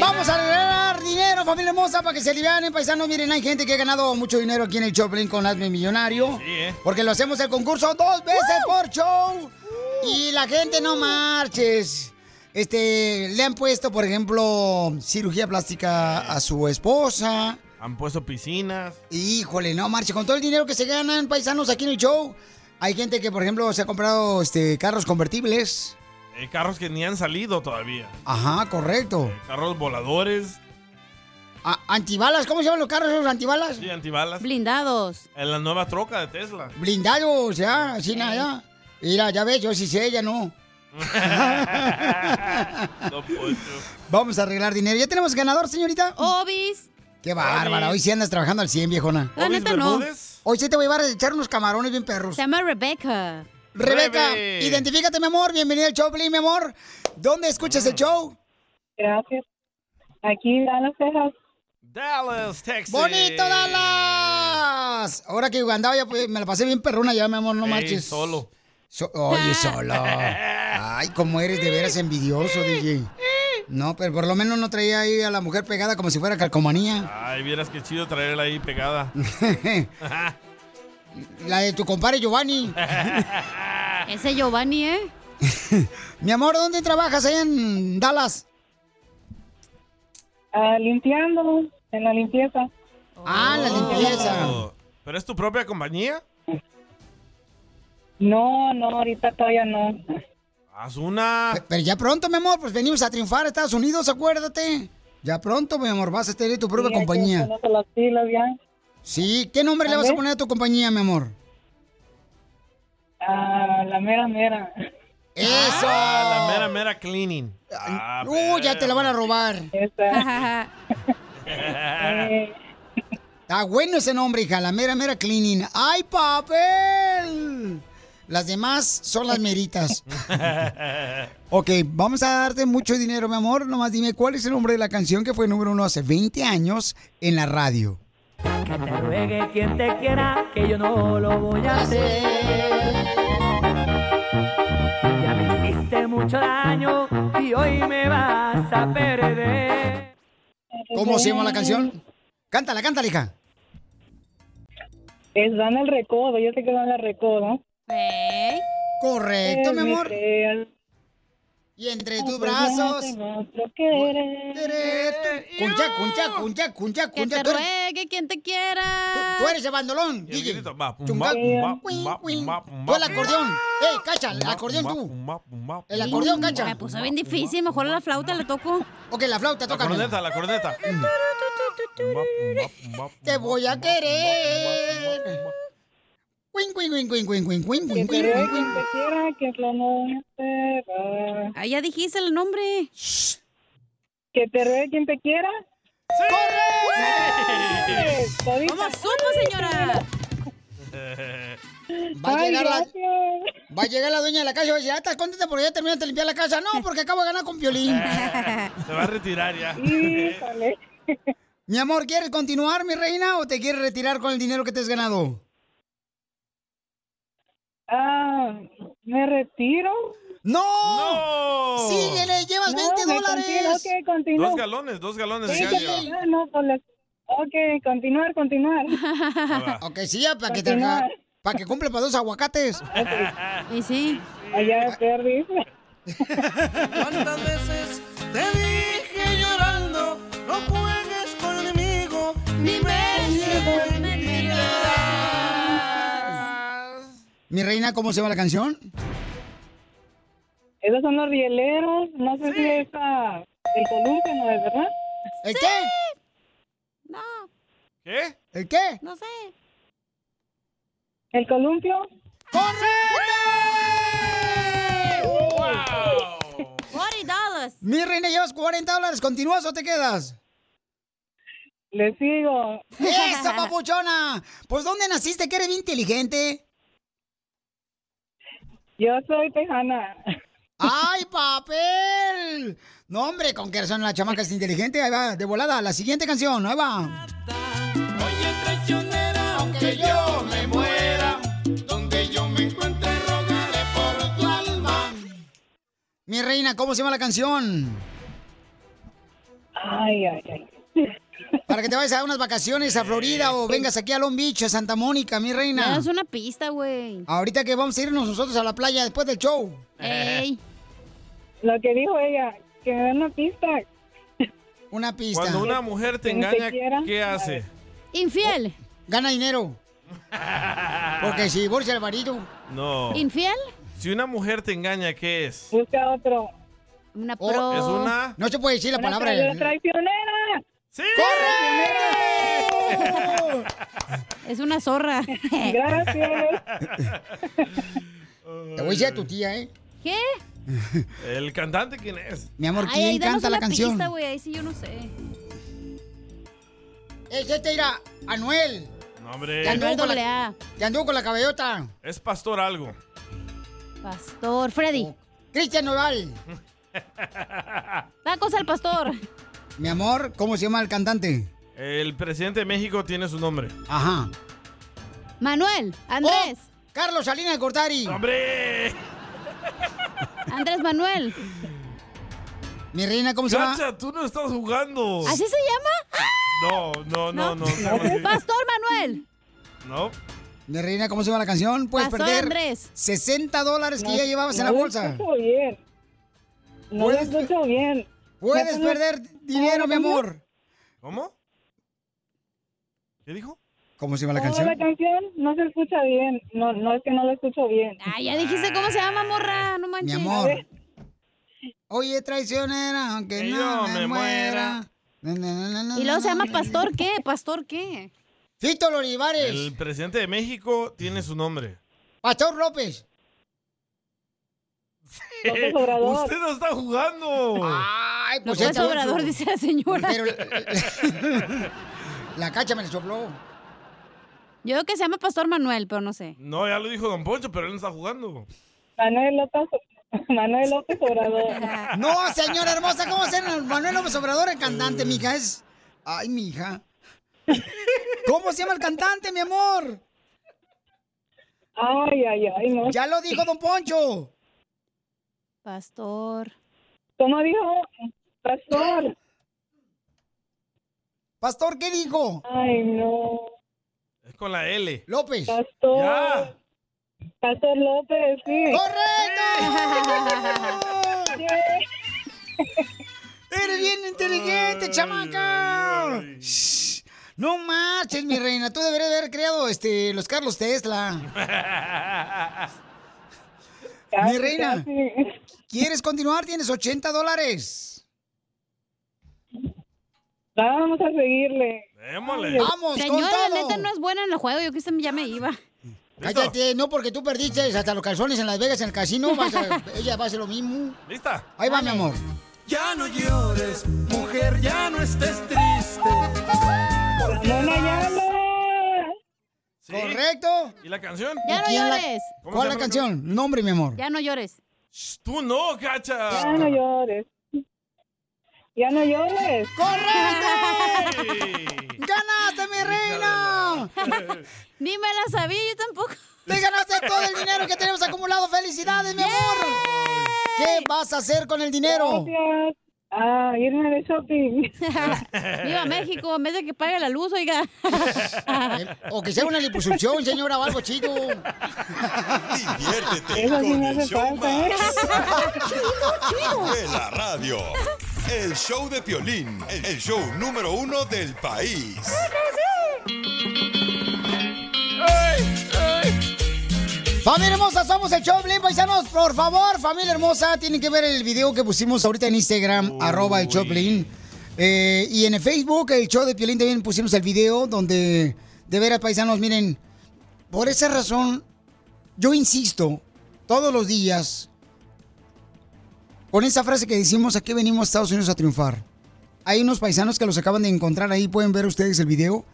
[SPEAKER 4] Vamos a ganar dinero, familia hermosa, para que se alivianen, paisanos. Miren, hay gente que ha ganado mucho dinero aquí en el Choplin con Hazme Millonario.
[SPEAKER 6] ¿eh?
[SPEAKER 4] Porque lo hacemos el concurso dos veces por show.
[SPEAKER 6] Uh.
[SPEAKER 4] Y la gente no marches. Este, le han puesto, por ejemplo, cirugía plástica a su esposa.
[SPEAKER 6] Han puesto piscinas.
[SPEAKER 4] Híjole, no marches. Con todo el dinero que se ganan, paisanos, aquí en el show. Hay gente que, por ejemplo, se ha comprado este, carros convertibles.
[SPEAKER 6] eh, carros que ni han salido todavía.
[SPEAKER 4] Ajá, correcto.
[SPEAKER 6] Carros voladores.
[SPEAKER 4] A- antibalas, ¿cómo se llaman los carros esos antibalas?
[SPEAKER 6] Sí, antibalas.
[SPEAKER 5] Blindados.
[SPEAKER 6] En la nueva troca de Tesla.
[SPEAKER 4] Blindados, ya, así nada, ya. Mira, ya ves, yo sí sé, ella no. Vamos a arreglar dinero. ¿Ya tenemos ganador, señorita?
[SPEAKER 5] Obis.
[SPEAKER 4] Qué bárbara, hoy sí andas trabajando al 100, viejona.
[SPEAKER 5] La neta no. Se
[SPEAKER 4] Hoy sí te voy a llevar a echar unos camarones bien perros.
[SPEAKER 5] llama Rebecca.
[SPEAKER 4] Rebeca,
[SPEAKER 5] Rebe.
[SPEAKER 4] identifícate, mi amor. Bienvenida al show, Pelín, mi amor. ¿Dónde escuchas el show?
[SPEAKER 17] Gracias. Aquí, Dallas, Texas.
[SPEAKER 6] Dallas, Texas.
[SPEAKER 4] ¡Bonito Dallas! Ahora que andaba ya pues, me la pasé bien perrona ya, mi amor, no
[SPEAKER 6] Ey,
[SPEAKER 4] marches.
[SPEAKER 6] solo.
[SPEAKER 4] So- oye, solo. Ay, cómo eres de veras envidioso, DJ. No, pero por lo menos no traía ahí a la mujer pegada como si fuera calcomanía.
[SPEAKER 6] Ay, vieras qué chido traerla ahí pegada.
[SPEAKER 4] la de tu compadre Giovanni.
[SPEAKER 5] Ese Giovanni, ¿eh?
[SPEAKER 4] Mi amor, ¿dónde trabajas allá en Dallas?
[SPEAKER 17] Ah, limpiando, en la limpieza.
[SPEAKER 4] Ah, la limpieza.
[SPEAKER 6] Oh, ¿Pero es tu propia compañía?
[SPEAKER 17] No, no, ahorita todavía no.
[SPEAKER 6] Haz una.
[SPEAKER 4] Pero ya pronto, mi amor, pues venimos a triunfar a Estados Unidos, acuérdate. Ya pronto, mi amor, vas a tener tu propia
[SPEAKER 17] Sí, hay que
[SPEAKER 4] compañía.
[SPEAKER 17] ponerse las pilas ya.
[SPEAKER 4] Sí, ¿qué nombre le vas a
[SPEAKER 17] ¿Mande?
[SPEAKER 4] poner a tu compañía, mi amor?
[SPEAKER 17] Ah, la mera, mera.
[SPEAKER 4] ¡Eso!
[SPEAKER 6] Ah, la mera, mera cleaning. Ah,
[SPEAKER 4] ¡Uh, ya te la van a robar! Eh, Está bueno ese nombre, hija, la mera, mera cleaning. ¡Ay, papel! Las demás son las meritas. Ok, vamos a darte mucho dinero, mi amor. Nomás dime cuál es el nombre de la canción que fue número uno hace 20 años en la radio.
[SPEAKER 2] Que te ruegue quien te quiera, que yo no lo voy a hacer. Ya me hiciste mucho daño y hoy me vas a perder.
[SPEAKER 4] ¿Cómo se llama la canción? Cántala, cántala, hija.
[SPEAKER 17] Es Dana el Recodo, yo sé que Dana el Recodo.
[SPEAKER 4] Correcto, mi
[SPEAKER 17] Eh, me
[SPEAKER 4] amor.
[SPEAKER 17] creas.
[SPEAKER 4] Y entre tus
[SPEAKER 17] Pues ya
[SPEAKER 4] brazos.
[SPEAKER 17] tengo otro querer.
[SPEAKER 4] Cuncha, cuncha, cuncha, cuncha,
[SPEAKER 5] Que
[SPEAKER 4] cuncha.
[SPEAKER 5] te
[SPEAKER 4] Tú eres,
[SPEAKER 5] ruegue quien te quiera.
[SPEAKER 4] tú eres el bandolón,
[SPEAKER 6] Y el
[SPEAKER 4] DJ.
[SPEAKER 6] grito, va, pum,
[SPEAKER 4] Chunga. Eh,
[SPEAKER 6] va, pum, va, pum, va,
[SPEAKER 4] Tú
[SPEAKER 6] pum, va, pum, va,
[SPEAKER 4] el
[SPEAKER 6] pum,
[SPEAKER 4] acordeón.
[SPEAKER 6] va,
[SPEAKER 4] ¡Ey, cacha! El
[SPEAKER 6] pum, va,
[SPEAKER 4] acordeón
[SPEAKER 6] pum, va,
[SPEAKER 4] tú.
[SPEAKER 6] pum, va, pum, va,
[SPEAKER 4] El
[SPEAKER 6] pum,
[SPEAKER 4] acordeón,
[SPEAKER 6] va,
[SPEAKER 4] cacha.
[SPEAKER 5] Me puso bien difícil. Mejor a la flauta le toco.
[SPEAKER 4] Ok, la flauta,
[SPEAKER 6] La
[SPEAKER 4] tócame.
[SPEAKER 6] corneta, la corneta. Pum, va, pum, va, pum, va, pum,
[SPEAKER 4] Te voy a querer. Cuin, cuin, cuin, cuin, cuin, cuin, cuin, cuin, cuin, cuin, cuin.
[SPEAKER 17] Quiera que lo no se va.
[SPEAKER 5] Ah, ya dijiste el nombre.
[SPEAKER 17] Que te ruegue quien te quiera. eh, ¡Corre!
[SPEAKER 5] ¿Cómo supo, señora?
[SPEAKER 4] Va a
[SPEAKER 17] Ay,
[SPEAKER 4] llegar la...
[SPEAKER 17] gracias.
[SPEAKER 4] Va a llegar la dueña de la casa y va a decir, ah, ¿estás contenta porque ya terminaste de limpiar la casa? No, porque acabo de ganar con Piolín.
[SPEAKER 6] Se va a retirar ya.
[SPEAKER 17] Híjole.
[SPEAKER 4] mi amor, ¿quieres continuar, mi reina, o te quieres retirar con el dinero que te has ganado?
[SPEAKER 17] Ah, me retiro.
[SPEAKER 4] ¡No!
[SPEAKER 6] ¡No!
[SPEAKER 4] ¡Síguele! ¡Llevas
[SPEAKER 17] No,
[SPEAKER 4] 20
[SPEAKER 17] me Continúo,
[SPEAKER 4] dólares!
[SPEAKER 17] ok, continúo.
[SPEAKER 6] Dos galones, dos galones
[SPEAKER 17] Sí,
[SPEAKER 6] de
[SPEAKER 17] sí,
[SPEAKER 6] gallo.
[SPEAKER 17] sí, no, pues las- Ok, continuar, continuar.
[SPEAKER 6] Ah,
[SPEAKER 4] Ok, sí, ya, para que te
[SPEAKER 17] Continúa.
[SPEAKER 4] para que cumple para dos aguacates.
[SPEAKER 5] Y sí.
[SPEAKER 17] Allá perdí.
[SPEAKER 11] ¿Cuántas veces te dije llorando? No juegues conmigo, ni me mentiras.
[SPEAKER 4] Mi reina, ¿cómo se va la canción?
[SPEAKER 17] Esos son los rieleros. No sé si es ah, el columpio, ¿no es verdad?
[SPEAKER 4] ¿El qué?
[SPEAKER 5] No,
[SPEAKER 6] ¿Qué?
[SPEAKER 4] ¿El qué?
[SPEAKER 5] no sé.
[SPEAKER 17] El columpio.
[SPEAKER 6] ¡Wow!
[SPEAKER 5] $40. dollars.
[SPEAKER 4] Mi reina, llevas 40 dólares. ¿Continúas o te quedas?
[SPEAKER 17] Le sigo.
[SPEAKER 4] ¡Eso, papuchona! Pues, ¿dónde naciste? Que eres bien inteligente.
[SPEAKER 17] Yo soy tejana.
[SPEAKER 4] ¡Ay, papel! No, hombre, con que son las chamacas inteligentes. Ahí va, de volada. La siguiente canción, ahí va.
[SPEAKER 11] Oye, traicionera, aunque yo me muera, donde yo me encuentre, rogaré por tu alma.
[SPEAKER 4] Mi reina, ¿cómo se llama la canción?
[SPEAKER 17] Ay, ay, ay.
[SPEAKER 4] Para que te vayas a unas vacaciones a Florida o vengas aquí a Long Beach, a Santa Mónica, mi
[SPEAKER 5] Me
[SPEAKER 4] reina.
[SPEAKER 5] das una pista, güey.
[SPEAKER 4] Ahorita que vamos a irnos nosotros a la playa después del show.
[SPEAKER 5] Ey.
[SPEAKER 17] Lo que dijo ella, que me den una pista.
[SPEAKER 4] Una pista.
[SPEAKER 6] Cuando una mujer te
[SPEAKER 17] Quien te
[SPEAKER 6] engaña,
[SPEAKER 17] quiera.
[SPEAKER 6] ¿qué hace?
[SPEAKER 5] Infiel.
[SPEAKER 4] Oh, Gana dinero. Porque si divorcia el marido.
[SPEAKER 6] No.
[SPEAKER 5] ¿Infiel?
[SPEAKER 6] Si una mujer te engaña, ¿qué es?
[SPEAKER 17] Busca otro.
[SPEAKER 5] Una
[SPEAKER 6] pro. Oh, Es una-
[SPEAKER 4] No se puede decir la
[SPEAKER 17] Una
[SPEAKER 4] palabra.
[SPEAKER 17] tra- traicionera.
[SPEAKER 6] ¡Sí!
[SPEAKER 5] Es una zorra.
[SPEAKER 17] Gracias.
[SPEAKER 4] Te voy a decir a tu tía, ¿eh?
[SPEAKER 5] ¿Qué?
[SPEAKER 6] ¿El cantante quién es?
[SPEAKER 4] Mi amor,
[SPEAKER 5] Ay,
[SPEAKER 4] ¿quién
[SPEAKER 5] ahí danos
[SPEAKER 4] canta la
[SPEAKER 5] una
[SPEAKER 4] canción?
[SPEAKER 5] pista, güey, ahí sí yo no sé.
[SPEAKER 4] Es este, mira, Anuel.
[SPEAKER 6] No,
[SPEAKER 4] Que
[SPEAKER 6] hombre.
[SPEAKER 4] anduvo con la- que anduvo con la cabellota.
[SPEAKER 6] Es pastor algo.
[SPEAKER 5] Pastor, Freddy.
[SPEAKER 4] Oh, Cristian Nodal.
[SPEAKER 5] Tacos al pastor.
[SPEAKER 4] Mi amor, ¿cómo se llama el cantante?
[SPEAKER 6] El presidente de México tiene su nombre.
[SPEAKER 4] Ajá.
[SPEAKER 5] Manuel, Andrés.
[SPEAKER 4] Oh, Carlos Salinas de Gortari.
[SPEAKER 6] ¡Hombre!
[SPEAKER 5] Andrés Manuel.
[SPEAKER 4] Mi reina, ¿cómo
[SPEAKER 6] Cacha, tú no estás jugando.
[SPEAKER 4] Pues.
[SPEAKER 5] ¿Así se llama? ¡Ah!
[SPEAKER 6] No, no, no, no.
[SPEAKER 5] Pastor Manuel.
[SPEAKER 6] No.
[SPEAKER 4] Mi reina, ¿cómo se llama la canción? Puedes
[SPEAKER 5] Pastor
[SPEAKER 4] perder
[SPEAKER 5] Andrés.
[SPEAKER 4] 60 dólares que
[SPEAKER 17] No,
[SPEAKER 4] ya llevabas en la
[SPEAKER 17] no lo
[SPEAKER 4] bolsa.
[SPEAKER 17] escucho bien. No lo
[SPEAKER 4] Puedes-
[SPEAKER 17] escucho bien.
[SPEAKER 4] Puedes
[SPEAKER 17] ¿Ya te lo-
[SPEAKER 4] perder dinero, mi amor.
[SPEAKER 6] ¿Cómo? ¿Qué dijo?
[SPEAKER 4] ¿Cómo se llama la
[SPEAKER 17] ¿Cómo va
[SPEAKER 4] canción?
[SPEAKER 17] La canción no se escucha bien. No, no es que no la escucho bien.
[SPEAKER 5] Ah, ya dijiste cómo se llama, morra. No
[SPEAKER 4] Mi
[SPEAKER 5] manches.
[SPEAKER 4] amor. Oye, traicionera, aunque
[SPEAKER 5] Que
[SPEAKER 4] no
[SPEAKER 5] yo
[SPEAKER 4] me,
[SPEAKER 5] me
[SPEAKER 4] muera. Na, na, na, na,
[SPEAKER 5] Y luego se
[SPEAKER 4] na,
[SPEAKER 5] llama
[SPEAKER 4] na.
[SPEAKER 5] Pastor qué? ¿Pastor qué?
[SPEAKER 4] Fito Lorivares.
[SPEAKER 6] El presidente de México tiene su nombre.
[SPEAKER 4] Pastor López. López Obrador.
[SPEAKER 6] Usted no está jugando.
[SPEAKER 4] Ay, pues
[SPEAKER 5] López
[SPEAKER 4] este otro.
[SPEAKER 5] Obrador, dice la señora.
[SPEAKER 4] Pero la, la cacha me la sopló.
[SPEAKER 5] Yo creo que se llama Pastor Manuel, pero no sé.
[SPEAKER 6] No, ya lo dijo Don Poncho, pero él no está jugando.
[SPEAKER 17] Manuel López, Manuel López Obrador.
[SPEAKER 4] No, señora hermosa, ¿cómo se llama Manuel López Obrador, el cantante, mija? Es. Ay, mija. ¿Cómo se llama el cantante, mi amor?
[SPEAKER 17] Ay, ay, ay, no.
[SPEAKER 4] Ya lo dijo Don Poncho.
[SPEAKER 5] Pastor.
[SPEAKER 17] ¿Cómo dijo? Pastor.
[SPEAKER 4] Pastor, ¿qué dijo?
[SPEAKER 17] Ay, no.
[SPEAKER 6] Es con la L.
[SPEAKER 4] López.
[SPEAKER 17] Pastor.
[SPEAKER 6] Ya.
[SPEAKER 17] Pastor López, sí.
[SPEAKER 4] ¡Correcto! ¡Eres bien inteligente, chamaca! Shh. No marches, mi reina. Tú deberías haber creado este, los Carlos Tesla. mi reina, ¿quieres continuar? Tienes 80 dólares.
[SPEAKER 17] Vamos a seguirle.
[SPEAKER 6] Démosle.
[SPEAKER 4] Vamos, con
[SPEAKER 5] Señora, la
[SPEAKER 4] todo.
[SPEAKER 5] neta no es buena en el juego. Yo que se- ya me iba.
[SPEAKER 4] Cállate, no porque tú perdiste hasta los calzones en Las Vegas en el casino. vas a- ella va a hacer lo mismo.
[SPEAKER 6] ¿Lista?
[SPEAKER 4] Ahí va, mi amor.
[SPEAKER 11] Ya no llores, mujer, ya no estés triste.
[SPEAKER 6] ¿Sí?
[SPEAKER 4] Correcto.
[SPEAKER 6] ¿Y la canción?
[SPEAKER 5] Ya no
[SPEAKER 4] ¿Quién la-
[SPEAKER 5] llores.
[SPEAKER 6] ¿Cómo
[SPEAKER 4] ¿Cuál
[SPEAKER 6] se
[SPEAKER 4] es la
[SPEAKER 6] llama la
[SPEAKER 4] canción? Nombre, mi amor.
[SPEAKER 5] Ya no llores.
[SPEAKER 6] Tú no, cacha.
[SPEAKER 17] Ya no llores. Ya no llores.
[SPEAKER 4] ¡Correcto! ¡Ganaste, mi reina!
[SPEAKER 5] Ni me la sabía, yo tampoco.
[SPEAKER 4] ¡Te ganaste todo el dinero que tenemos acumulado! ¡Felicidades, mi amor! ¿Qué vas a hacer con el dinero?
[SPEAKER 17] Gracias. Ah, irme de shopping.
[SPEAKER 5] Viva México, en vez de que pague la luz, oiga.
[SPEAKER 4] Eh, O que sea una liposucción, señora, o algo chico.
[SPEAKER 1] Diviértete
[SPEAKER 4] Eso sí
[SPEAKER 1] con
[SPEAKER 4] me
[SPEAKER 1] el
[SPEAKER 4] hace
[SPEAKER 1] show
[SPEAKER 4] falta, ¿eh?
[SPEAKER 1] más chido de la radio. El show de Piolín, el show número uno del país.
[SPEAKER 4] Familia hermosa, somos el show Blin Paisanos. Por favor, familia hermosa, tienen que ver el video que pusimos ahorita en Instagram, arroba el show Blin. Eh, y en el Facebook, el show de Piolín, también pusimos el video donde, de veras, paisanos, miren, por esa razón, yo insisto, todos los días, con esa frase que decimos, aquí venimos a Estados Unidos a triunfar. Hay unos paisanos que los acaban de encontrar ahí, pueden ver ustedes el video.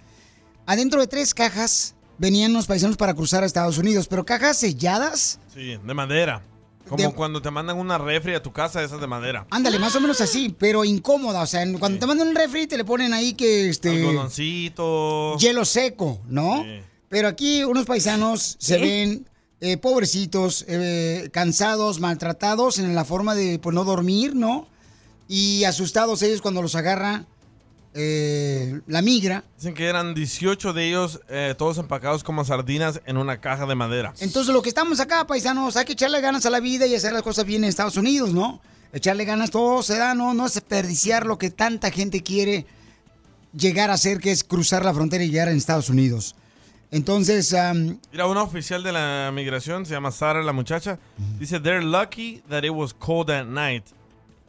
[SPEAKER 4] Adentro de tres cajas venían los paisanos para cruzar a Estados Unidos, pero cajas selladas,
[SPEAKER 6] Sí, de madera. Como cuando te mandan una refri a tu casa, esas de madera.
[SPEAKER 4] ándale, más o menos así, pero incómoda. O sea, en- cuando te mandan un refri te le ponen ahí que este
[SPEAKER 6] Algodoncito.
[SPEAKER 4] hielo seco, ¿no? Pero aquí unos paisanos se
[SPEAKER 6] Sí.
[SPEAKER 4] ven eh, pobrecitos, eh, cansados, maltratados en la forma de pues, no dormir, ¿no? Y asustados ellos cuando los agarra eh, la migra.
[SPEAKER 6] Dicen que eran 18 de ellos, eh, todos empacados como sardinas en una caja de madera.
[SPEAKER 4] Entonces, lo que estamos acá, paisanos, hay que echarle ganas a la vida y hacer las cosas bien en Estados Unidos, ¿no? Echarle ganas, todo se da, ¿no? No es desperdiciar lo que tanta gente quiere llegar a hacer, que es cruzar la frontera y llegar a Estados Unidos. Entonces, am,
[SPEAKER 6] Mira, una oficial de la migración, se llama Sara la muchacha, dice, they're lucky that it was cold at night.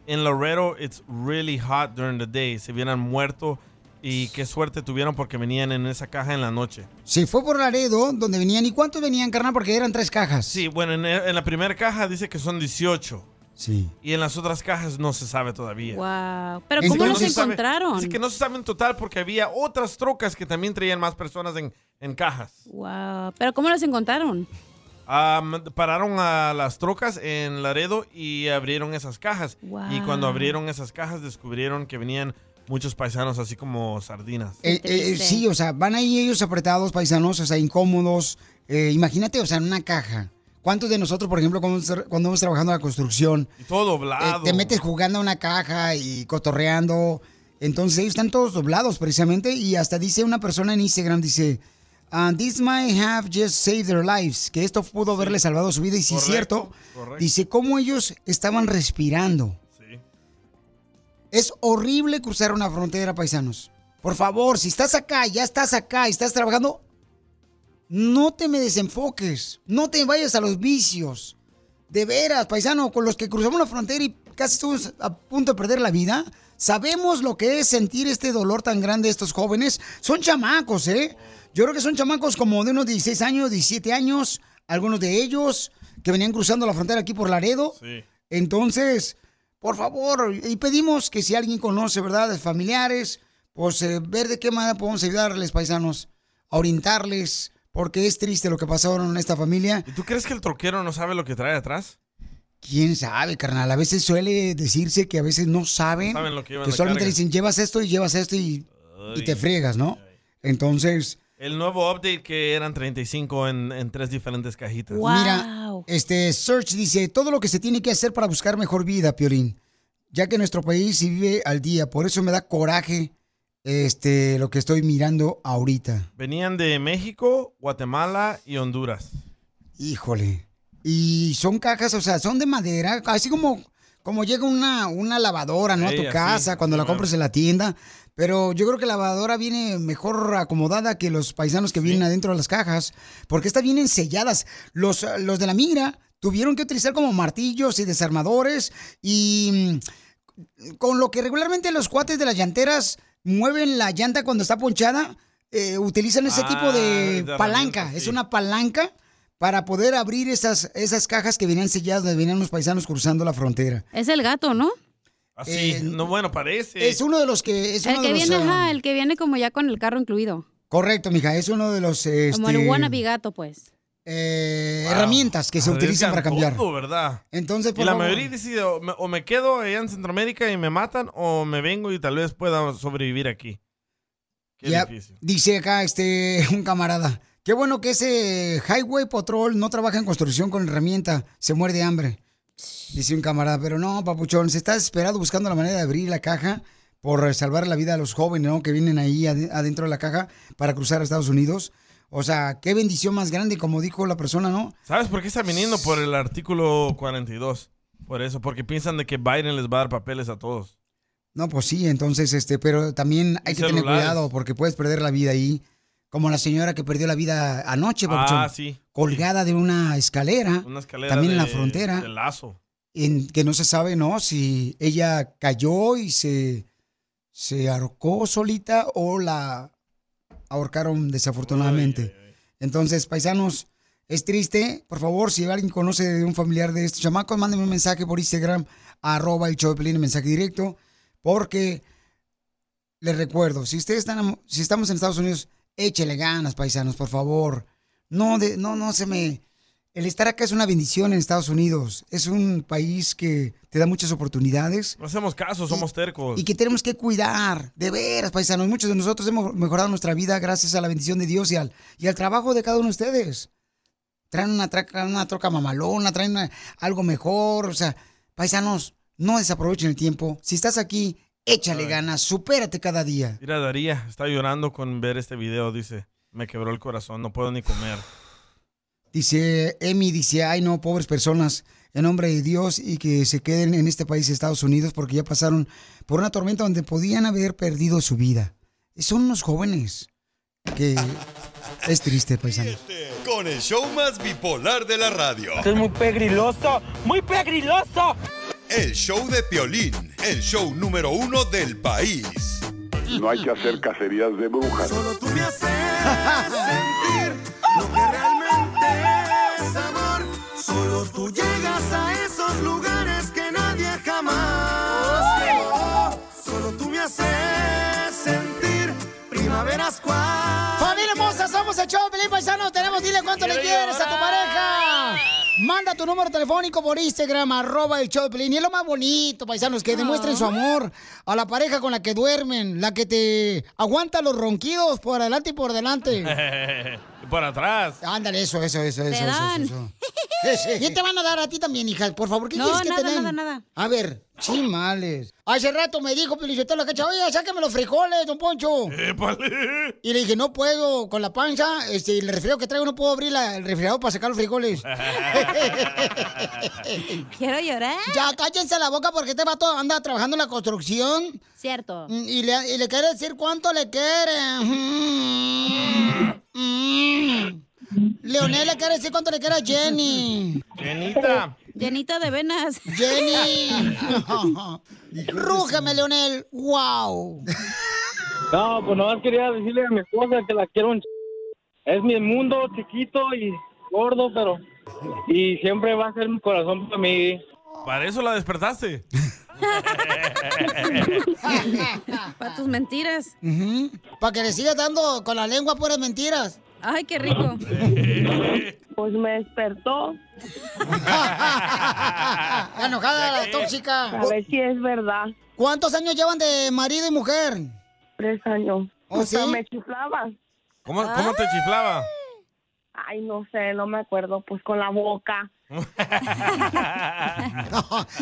[SPEAKER 6] En Laredo, it's really hot during the day. Se hubieran muerto y qué suerte tuvieron porque venían en esa caja en la noche.
[SPEAKER 4] se fue por Laredo, donde venían. ¿Y cuántos venían, carnal? Porque eran tres cajas.
[SPEAKER 6] Sí, bueno, en, en la primera caja dice que son 18
[SPEAKER 4] Sí.
[SPEAKER 6] y en las otras cajas no se sabe todavía.
[SPEAKER 5] Wow. Pero
[SPEAKER 6] Dice
[SPEAKER 5] ¿cómo
[SPEAKER 6] que
[SPEAKER 5] los
[SPEAKER 6] no se sabe-
[SPEAKER 5] encontraron?
[SPEAKER 6] dice que no se sabe en total porque había otras trocas que también traían más personas en, en cajas.
[SPEAKER 5] Wow. Pero ¿cómo los encontraron?
[SPEAKER 6] Am, pararon a las trocas en Laredo y abrieron esas cajas.
[SPEAKER 5] Wow.
[SPEAKER 6] Y cuando abrieron esas cajas descubrieron que venían muchos paisanos así como sardinas.
[SPEAKER 4] Eh, eh, sí, o sea, van ahí ellos apretados, paisanos, o sea, incómodos. Eh, imagínate, o sea, en una caja. ¿Cuántos de nosotros, por ejemplo, cuando, cuando vamos trabajando en la construcción,
[SPEAKER 6] Y todo doblado.
[SPEAKER 4] eh, te metes jugando a una caja y cotorreando? Entonces ellos están todos doblados precisamente y hasta dice una persona en Instagram, dice, "Ah, this might have just saved their lives, que esto pudo haberle salvado su vida y si es cierto,
[SPEAKER 11] correcto.
[SPEAKER 4] dice cómo ellos estaban respirando. Es horrible cruzar una frontera, paisanos. Por favor, si estás acá, ya estás acá y estás trabajando, no te me desenfoques, no te vayas a los vicios. De veras, paisano, con los que cruzamos la frontera y casi estuvimos a punto de perder la vida, sabemos lo que es sentir este dolor tan grande de estos jóvenes. Son chamacos, ¿eh? Yo creo que son chamacos como de unos 16 años, 17 años, algunos de ellos que venían cruzando la frontera aquí por Laredo.
[SPEAKER 6] Sí.
[SPEAKER 4] Entonces, por favor, y pedimos que si alguien conoce, ¿verdad?, de familiares, pues eh, ver de qué manera podemos ayudarles, paisanos, a orientarles, porque es triste lo que pasaron en esta familia.
[SPEAKER 6] ¿Y tú crees que el troquero no sabe lo que trae atrás?
[SPEAKER 4] ¿Quién sabe, carnal? A veces suele decirse que a veces no saben,
[SPEAKER 6] No saben lo que llevan la
[SPEAKER 4] solamente
[SPEAKER 6] carga.
[SPEAKER 4] dicen, llevas esto y llevas esto y, y
[SPEAKER 6] Ay.
[SPEAKER 4] te friegas, ¿no? Entonces,
[SPEAKER 6] El nuevo update que eran 35 en, en tres diferentes cajitas.
[SPEAKER 4] Mira, este Search dice todo lo que se tiene que hacer para buscar mejor vida, Piorín, ya que nuestro país sí vive al día, por eso me da coraje este lo que estoy mirando ahorita.
[SPEAKER 6] Venían de México, Guatemala y Honduras.
[SPEAKER 4] Híjole. Y son cajas, o sea, son de madera, así como como llega una, una lavadora, ¿no?
[SPEAKER 6] Sí,
[SPEAKER 4] a tu
[SPEAKER 6] así,
[SPEAKER 4] casa cuando la compras en la tienda, pero yo creo que la lavadora viene mejor acomodada que los paisanos que vienen adentro de las cajas, porque estas vienen selladas. Los eh, los de la migra tuvieron que utilizar como martillos y desarmadores y mm, con lo que regularmente los cuates de las llanteras mueven la llanta cuando está ponchada, eh, utilizan ese
[SPEAKER 11] Ah,
[SPEAKER 4] tipo de
[SPEAKER 11] de
[SPEAKER 4] palanca, es una palanca para poder abrir esas, esas cajas que venían selladas, donde venían los paisanos cruzando la frontera.
[SPEAKER 5] Es el gato, ¿no?
[SPEAKER 6] Así, no bueno, parece.
[SPEAKER 4] Eh, Es uno de los que... Es
[SPEAKER 5] el
[SPEAKER 4] uno
[SPEAKER 5] que
[SPEAKER 4] de los,
[SPEAKER 5] viene,
[SPEAKER 4] ah,
[SPEAKER 5] ajá, el que viene como ya con el carro incluido.
[SPEAKER 4] Correcto, mija, es uno de los...
[SPEAKER 5] Como
[SPEAKER 4] este,
[SPEAKER 5] el wannabe gato, pues.
[SPEAKER 4] eh, herramientas que se utilizan para cambiar.
[SPEAKER 6] Ah, Todo, ¿verdad?
[SPEAKER 4] Entonces,
[SPEAKER 6] Y
[SPEAKER 4] por
[SPEAKER 6] la
[SPEAKER 4] favor,
[SPEAKER 6] mayoría decide, o me, o me quedo allá en Centroamérica y me matan, o me vengo y tal vez pueda sobrevivir aquí. Qué
[SPEAKER 4] ya
[SPEAKER 6] difícil.
[SPEAKER 4] dice acá este un camarada, qué bueno que ese Highway Patrol no trabaja en construcción con herramienta, se muere de hambre. Dice un camarada, pero no, papuchón, se está desesperado buscando la manera de abrir la caja por salvar la vida a los jóvenes ¿no? que vienen ahí ade- adentro de la caja para cruzar a Estados Unidos. O sea, qué bendición más grande, como dijo la persona, ¿no?
[SPEAKER 6] ¿Sabes por qué están viniendo? Por el artículo 42. Por eso, porque piensan de que Biden les va a dar papeles a todos.
[SPEAKER 4] No, pues sí, entonces, este, pero también hay
[SPEAKER 6] Y
[SPEAKER 4] que tener
[SPEAKER 6] celulares.
[SPEAKER 4] cuidado porque puedes perder la vida ahí. Como la señora que perdió la vida anoche, papuchón.
[SPEAKER 6] Ah, sí.
[SPEAKER 4] Colgada de una escalera.
[SPEAKER 6] Una escalera
[SPEAKER 4] También en la
[SPEAKER 6] de-
[SPEAKER 4] frontera.
[SPEAKER 6] de lazo.
[SPEAKER 4] en que no se sabe, ¿no? Si ella cayó y se, se ahorcó solita o la ahorcaron desafortunadamente. Entonces, paisanos, es triste. Por favor, si alguien conoce de un familiar de estos chamacos, mándenme un mensaje por Instagram, arroba el show de Piolín, mensaje directo, porque les recuerdo, si ustedes están, si estamos en Estados Unidos, échele ganas, paisanos, por favor. No, de, no, no se me... El estar acá es una bendición en Estados Unidos. Es un país que te da muchas oportunidades
[SPEAKER 6] No hacemos caso, somos tercos.
[SPEAKER 4] y que tenemos que cuidar, de veras, paisanos. Muchos de nosotros hemos mejorado nuestra vida gracias a la bendición de Dios y al, y al trabajo de cada uno de ustedes. Traen una, traca- una troca mamalona, traen una- algo mejor. O sea, paisanos, no desaprovechen el tiempo. Si estás aquí, échale ganas, supérate cada día.
[SPEAKER 6] Mira, Daría está llorando con ver este video. Dice, me quebró el corazón, no puedo ni comer.
[SPEAKER 4] Dice Emi, dice, ay no, pobres personas, en nombre de Dios y que se queden en este país, Estados Unidos, porque ya pasaron por una tormenta donde podían haber perdido su vida. Son unos jóvenes. que es triste, paisano.
[SPEAKER 1] Con el show más bipolar de la radio.
[SPEAKER 11] es muy pegriloso, muy pegriloso.
[SPEAKER 1] El show de Piolín, el show número uno del país.
[SPEAKER 12] No hay que hacer cacerías de brujas.
[SPEAKER 11] Lo que realmente es amor, solo tú llegas a esos lugares que nadie jamás llegó. Solo tú me haces sentir primaveras cual.
[SPEAKER 4] Familia hermosa, somos el show, Felipe Paisano. Tenemos, dile cuánto le quieres a tu pareja. Manda tu número telefónico por Instagram, arroba el show de Pelín. Y es lo más bonito, paisanos, que demuestren su amor a la pareja con la que duermen, la que te aguanta los ronquidos por adelante y por delante.
[SPEAKER 6] Por atrás.
[SPEAKER 4] Ándale, eso, eso, eso,
[SPEAKER 6] Te
[SPEAKER 4] eso, eso,
[SPEAKER 6] dan.
[SPEAKER 4] eso. ¿Qué te van a dar a ti también, hija? Por favor, ¿qué
[SPEAKER 5] No,
[SPEAKER 4] quieres que te
[SPEAKER 5] nada,
[SPEAKER 4] den?
[SPEAKER 5] nada, nada.
[SPEAKER 4] A ver, chimales. Hace rato me dijo pues, Pelichotelo Cacha, oye, sáqueme los frijoles, don Poncho. Y le dije, no puedo, con la panza, este, y el refrigerador que traigo no puedo abrir la- el refrigerador para sacar los frijoles.
[SPEAKER 5] Quiero llorar.
[SPEAKER 4] Ya, cállense la boca porque este vato anda trabajando en la construcción.
[SPEAKER 5] Cierto.
[SPEAKER 4] Mm, Y le, y le quiere decir cuánto le quiere. Mm, mm. Leonel le quiere decir cuánto le quiere a Jenny.
[SPEAKER 10] Ah.
[SPEAKER 6] Jenita.
[SPEAKER 5] Llenita de venas.
[SPEAKER 4] Jenny. Rúgeme, Leonel. ¡Wow!
[SPEAKER 13] No, pues nomás quería decirle a mi esposa que la quiero un ch- Es mi este mundo chiquito y gordo, pero... Y siempre va a ser mi corazón para mí.
[SPEAKER 6] Para eso la despertaste.
[SPEAKER 5] Para tus mentiras.
[SPEAKER 4] Para que le siga dando con la lengua puras mentiras.
[SPEAKER 5] Ay, qué rico.
[SPEAKER 17] Pues me despertó.
[SPEAKER 4] Está Ah, enojada la tóxica.
[SPEAKER 17] A ver si es verdad.
[SPEAKER 4] ¿Cuántos años llevan de marido y mujer?
[SPEAKER 17] Tres años.
[SPEAKER 4] ¿Oh,
[SPEAKER 17] O sea,
[SPEAKER 4] sí?
[SPEAKER 17] me chiflaba.
[SPEAKER 6] ¿Cómo, cómo te chiflaba?
[SPEAKER 17] Ay, no sé, no me acuerdo. Pues con la boca.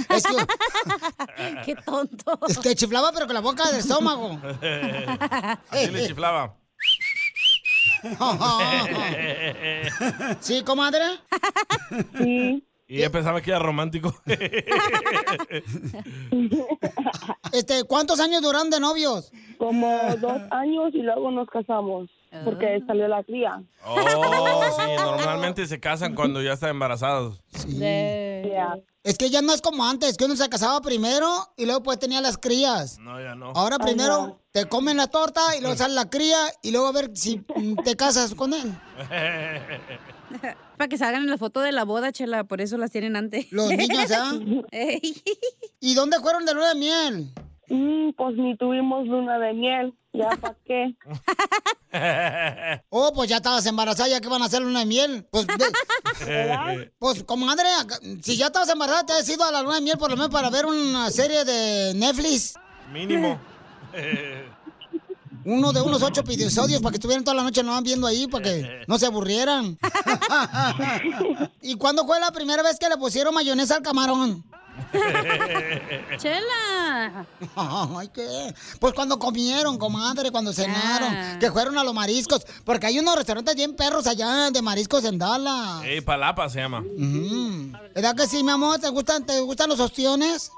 [SPEAKER 4] Es que-
[SPEAKER 5] Qué tonto.
[SPEAKER 4] Es que Este, chiflaba, pero con la boca del estómago.
[SPEAKER 6] Así le chiflaba.
[SPEAKER 4] ¿Sí, comadre?
[SPEAKER 6] Y ella pensaba que era romántico.
[SPEAKER 4] Este, ¿cuántos años duraron de novios?
[SPEAKER 17] Como dos años y luego nos casamos.
[SPEAKER 5] Ah.
[SPEAKER 17] Porque salió la cría.
[SPEAKER 6] Oh, sí, normalmente se casan cuando ya están embarazados.
[SPEAKER 17] Ya.
[SPEAKER 4] Es que ya no es como antes, que uno se casaba primero y luego pues tenía las crías.
[SPEAKER 6] No, ya no.
[SPEAKER 4] Ahora
[SPEAKER 6] Ay,
[SPEAKER 4] primero
[SPEAKER 6] no.
[SPEAKER 4] te comen la torta y luego sale la cría y luego a ver si mm, te casas con él.
[SPEAKER 5] Para que salgan en la foto de la boda, chela, por eso las tienen antes.
[SPEAKER 4] Los niños, ¿ah? ¿Y dónde fueron de luna de miel?
[SPEAKER 17] pues ni tuvimos luna de miel. ¿Ya para qué?
[SPEAKER 4] Oh, pues ya estabas embarazada, ya que van a hacer luna de miel. Pues, de- pues comadre, acá- si ya estabas embarazada, te has ido a la luna de miel por lo menos para ver una serie de Netflix.
[SPEAKER 6] Mínimo.
[SPEAKER 4] Uno de unos ocho episodios para que estuvieran toda la noche no viendo ahí, para que no se aburrieran. ¿Y cuándo fue la primera vez que le pusieron mayonesa al camarón?
[SPEAKER 5] Chela.
[SPEAKER 4] Ay, ¿qué? Pues cuando comieron, comadre, cuando cenaron, que fueron a los mariscos, porque hay unos restaurantes bien perros allá de mariscos en Dallas.
[SPEAKER 6] Ey, Palapa se llama.
[SPEAKER 4] ¿Verdad que sí, mi amor? ¿Te gustan, te gustan los ostiones?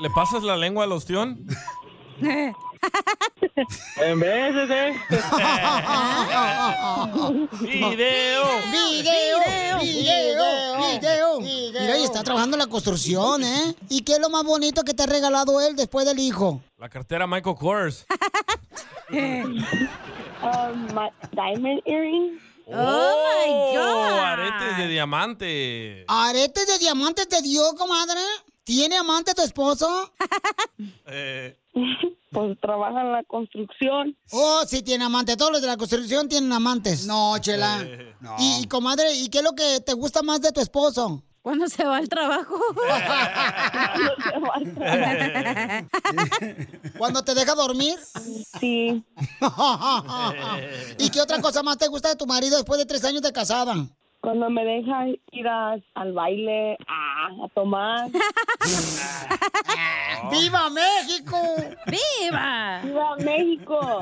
[SPEAKER 6] ¿Le pasas la lengua al ostión?
[SPEAKER 13] En ¿eh? vez de...
[SPEAKER 6] Video.
[SPEAKER 4] Video. Video. Video.
[SPEAKER 11] Video.
[SPEAKER 4] Mira, y está trabajando en la construcción, ¿eh? ¿Y qué es lo más bonito que te ha regalado él después del hijo?
[SPEAKER 6] La cartera Michael Kors.
[SPEAKER 17] Um, my diamond earring.
[SPEAKER 6] Oh, Aretes de diamante.
[SPEAKER 4] ¿Aretes de diamantes te dio, comadre? ¿Tiene amante tu esposo?
[SPEAKER 6] Eh,
[SPEAKER 4] Pues trabaja en la construcción. Oh, sí, tiene amante. Todos los de la construcción tienen amantes. No, chela.
[SPEAKER 11] Eh.
[SPEAKER 4] Y, y, comadre, ¿y qué es lo que te gusta más de tu esposo?
[SPEAKER 5] Cuando se va al trabajo.
[SPEAKER 4] ¿Cuándo te deja dormir? Sí. ¿Y qué otra cosa más te gusta de tu marido después de tres años de casada?
[SPEAKER 17] Cuando me deja ir a- al baile, a, a tomar.
[SPEAKER 4] Oh. ¡Viva México!
[SPEAKER 5] ¡Viva!
[SPEAKER 17] ¡Viva México!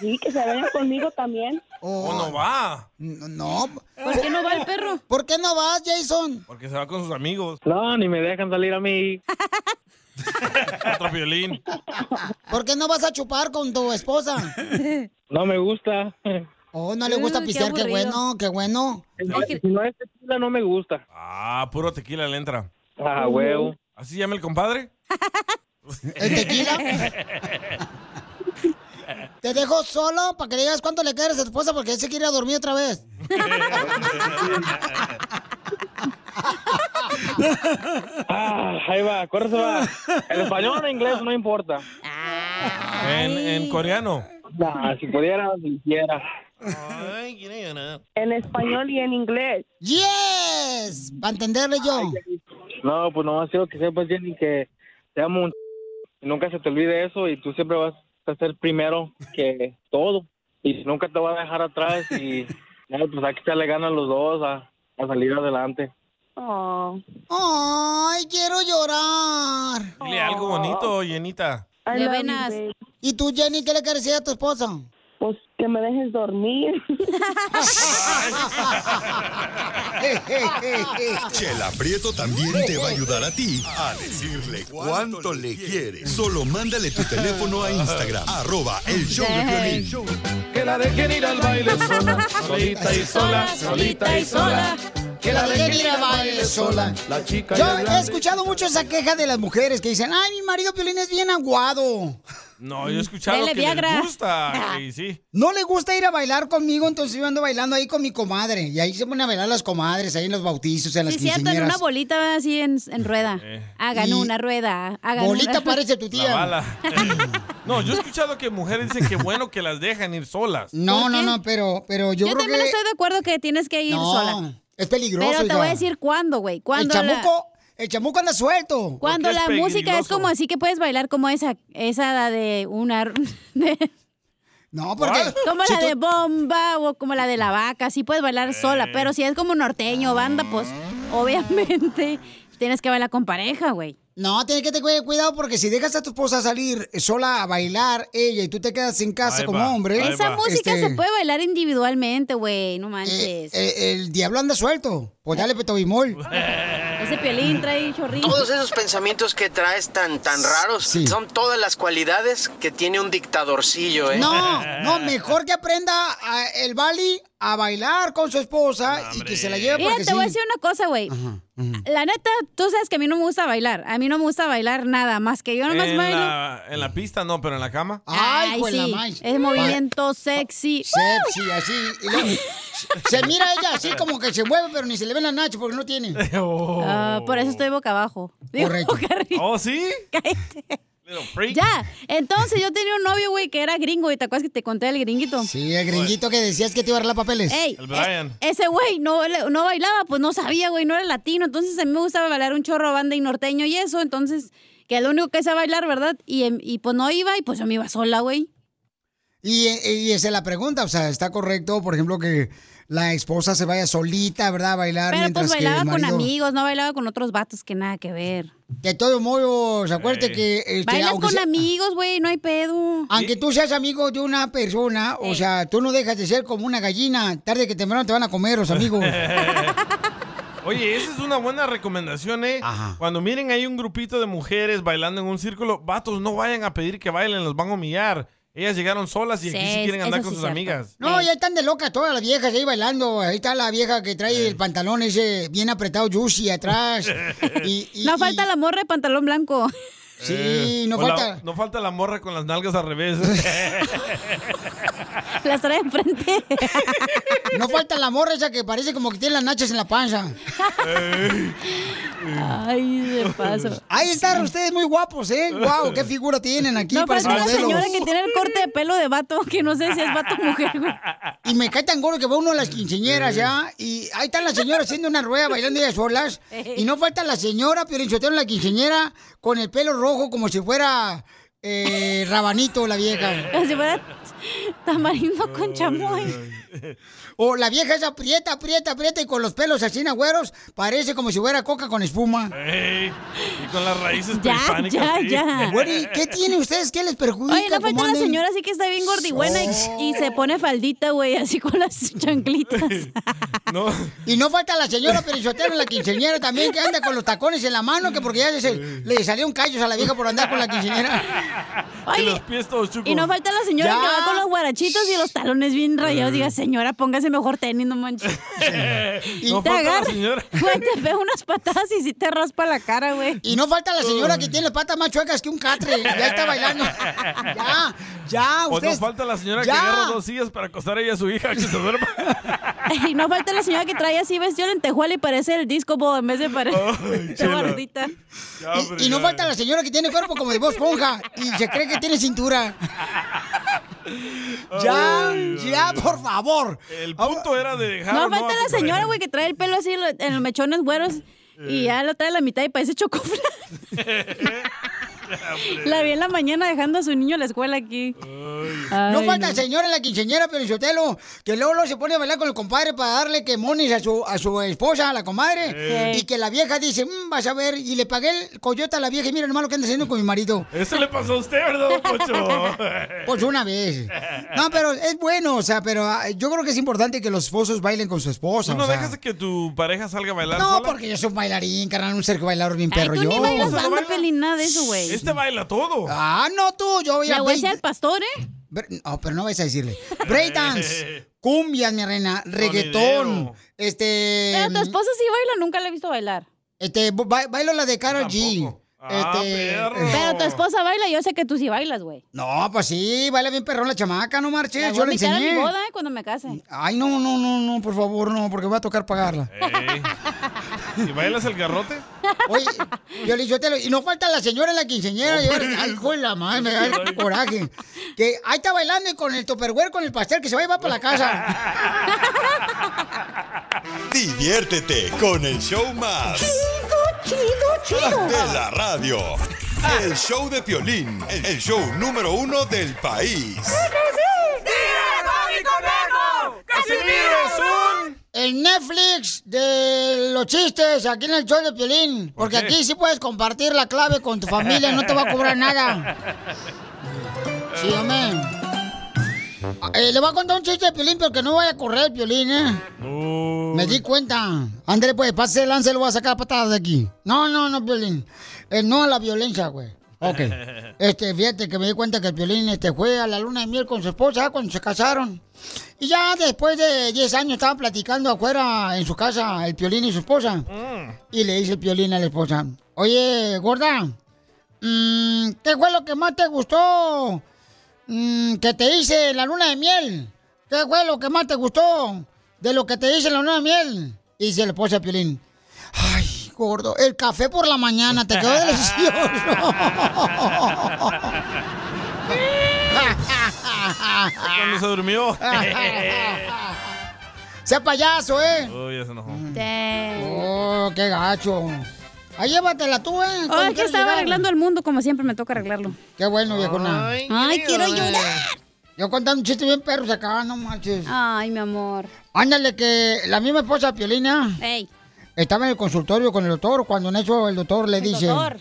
[SPEAKER 17] Sí, que se venga conmigo también.
[SPEAKER 6] ¿O no va?
[SPEAKER 4] No.
[SPEAKER 5] ¿Por qué no va el perro?
[SPEAKER 4] ¿Por qué no vas, Jason?
[SPEAKER 6] Porque se va con sus amigos.
[SPEAKER 13] No, ni me dejan salir a mí.
[SPEAKER 6] Otro violín.
[SPEAKER 4] ¿Por qué no vas a chupar con tu esposa?
[SPEAKER 13] No me gusta.
[SPEAKER 4] Oh, no le gusta
[SPEAKER 13] Uy, qué
[SPEAKER 4] pistear, qué,
[SPEAKER 13] aburrido.
[SPEAKER 4] bueno, qué bueno.
[SPEAKER 13] Si no es tequila, no me gusta.
[SPEAKER 6] Ah, puro tequila le entra.
[SPEAKER 13] Ah, huevo.
[SPEAKER 6] ¿Así llama el compadre?
[SPEAKER 4] ¿El tequila? Te dejo solo para que le digas cuánto le quieres a tu esposa porque él se quiere ir a dormir otra vez.
[SPEAKER 13] Ah, ahí va, corre, se va. El español o inglés no importa.
[SPEAKER 6] En, en coreano.
[SPEAKER 13] Nah, si pudiera, si quisiera.
[SPEAKER 17] En español y en inglés.
[SPEAKER 4] ¡Yes! Para entenderle yo.
[SPEAKER 13] No, pues nomás quiero que sepas, Jenny, que te amo un... y Nunca se te olvide eso y tú siempre vas a ser primero que todo. Y nunca te vas a dejar atrás y ya, pues aquí te le ganan los dos a, a salir adelante.
[SPEAKER 4] Oh. Ay, quiero llorar.
[SPEAKER 6] Dile algo bonito, Yenita.
[SPEAKER 4] De venas. ¿Y tú, Jenny, qué le quieres decir a tu esposa? Pues que me dejes dormir.
[SPEAKER 1] Chela Prieto también te va a ayudar a ti a decirle cuánto le quiere. Solo mándale tu teléfono a Instagram, arroba el show de Piolín.
[SPEAKER 11] Que la dejen ir al baile sola, solita y sola, solita y sola.
[SPEAKER 4] Que la dejen ir al baile sola.
[SPEAKER 11] La chica
[SPEAKER 4] Yo he escuchado mucho esa queja de las mujeres que dicen, ay, mi marido Piolín es bien aguado.
[SPEAKER 6] No, yo he escuchado
[SPEAKER 4] Dele
[SPEAKER 6] que
[SPEAKER 4] Viagra.
[SPEAKER 6] les gusta. Y sí.
[SPEAKER 4] No le gusta ir a bailar conmigo, entonces yo ando bailando ahí con mi comadre. Y ahí se ponen a bailar las comadres, ahí en los bautizos, en las
[SPEAKER 5] Sí, cierto, en
[SPEAKER 4] quinceañeras.
[SPEAKER 5] una bolita así en, en rueda. Hagan
[SPEAKER 4] Y-
[SPEAKER 5] una rueda. Hagan
[SPEAKER 4] Bolita
[SPEAKER 5] una-
[SPEAKER 4] parece tu
[SPEAKER 6] La bala. No, yo he escuchado que mujeres dicen que bueno que las dejan ir solas.
[SPEAKER 4] No, no, no, pero, pero yo,
[SPEAKER 5] Yo
[SPEAKER 4] creo que...
[SPEAKER 5] también estoy de acuerdo que tienes que ir
[SPEAKER 4] No,
[SPEAKER 5] sola.
[SPEAKER 4] es peligroso,
[SPEAKER 5] Pero te voy a
[SPEAKER 4] hija.
[SPEAKER 5] decir cuándo, güey. Cuando
[SPEAKER 4] el
[SPEAKER 5] la-
[SPEAKER 4] chamuco, el chamuco anda suelto.
[SPEAKER 5] Cuando la música es como así que puedes bailar como esa, esa de una... de-
[SPEAKER 4] No,
[SPEAKER 11] porque
[SPEAKER 5] Como
[SPEAKER 11] si
[SPEAKER 5] la
[SPEAKER 11] tú-
[SPEAKER 5] de bomba o como la de la vaca, sí puedes bailar sola, pero si es como norteño, banda, pues obviamente tienes que bailar con pareja, güey.
[SPEAKER 4] No, tienes que tener cuidado porque si dejas a tu esposa salir eh, sola a bailar ella y tú te quedas en casa
[SPEAKER 5] Ahí
[SPEAKER 4] como
[SPEAKER 5] va,
[SPEAKER 4] hombre.
[SPEAKER 5] Esa música
[SPEAKER 4] este,
[SPEAKER 5] se puede bailar individualmente, güey, no manches.
[SPEAKER 4] eh, el diablo anda suelto. Pues dale petobimol.
[SPEAKER 5] Ese piolín trae chorrito.
[SPEAKER 9] Todos esos pensamientos que traes tan, tan raros son todas las cualidades que tiene un dictadorcillo, ¿eh?
[SPEAKER 4] No, no, mejor que aprenda a- el Bali a bailar con su esposa y que se la lleve
[SPEAKER 5] Mira,
[SPEAKER 4] porque
[SPEAKER 5] te
[SPEAKER 4] sí.
[SPEAKER 5] voy a decir una cosa, güey. La neta, tú sabes que a mí no me gusta bailar. A mí no me gusta bailar nada más que yo nomás
[SPEAKER 6] en,
[SPEAKER 5] bailo.
[SPEAKER 6] la, en la pista no, pero en la cama.
[SPEAKER 5] Ay,
[SPEAKER 4] hijo de la
[SPEAKER 5] sí.
[SPEAKER 4] maíz.
[SPEAKER 5] Es movimiento sexy.
[SPEAKER 4] Sexy, así. y luego se mira ella así como que se mueve, pero ni se le ven las nachas porque no tiene.
[SPEAKER 5] Ah, por eso estoy boca abajo. Digo,
[SPEAKER 4] Correcto.
[SPEAKER 5] boca arriba.
[SPEAKER 6] ¿Oh, sí?
[SPEAKER 5] Ya, entonces yo tenía un novio, güey, que era gringo. ¿Y te acuerdas que te conté del gringuito?
[SPEAKER 4] Sí, el gringuito que decías que te iba a arreglar papeles.
[SPEAKER 5] Ey,
[SPEAKER 4] El
[SPEAKER 5] e-
[SPEAKER 4] Brian.
[SPEAKER 5] ese güey no, le- no bailaba, pues no sabía, güey, no era latino. Entonces a mí me gustaba bailar un chorro banda y norteño y eso. Entonces, que lo único que sé bailar, ¿verdad? Y, em, y pues no iba y pues yo me iba sola, güey.
[SPEAKER 4] Y, y esa es la pregunta, o sea, ¿está correcto, por ejemplo, que la esposa se vaya solita, ¿verdad? A bailar
[SPEAKER 5] Pero
[SPEAKER 4] Ah, mientras
[SPEAKER 5] pues bailaba
[SPEAKER 4] que el
[SPEAKER 5] con
[SPEAKER 4] marido...
[SPEAKER 5] amigos, no bailaba con otros vatos que nada que ver.
[SPEAKER 4] De todo modo, se acuérdate
[SPEAKER 5] Ey.
[SPEAKER 4] que... este,
[SPEAKER 5] Bailas
[SPEAKER 4] aunque
[SPEAKER 5] con
[SPEAKER 4] sea-
[SPEAKER 5] amigos, güey, no hay pedo.
[SPEAKER 4] Aunque tú seas amigo de una persona, o sea, tú no dejas de ser como una gallina. Tarde que temprano te van a comer los amigos.
[SPEAKER 6] Oye, esa es una buena recomendación, ¿eh? Cuando miren ahí un grupito de mujeres bailando en un círculo, vatos, no vayan a pedir que bailen, los van a humillar. Ellas llegaron solas y aquí sí quieren andar con sus amigas.
[SPEAKER 4] No, ya están de locas todas las viejas ahí bailando. Ahí está la vieja que
[SPEAKER 6] Eh.
[SPEAKER 4] trae el pantalón ese bien apretado, juicy atrás.
[SPEAKER 5] no falta la morra de pantalón blanco.
[SPEAKER 4] Sí,
[SPEAKER 6] Eh,
[SPEAKER 4] no
[SPEAKER 6] o la-
[SPEAKER 4] falta.
[SPEAKER 6] no falta la morra con las nalgas al revés.
[SPEAKER 5] Las trae enfrente.
[SPEAKER 4] No falta la morra esa que parece como que tiene las nachas en la panza.
[SPEAKER 5] Ay, de paso.
[SPEAKER 4] Ahí están ustedes muy guapos, ¿eh? Wow, qué figura tienen aquí
[SPEAKER 5] No
[SPEAKER 4] para
[SPEAKER 5] falta la
[SPEAKER 4] modelos.
[SPEAKER 5] señora que tiene el corte de pelo de vato, que no sé si es vato o mujer, güey.
[SPEAKER 4] Y me cae tan gordo que va uno a las quinceñeras ya. Y ahí están las señoras haciendo una rueda bailando ellas solas. Y no falta la señora, pero en la quinceñera, con el pelo rojo como si fuera eh, rabanito la vieja.
[SPEAKER 5] Como si fuera tamarindo con chamoy.
[SPEAKER 4] O la vieja esa aprieta, aprieta, aprieta y con los pelos así en agüeros, parece como si fuera coca con espuma.
[SPEAKER 6] Ey, y con las raíces
[SPEAKER 4] Ya,
[SPEAKER 6] prehispánicas.
[SPEAKER 4] ya,
[SPEAKER 6] sí.
[SPEAKER 4] ya. Güey, ¿qué tiene ustedes? ¿Qué les perjudica?
[SPEAKER 5] Oye, no falta
[SPEAKER 4] ¿Cómo
[SPEAKER 5] la
[SPEAKER 4] andan?
[SPEAKER 5] señora así que está bien gordibuena y, y se pone faldita, güey, así con las chanclitas.
[SPEAKER 6] No.
[SPEAKER 4] Y no falta la señora Perichotero, la quinceñera también, que anda con los tacones en la mano, que porque ya se- le salieron callos a la vieja por andar con la quinceñera.
[SPEAKER 6] Y los pies todos chucos.
[SPEAKER 5] Y no falta la señora
[SPEAKER 4] Ya. Mm.
[SPEAKER 5] que va con los guarachitos y los talones bien rayados. Diga, señora, póngase mejor tenis, no manches.
[SPEAKER 4] Y no falta la señora.
[SPEAKER 5] Güey, te pega unas patadas y sí te raspa la cara, güey.
[SPEAKER 4] Y no falta la señora que tiene las patas más chuecas que un catre. Ya está bailando. Ya, ya,
[SPEAKER 6] O no
[SPEAKER 4] Ah, ustedes.
[SPEAKER 6] Pues falta la señora que
[SPEAKER 4] Ya.
[SPEAKER 6] agarra dos sillas para acostar ella a su hija que se duerma.
[SPEAKER 5] Y no falta la señora que trae así vestido lentejuela y parece el disco ball en vez de
[SPEAKER 6] Ay,
[SPEAKER 5] parecer
[SPEAKER 6] Chela. Ah,
[SPEAKER 5] gordita.
[SPEAKER 4] Y no falta la señora que tiene cuerpo como de voz ponja y se cree que tiene cintura. Ya, Ah, ya, por favor.
[SPEAKER 6] Oh, El punto era de dejar.
[SPEAKER 5] No
[SPEAKER 6] o a
[SPEAKER 5] falta
[SPEAKER 6] tu
[SPEAKER 5] la señora,
[SPEAKER 6] pareja.
[SPEAKER 5] güey, que trae el pelo así lo- en los mechones güeros.
[SPEAKER 6] Eh.
[SPEAKER 5] Y ya lo trae la mitad y parece chocofla. La vi en la mañana dejando a su niño a la escuela aquí.
[SPEAKER 4] no
[SPEAKER 5] Ay,
[SPEAKER 4] falta la señora en la quinceñera, pero Sotelo, que luego, luego se pone a bailar con el compadre para darle quemones a su, a su esposa, a la comadre.
[SPEAKER 6] Ey.
[SPEAKER 4] Y que la vieja dice, "Mm, vas a ver, y le pagué el coyote a la vieja y mira nomás lo que anda haciendo con mi marido.
[SPEAKER 6] Eso le pasó a usted, ¿verdad, don Pocho?
[SPEAKER 4] Pues una vez. No, pero es bueno, o sea, pero ah, yo creo que es importante que los esposos bailen con su esposa.
[SPEAKER 6] ¿Tú no
[SPEAKER 4] o sea.
[SPEAKER 6] dejas que tu pareja salga a bailar
[SPEAKER 4] No,
[SPEAKER 6] sola?
[SPEAKER 4] porque yo soy un bailarín, carnal, un cerco bailador bien perro.
[SPEAKER 5] tú
[SPEAKER 4] yo.
[SPEAKER 5] ni bailas banda, Pelín, nada de eso, güey.
[SPEAKER 6] Este baila todo.
[SPEAKER 4] Ah, no tú, yo voy
[SPEAKER 5] Le
[SPEAKER 4] a...
[SPEAKER 5] voy a decir al pastor, ¿eh?
[SPEAKER 4] Bre- No, pero no vais a decirle. Breakdance, cumbias, mi reina, reggaetón,
[SPEAKER 5] Sonidero.
[SPEAKER 4] este...
[SPEAKER 5] Pero tu esposa sí baila, nunca la he visto bailar.
[SPEAKER 4] Este, ba- bailo la de Karol G.
[SPEAKER 5] Ah,
[SPEAKER 6] Ah,
[SPEAKER 4] Este,
[SPEAKER 5] Pero tu esposa baila, yo sé que tú sí bailas, güey.
[SPEAKER 4] No, pues sí, baila bien perrón la chamaca, no marches,
[SPEAKER 5] La voy
[SPEAKER 4] yo
[SPEAKER 5] a
[SPEAKER 4] le
[SPEAKER 5] invitar a
[SPEAKER 4] enseñé.
[SPEAKER 5] mi boda, ¿eh? Cuando me case.
[SPEAKER 4] Ay, no, no, no, no, por favor, no, porque va a tocar pagarla.
[SPEAKER 6] Eh. Ey. ¿Y bailas el garrote?
[SPEAKER 4] Oye, yo le yo te lo- y no falta la señora en la quinceñera, yo- ay, hijo de la madre, me da el coraje. Que ahí está bailando y con el topperware, con el pastel, que se va y va para la casa.
[SPEAKER 1] Diviértete con el show más.
[SPEAKER 4] Chido, chido,
[SPEAKER 1] De la radio. El show de Piolín, el show número uno del país.
[SPEAKER 4] El Netflix de los chistes aquí en el show de Piolín. Porque
[SPEAKER 11] qué?
[SPEAKER 4] aquí sí puedes compartir la clave con tu familia, no te va a cobrar nada. Sí, hombre. Eh, le voy a contar un chiste de Piolín, pero que no vaya a correr el Piolín, ¿eh? Me di cuenta. André, pues, pase el lance, lo voy a sacar a patadas de aquí. No, no, no, Piolín. Eh, no a la violencia, güey. Ok. Este, fíjate que me di cuenta que el Piolín este, fue a la luna de miel con su esposa cuando se casaron. Y ya después de 10 años estaban platicando afuera en su casa el Piolín y su esposa. Y le dice el Piolín a la esposa, oye, gorda, mm, ¿qué fue lo que más te gustó mm, que te hice en la luna de miel? ¿Qué fue lo que más te gustó de lo que te hice en la luna de miel? Y dice la esposa de Piolín, ay, gordo, el café por la mañana, te quedó delicioso. Ah.
[SPEAKER 6] Cuando se durmió.
[SPEAKER 4] sea payaso, ¿eh?
[SPEAKER 6] Uy, ya se enojó.
[SPEAKER 4] Oh, qué gacho. Ahí llévatela tú, ¿eh?
[SPEAKER 5] Oh,
[SPEAKER 4] Cuando
[SPEAKER 5] es que
[SPEAKER 4] quieras
[SPEAKER 5] estaba
[SPEAKER 4] llegar.
[SPEAKER 5] arreglando el mundo, como siempre me toca arreglarlo.
[SPEAKER 4] Qué bueno, viejona.
[SPEAKER 5] Ay, Ay, quiero quiero llorar. llorar.
[SPEAKER 4] Yo contando un chiste bien perro acá, no manches.
[SPEAKER 5] Ay, mi amor.
[SPEAKER 4] Ándale, que la misma esposa ¿ah? de Piolina
[SPEAKER 5] Ey.
[SPEAKER 4] estaba en el consultorio con el doctor cuando en eso el doctor le
[SPEAKER 5] El
[SPEAKER 4] dice...
[SPEAKER 5] doctor.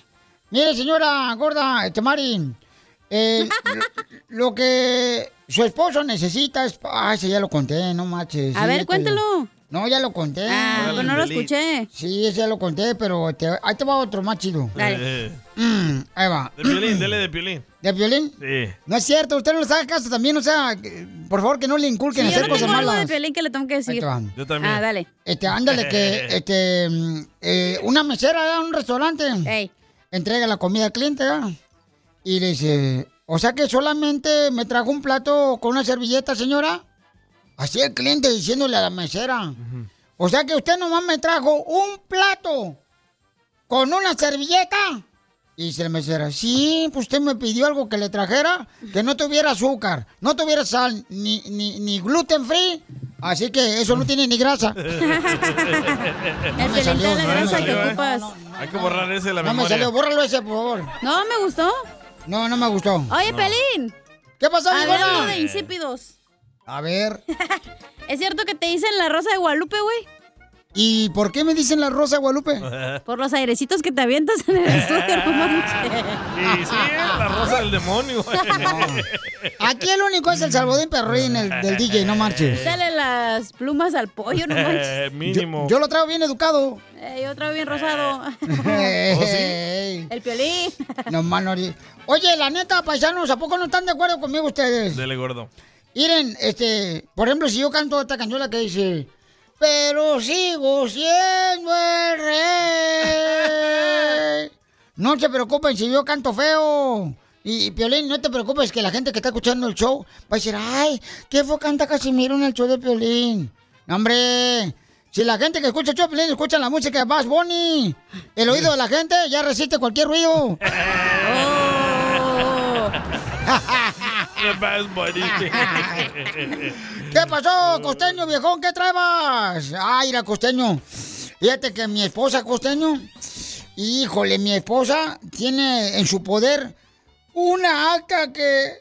[SPEAKER 4] Mire, señora gorda, este Mari, eh, lo, lo que su esposo necesita es... Ay, sí, ya lo conté, no manches.
[SPEAKER 5] A ver,
[SPEAKER 4] sí, que-
[SPEAKER 5] cuéntelo.
[SPEAKER 4] No, ya lo conté.
[SPEAKER 5] Ah, pues no lo escuché.
[SPEAKER 4] Sí, ese ya lo conté, pero este, ahí te va otro más chido.
[SPEAKER 6] Eh,
[SPEAKER 4] Mm, ahí va.
[SPEAKER 6] De piolín, dele de piolín.
[SPEAKER 4] ¿De violín?
[SPEAKER 6] Sí.
[SPEAKER 4] No es cierto, usted no les haga caso también, o sea, que- por favor que no le inculquen
[SPEAKER 5] Sí, yo
[SPEAKER 4] hacer
[SPEAKER 5] no
[SPEAKER 4] cosas
[SPEAKER 5] tengo algo de
[SPEAKER 4] malas.
[SPEAKER 5] Pelín que le tengo que decir.
[SPEAKER 4] van. Yo también.
[SPEAKER 5] Ah, dale.
[SPEAKER 4] Este, ándale, que este, mm, eh, una mesera a un restaurante entrega la comida al cliente ¿verdad? y le dice, o sea que solamente me trajo un plato con una servilleta, señora. Así el cliente diciéndole a la mesera, o sea que usted nomás me trajo un plato con una servilleta. Y dice la mesera, sí, pues usted me pidió algo que le trajera, que no tuviera azúcar, no tuviera sal, ni, ni, ni gluten free, así que eso no tiene ni grasa.
[SPEAKER 5] El
[SPEAKER 4] me
[SPEAKER 5] Pelín
[SPEAKER 4] salió,
[SPEAKER 5] trae la
[SPEAKER 4] no me
[SPEAKER 5] grasa
[SPEAKER 4] salió,
[SPEAKER 5] que
[SPEAKER 4] eh.
[SPEAKER 5] ocupas.
[SPEAKER 6] Hay que borrar ese de la
[SPEAKER 4] No me
[SPEAKER 6] memoria.
[SPEAKER 4] salió, bórralo ese, por favor.
[SPEAKER 5] No, me gustó.
[SPEAKER 4] No, no me gustó.
[SPEAKER 5] Oye, Pelín.
[SPEAKER 4] ¿Qué pasó, mi
[SPEAKER 5] Hablando
[SPEAKER 4] gorda?
[SPEAKER 6] Eh.
[SPEAKER 5] de insípidos.
[SPEAKER 4] A ver.
[SPEAKER 6] Eh.
[SPEAKER 5] ¿Es cierto que te dicen la rosa de Guadalupe, güey?
[SPEAKER 4] ¿Y por qué me dicen la Rosa de Guadalupe?
[SPEAKER 5] Por los airecitos que te avientas en el estudio, no manches.
[SPEAKER 6] Sí, sí, la rosa del demonio.
[SPEAKER 4] Aquí el único es el Salvador Perrín, el del DJ, no marches.
[SPEAKER 5] Dale las plumas al pollo, no manches.
[SPEAKER 6] Eh, Mínimo.
[SPEAKER 4] Yo lo traigo bien educado.
[SPEAKER 5] Eh, y otro bien rosado.
[SPEAKER 4] Ey,
[SPEAKER 5] El piolín.
[SPEAKER 4] No más ¿Oh, no ri- Oye, la neta, paisanos, ¿a poco no están de acuerdo conmigo ustedes?
[SPEAKER 6] Dele gordo.
[SPEAKER 4] Miren, este, por ejemplo, si yo canto esta canción que dice, pero sigo siendo el rey. No se preocupen si yo canto feo. Y, y, Piolín, no te preocupes que la gente que está escuchando el show va a decir, ay, ¿qué fue canta Casimiro en el show de Piolín? No, hombre, si la gente que escucha el show de Piolín escucha la música de Bass Bunny, el oído de la gente ya resiste cualquier ruido.
[SPEAKER 11] The best buddy.
[SPEAKER 4] ¿Qué pasó, costeño, viejón? ¿Qué traebas? Ay, era costeño. Fíjate que mi esposa, costeño, híjole, mi esposa tiene en su poder una acta que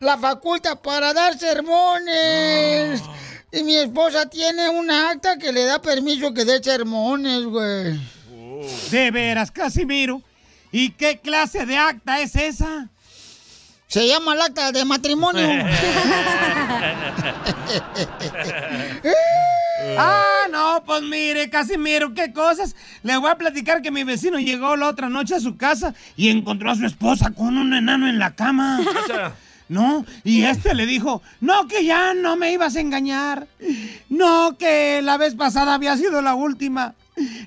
[SPEAKER 4] la faculta para dar sermones.
[SPEAKER 14] Ah.
[SPEAKER 4] Y mi esposa tiene una acta que le da permiso que dé sermones, güey.
[SPEAKER 14] De veras, Casimiro. ¿Y qué clase de acta es esa?
[SPEAKER 4] Se llama el acta de matrimonio.
[SPEAKER 14] Ah, no, pues mire, Casimiro, qué cosas. Le voy a platicar que mi vecino llegó la otra noche a su casa y encontró a su esposa con un enano en la cama. No, y este le dijo, no, que ya no me ibas a engañar. No, que la vez pasada había sido la última.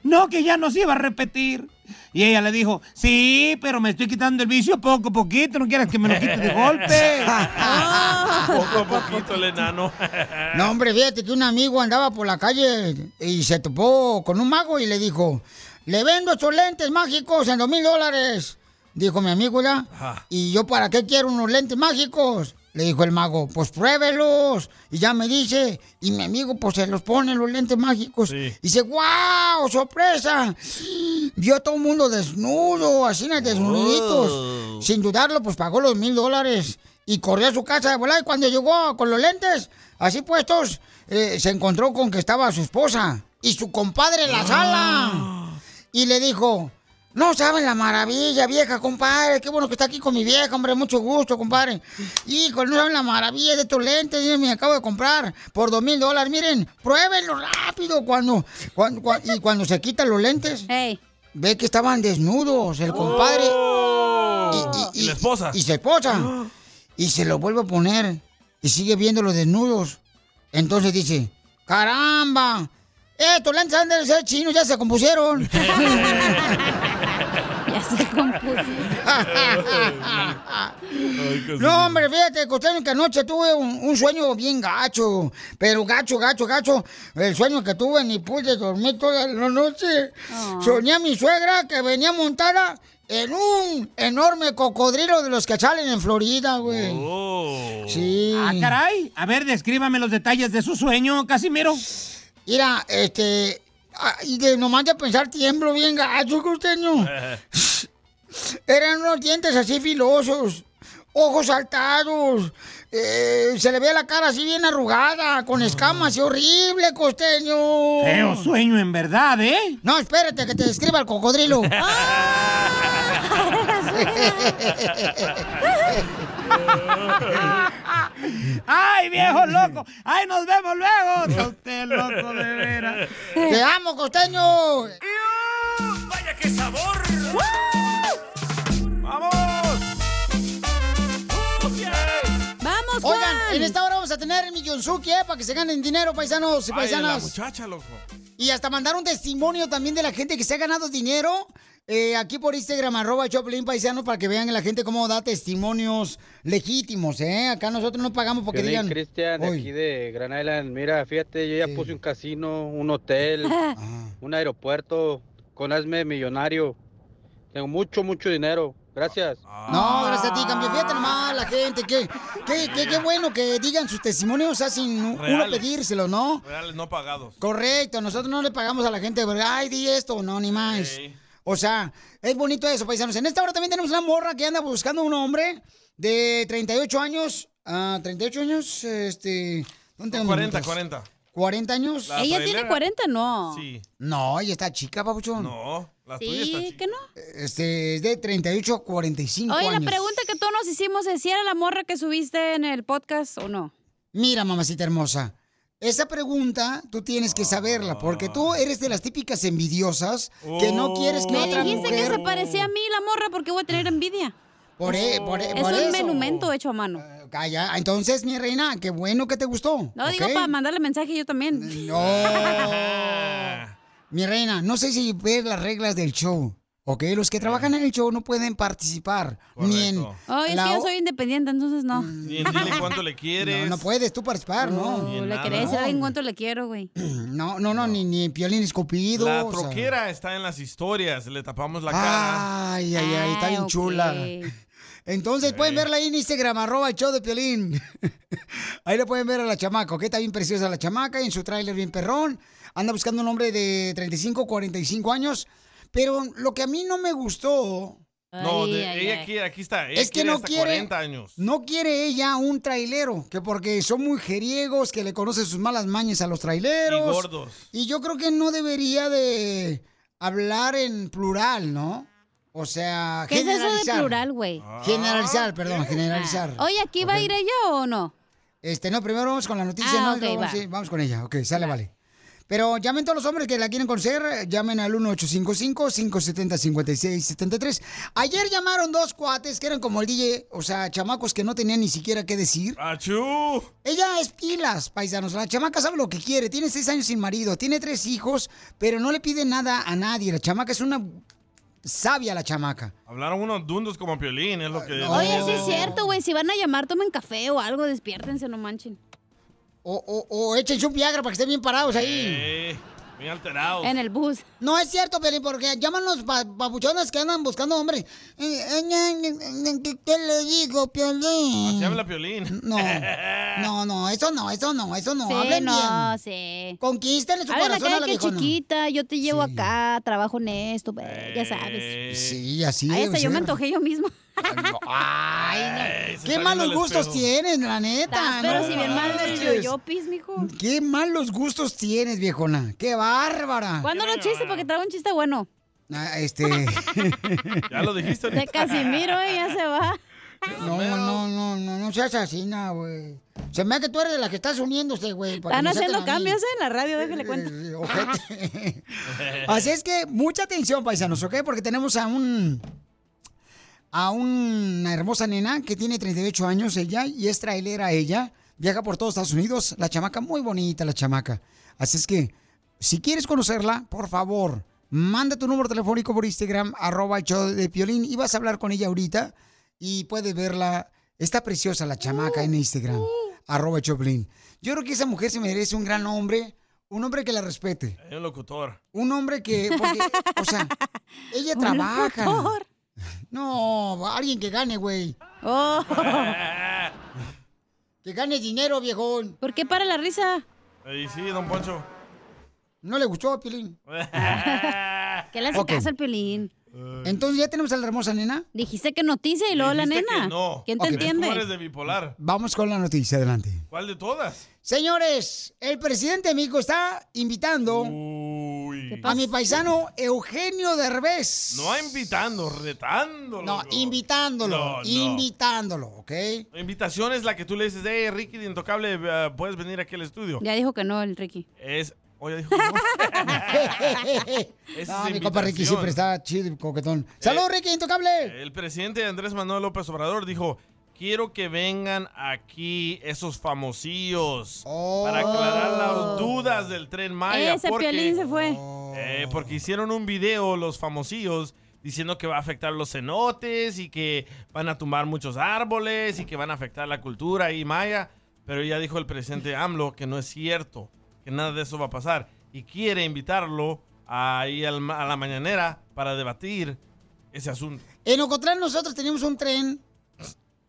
[SPEAKER 14] No, que ya no se iba a repetir. Y ella le dijo, sí, pero me estoy quitando el vicio poco a poquito, no quieras que me lo quite de golpe.
[SPEAKER 4] Ah.
[SPEAKER 6] Poco a poquito el enano.
[SPEAKER 4] No, hombre, fíjate que un amigo andaba por la calle y se topó con un mago y le dijo, le vendo estos lentes mágicos en dos mil dólares. Dijo mi amigo ya,
[SPEAKER 11] Ajá.
[SPEAKER 4] ¿y yo para qué quiero unos lentes mágicos? Le dijo el mago, pues pruébelos. Y ya me dice, y mi amigo pues se los pone los lentes mágicos. Y dice, wow, sorpresa. Vio a todo el mundo desnudo, así en desnuditos. Sin dudarlo, pues pagó los mil dólares y corrió a su casa de volar. Y cuando llegó con los lentes, así puestos, eh, se encontró con que estaba su esposa y su compadre en la sala. Y le dijo, no saben la maravilla, vieja, compadre. Qué bueno que está aquí con mi vieja, hombre. Mucho gusto, compadre. Hijo, no saben la maravilla de estos lentes. Miren, me acabo de comprar por dos mil dólares. Miren, pruébenlo rápido. Cuando, cuando, cua- y cuando se quitan los lentes, ve que estaban desnudos el compadre Oh. y, la esposa. Ah. Y su esposa. Y se lo vuelve a poner y sigue viendo los desnudos. Entonces dice, caramba, estos Eh, lentes han de ser chinos, ya se compusieron.
[SPEAKER 5] Ya se
[SPEAKER 4] No, hombre, fíjate, costeño, que anoche tuve un, un sueño bien gacho. Pero gacho, gacho, gacho. El sueño que tuve ni pude dormir toda la noche. Soñé a mi suegra que venía montada en un enorme cocodrilo de los que salen en Florida, güey. Sí.
[SPEAKER 14] Ah, caray. A ver, descríbame los detalles de su sueño, Casimiro.
[SPEAKER 4] Mira, este... ah, Y de nomás de pensar tiemblo bien gacho, costeño. Eran unos dientes así filosos, ojos saltados, eh, se le ve la cara así bien arrugada, con escamas y horrible, costeño.
[SPEAKER 14] Ah. Feo sueño, en verdad, ¿eh?
[SPEAKER 4] No, espérate que te describa el cocodrilo.
[SPEAKER 14] ¡Ay, viejo loco! ¡Ay, nos vemos luego! Está usted loco, de veras.
[SPEAKER 4] ¡Te amo, costeño!
[SPEAKER 14] ¡Vaya qué sabor!
[SPEAKER 4] ¡Vamos, Oigan, en esta hora vamos a tener Millonzuki, ¿eh? Para que se ganen dinero, paisanos y
[SPEAKER 6] Ay, la
[SPEAKER 4] paisanas.
[SPEAKER 6] muchacha, loco.
[SPEAKER 4] Y hasta mandar un testimonio también de la gente que se ha ganado dinero. eh, aquí por Instagram, arroba Choplin Paisano, para que vean la gente cómo da testimonios legítimos, ¿eh? Acá nosotros no pagamos porque
[SPEAKER 7] Piolín,
[SPEAKER 4] digan...
[SPEAKER 7] Cristian, de
[SPEAKER 4] "Oy".
[SPEAKER 7] aquí de Gran Island, mira, fíjate, yo ya puse un casino, un hotel, un aeropuerto, con hazme millonario. Tengo mucho, mucho dinero. Gracias.
[SPEAKER 4] No, gracias a ti, cambio. Fíjate nomás la gente, que, que, que- qué bueno que digan sus testimonios, o sea, sin uno
[SPEAKER 6] Reales.
[SPEAKER 4] pedírselo, ¿no?
[SPEAKER 6] Reales no pagados.
[SPEAKER 4] Correcto, nosotros no le pagamos a la gente, ¿verdad? Ay, di esto, no, ni más. O sea, es bonito eso, paisanos. En esta hora también tenemos una morra que anda buscando un hombre de 38 años. Ah, 38 años, este... ¿dónde tengo mis
[SPEAKER 6] 40,
[SPEAKER 4] notas?
[SPEAKER 6] 40.
[SPEAKER 4] ¿40 años?
[SPEAKER 5] La Ella tiene trailera. 40, no.
[SPEAKER 6] Eh, Sí.
[SPEAKER 4] No, ella está chica, papuchón.
[SPEAKER 6] No, la
[SPEAKER 5] Sí, que no.
[SPEAKER 4] Este, es de 38 a 45
[SPEAKER 5] Oye,
[SPEAKER 4] años.
[SPEAKER 5] la pregunta que todos nos hicimos es si era la morra que subiste en el podcast o no.
[SPEAKER 4] Mira, mamacita hermosa, esa pregunta tú tienes que saberla, porque tú
[SPEAKER 5] Ah.
[SPEAKER 4] eres de las típicas envidiosas que no quieres que
[SPEAKER 5] Oh. Me
[SPEAKER 4] otra
[SPEAKER 5] dijiste que se
[SPEAKER 4] mujer...
[SPEAKER 5] parecía a mí la morra porque voy a tener envidia.
[SPEAKER 4] Por e- por e-
[SPEAKER 5] es
[SPEAKER 4] por
[SPEAKER 5] un
[SPEAKER 4] eso. Ah,
[SPEAKER 5] menumento hecho a mano.
[SPEAKER 4] Calla, entonces, mi reina, qué bueno que te gustó.
[SPEAKER 5] No, digo
[SPEAKER 4] ¿ok?
[SPEAKER 5] para mandarle mensaje yo también.
[SPEAKER 4] No. Mi reina, no sé si ves las reglas del show. Ok, los
[SPEAKER 5] Eh.
[SPEAKER 4] que trabajan en el show no pueden participar. Ni en.
[SPEAKER 5] Oh, es
[SPEAKER 4] la
[SPEAKER 5] que yo
[SPEAKER 4] o- Mm,
[SPEAKER 5] soy independiente, entonces no.
[SPEAKER 6] Ni en dile cuánto le quieres.
[SPEAKER 4] No puedes tú participar, ¿no?
[SPEAKER 6] Ni en
[SPEAKER 5] Le
[SPEAKER 6] nada.
[SPEAKER 5] quería decir a alguien cuánto le quiero, güey.
[SPEAKER 4] No, no, no, ni, ni piolín escupido.
[SPEAKER 6] La
[SPEAKER 4] o sea.
[SPEAKER 6] troquera está en las historias, le tapamos la cara.
[SPEAKER 4] Ay, ay, ay, está bien
[SPEAKER 6] Ah,
[SPEAKER 4] chula.
[SPEAKER 6] ok.
[SPEAKER 4] Entonces pueden verla ahí en Instagram, arroba el show de Piolín. ahí la pueden ver a la chamaca, ¿ok? Está bien preciosa la chamaca y en su tráiler bien perrón. Anda buscando un hombre de 35, 45 años. Pero lo que a mí no me gustó...
[SPEAKER 6] No, de- ella quiere, aquí está. Ella
[SPEAKER 4] es que
[SPEAKER 6] quiere
[SPEAKER 4] no
[SPEAKER 6] hasta
[SPEAKER 4] quiere
[SPEAKER 6] 40 años.
[SPEAKER 4] No quiere ella un trailero, que porque son muy jeriegos, que le conocen sus malas mañas a los traileros.
[SPEAKER 6] Y gordos.
[SPEAKER 4] Y yo creo que no debería de hablar en plural, ¿no? O sea,
[SPEAKER 5] ¿Qué es eso
[SPEAKER 4] generalizar.
[SPEAKER 5] de plural, güey? Ah.
[SPEAKER 4] Generalizar, perdón, generalizar.
[SPEAKER 5] Oye, ¿aquí va a ir ella o no?
[SPEAKER 4] Este, no, primero vamos con la noticia,
[SPEAKER 5] Ah,
[SPEAKER 4] ¿no?
[SPEAKER 5] ok,
[SPEAKER 4] Luego vamos,
[SPEAKER 5] va.
[SPEAKER 4] sí, vamos con ella, ok, sale, vale. Pero llamen todos los hombres que la quieren conocer, eh, llamen al 1855-570-5673. Ayer llamaron dos cuates que eran como el DJ, o sea, chamacos que no tenían ni siquiera qué decir.
[SPEAKER 6] ¡Achú!
[SPEAKER 4] Ella es pilas, paisanos. La chamaca sabe lo que quiere. Tiene seis años sin marido, tiene tres hijos, pero no le pide nada a nadie. La chamaca es una sabia, la chamaca.
[SPEAKER 6] Hablaron unos dundos como Piolín, es lo que...
[SPEAKER 5] Oye, sí es cierto, güey. Si van a llamar, tomen café o algo, despiértense, no manchen.
[SPEAKER 4] O, o, o échense un Viagra para que estén bien parados ahí.
[SPEAKER 6] Eh, bien alterado.
[SPEAKER 5] el bus.
[SPEAKER 4] No es cierto, Pelín, porque llaman los pa- papuchones que andan buscando hombres. Eh, eh, eh, eh, ¿Qué qué le digo, Piolín?
[SPEAKER 6] Se habla Piolín.
[SPEAKER 4] No, no, no, eso no, eso no, eso no.
[SPEAKER 5] Sí,
[SPEAKER 4] Hablen
[SPEAKER 5] no,
[SPEAKER 4] bien.
[SPEAKER 5] sí.
[SPEAKER 4] Conquístenle su
[SPEAKER 5] Hablen
[SPEAKER 4] corazón
[SPEAKER 5] acá
[SPEAKER 4] a
[SPEAKER 5] de
[SPEAKER 4] la
[SPEAKER 5] que
[SPEAKER 4] viejona.
[SPEAKER 5] chiquita, yo te llevo acá, trabajo en esto, güey,
[SPEAKER 6] Eh,
[SPEAKER 5] ya sabes.
[SPEAKER 4] Sí, así
[SPEAKER 5] Ay,
[SPEAKER 4] es.
[SPEAKER 5] hasta yo me antojé yo mismo.
[SPEAKER 4] Ay,
[SPEAKER 6] Eh,
[SPEAKER 5] se
[SPEAKER 4] qué
[SPEAKER 5] está
[SPEAKER 4] malos
[SPEAKER 5] viendo el
[SPEAKER 4] gustos
[SPEAKER 5] espejo.
[SPEAKER 4] tienes, la neta.
[SPEAKER 5] pero
[SPEAKER 4] no
[SPEAKER 5] si bien mal del
[SPEAKER 4] manches.
[SPEAKER 5] yoyopis, mijo.
[SPEAKER 4] Qué malos gustos tienes, viejona. Qué
[SPEAKER 6] Ah.
[SPEAKER 4] bárbara.
[SPEAKER 5] ¿Cuándo los chistes? Porque traigo un chiste bueno.
[SPEAKER 4] Ah, este.
[SPEAKER 6] ya lo dijiste.
[SPEAKER 5] De Casimiro,
[SPEAKER 6] Ah,
[SPEAKER 5] eh, ya se va.
[SPEAKER 4] No, no, no, no, no seas asesina, güey. Se me hace que tú eres de la que estás uniéndose, güey. para que
[SPEAKER 5] Están
[SPEAKER 4] me saquen a
[SPEAKER 5] haciendo
[SPEAKER 4] mí.
[SPEAKER 5] cambios eh, en la radio, déjale cuenta.
[SPEAKER 4] Así es que mucha atención, paisanos, ¿ok? Porque tenemos a un a una hermosa nena que tiene 38 años ella y es trailera ella, viaja por todos Estados Unidos, la chamaca muy bonita, la chamaca. Así es que si quieres conocerla, por favor, manda tu número telefónico por Instagram arroba el show de Piolín y vas a hablar con ella ahorita y puedes verla. Está preciosa la chamaca en Instagram, arroba el show de Piolín. Yo creo que esa mujer se merece un gran hombre, un hombre que la respete.
[SPEAKER 6] Hay un locutor.
[SPEAKER 4] Un hombre que, porque, o sea, ella
[SPEAKER 6] Un
[SPEAKER 4] trabaja.
[SPEAKER 6] locutor.
[SPEAKER 4] No, alguien que gane, güey.
[SPEAKER 5] Oh.
[SPEAKER 4] Que gane dinero, viejón.
[SPEAKER 5] ¿Por qué para la risa?
[SPEAKER 6] Y sí, don Poncho.
[SPEAKER 4] No le gustó a Pilín.
[SPEAKER 5] ¿Qué le hace
[SPEAKER 4] Ok.
[SPEAKER 5] caso al pelín?
[SPEAKER 4] Entonces ya tenemos a la hermosa nena.
[SPEAKER 5] Dijiste que noticia y luego la
[SPEAKER 4] Dijiste
[SPEAKER 5] nena.
[SPEAKER 4] que no.
[SPEAKER 5] ¿Quién te
[SPEAKER 4] Ok.
[SPEAKER 5] entiende?
[SPEAKER 6] Tú eres de bipolar.
[SPEAKER 4] Vamos con la noticia, adelante.
[SPEAKER 6] ¿Cuál de todas?
[SPEAKER 4] Señores, el presidente de México está invitando a mi paisano Eugenio Derbez.
[SPEAKER 6] No invitando, retándolo.
[SPEAKER 4] No, invitándolo,
[SPEAKER 6] No, no.
[SPEAKER 4] invitándolo, ¿ok?
[SPEAKER 6] La invitación es la que tú le dices, eh, Ricky de Intocable, eh, puedes venir aquí al estudio.
[SPEAKER 5] Ya dijo que no, el Ricky.
[SPEAKER 6] Es. Oye, dijo. que no. Esa
[SPEAKER 4] Ah,
[SPEAKER 6] es
[SPEAKER 4] mi compa Ricky
[SPEAKER 6] invitación.
[SPEAKER 4] siempre está chido y coquetón. ¡Saludos, Ricky, intocable!
[SPEAKER 6] El presidente Andrés Manuel López Obrador dijo, quiero que vengan aquí esos famosillos para aclarar
[SPEAKER 4] Oh.
[SPEAKER 6] las dudas del Tren Maya.
[SPEAKER 5] Ese
[SPEAKER 6] porque,
[SPEAKER 5] Piolín se fue.
[SPEAKER 6] eh, porque hicieron un video los famosillos diciendo que va a afectar los cenotes y que van a tumbar muchos árboles y que van a afectar la cultura y Maya. Pero ya dijo el presidente AMLO que no es cierto, que nada de eso va a pasar. Y quiere invitarlo ahí al ma- a la mañanera para debatir ese asunto.
[SPEAKER 4] En Ocotlán nosotros teníamos un tren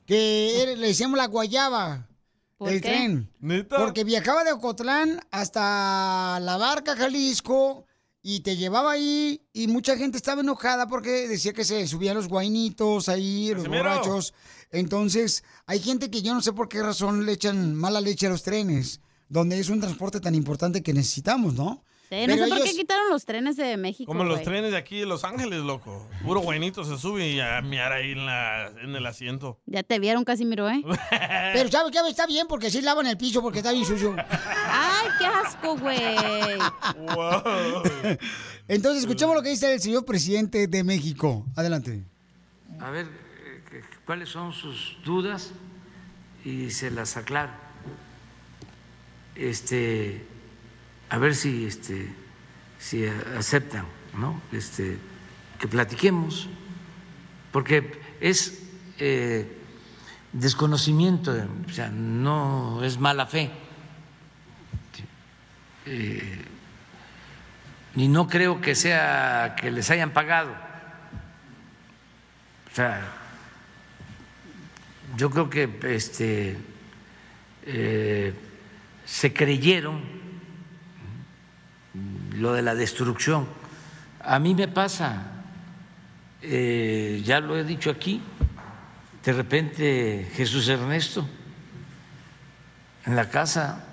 [SPEAKER 4] que era- le decíamos la guayaba.
[SPEAKER 6] ¿Por
[SPEAKER 4] el
[SPEAKER 6] qué?
[SPEAKER 4] tren.
[SPEAKER 6] ¿Neta?
[SPEAKER 4] Porque viajaba de Ocotlán hasta la barca Jalisco y te llevaba ahí y mucha gente estaba enojada porque decía que se subían los guainitos ahí, los
[SPEAKER 6] Casimiro.
[SPEAKER 4] borrachos. Entonces, hay gente que yo no sé por qué razón le echan mala leche a los trenes. donde es un transporte tan importante que necesitamos, ¿no?
[SPEAKER 5] Sí, no sé
[SPEAKER 4] Pero
[SPEAKER 5] por qué
[SPEAKER 4] ellos-
[SPEAKER 5] quitaron los trenes de México.
[SPEAKER 6] Como los
[SPEAKER 5] güey.
[SPEAKER 6] trenes de aquí de Los Ángeles, loco. Puro buenito se sube y a miar ahí en, la- en el asiento.
[SPEAKER 5] Ya te vieron, Casimiro, ¿eh?
[SPEAKER 4] Pero ¿sabes qué? Está bien porque sí lavan el piso porque está bien sucio.
[SPEAKER 5] ¡Ay, qué asco, güey!
[SPEAKER 4] Entonces, escuchemos lo que dice el señor presidente de México. Adelante.
[SPEAKER 15] A ver eh, que- cuáles son sus dudas y se las aclaro. Este, a ver si, este, si a- aceptan, ¿no? Este, que platiquemos, porque es eh, desconocimiento, o sea, no es mala fe. Eh, y no creo que sea que les hayan pagado. O sea, yo creo que este eh, se creyeron lo de la destrucción. A mí me pasa, eh, ya lo he dicho aquí, de repente Jesús Ernesto en la casa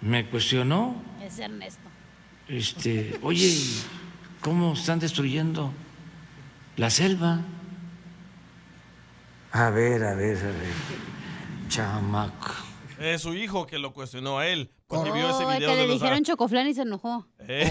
[SPEAKER 15] me cuestionó
[SPEAKER 5] Es Ernesto.
[SPEAKER 15] este, oye, ¿y ¿cómo están destruyendo la selva? A ver, a ver, a ver. Chamaco.
[SPEAKER 6] Es su hijo que lo cuestionó a él. Porque vio ese
[SPEAKER 5] Oh,
[SPEAKER 6] video
[SPEAKER 5] que
[SPEAKER 6] de
[SPEAKER 5] le
[SPEAKER 6] los
[SPEAKER 5] dijeron chocoflan y se enojó.
[SPEAKER 6] Eh.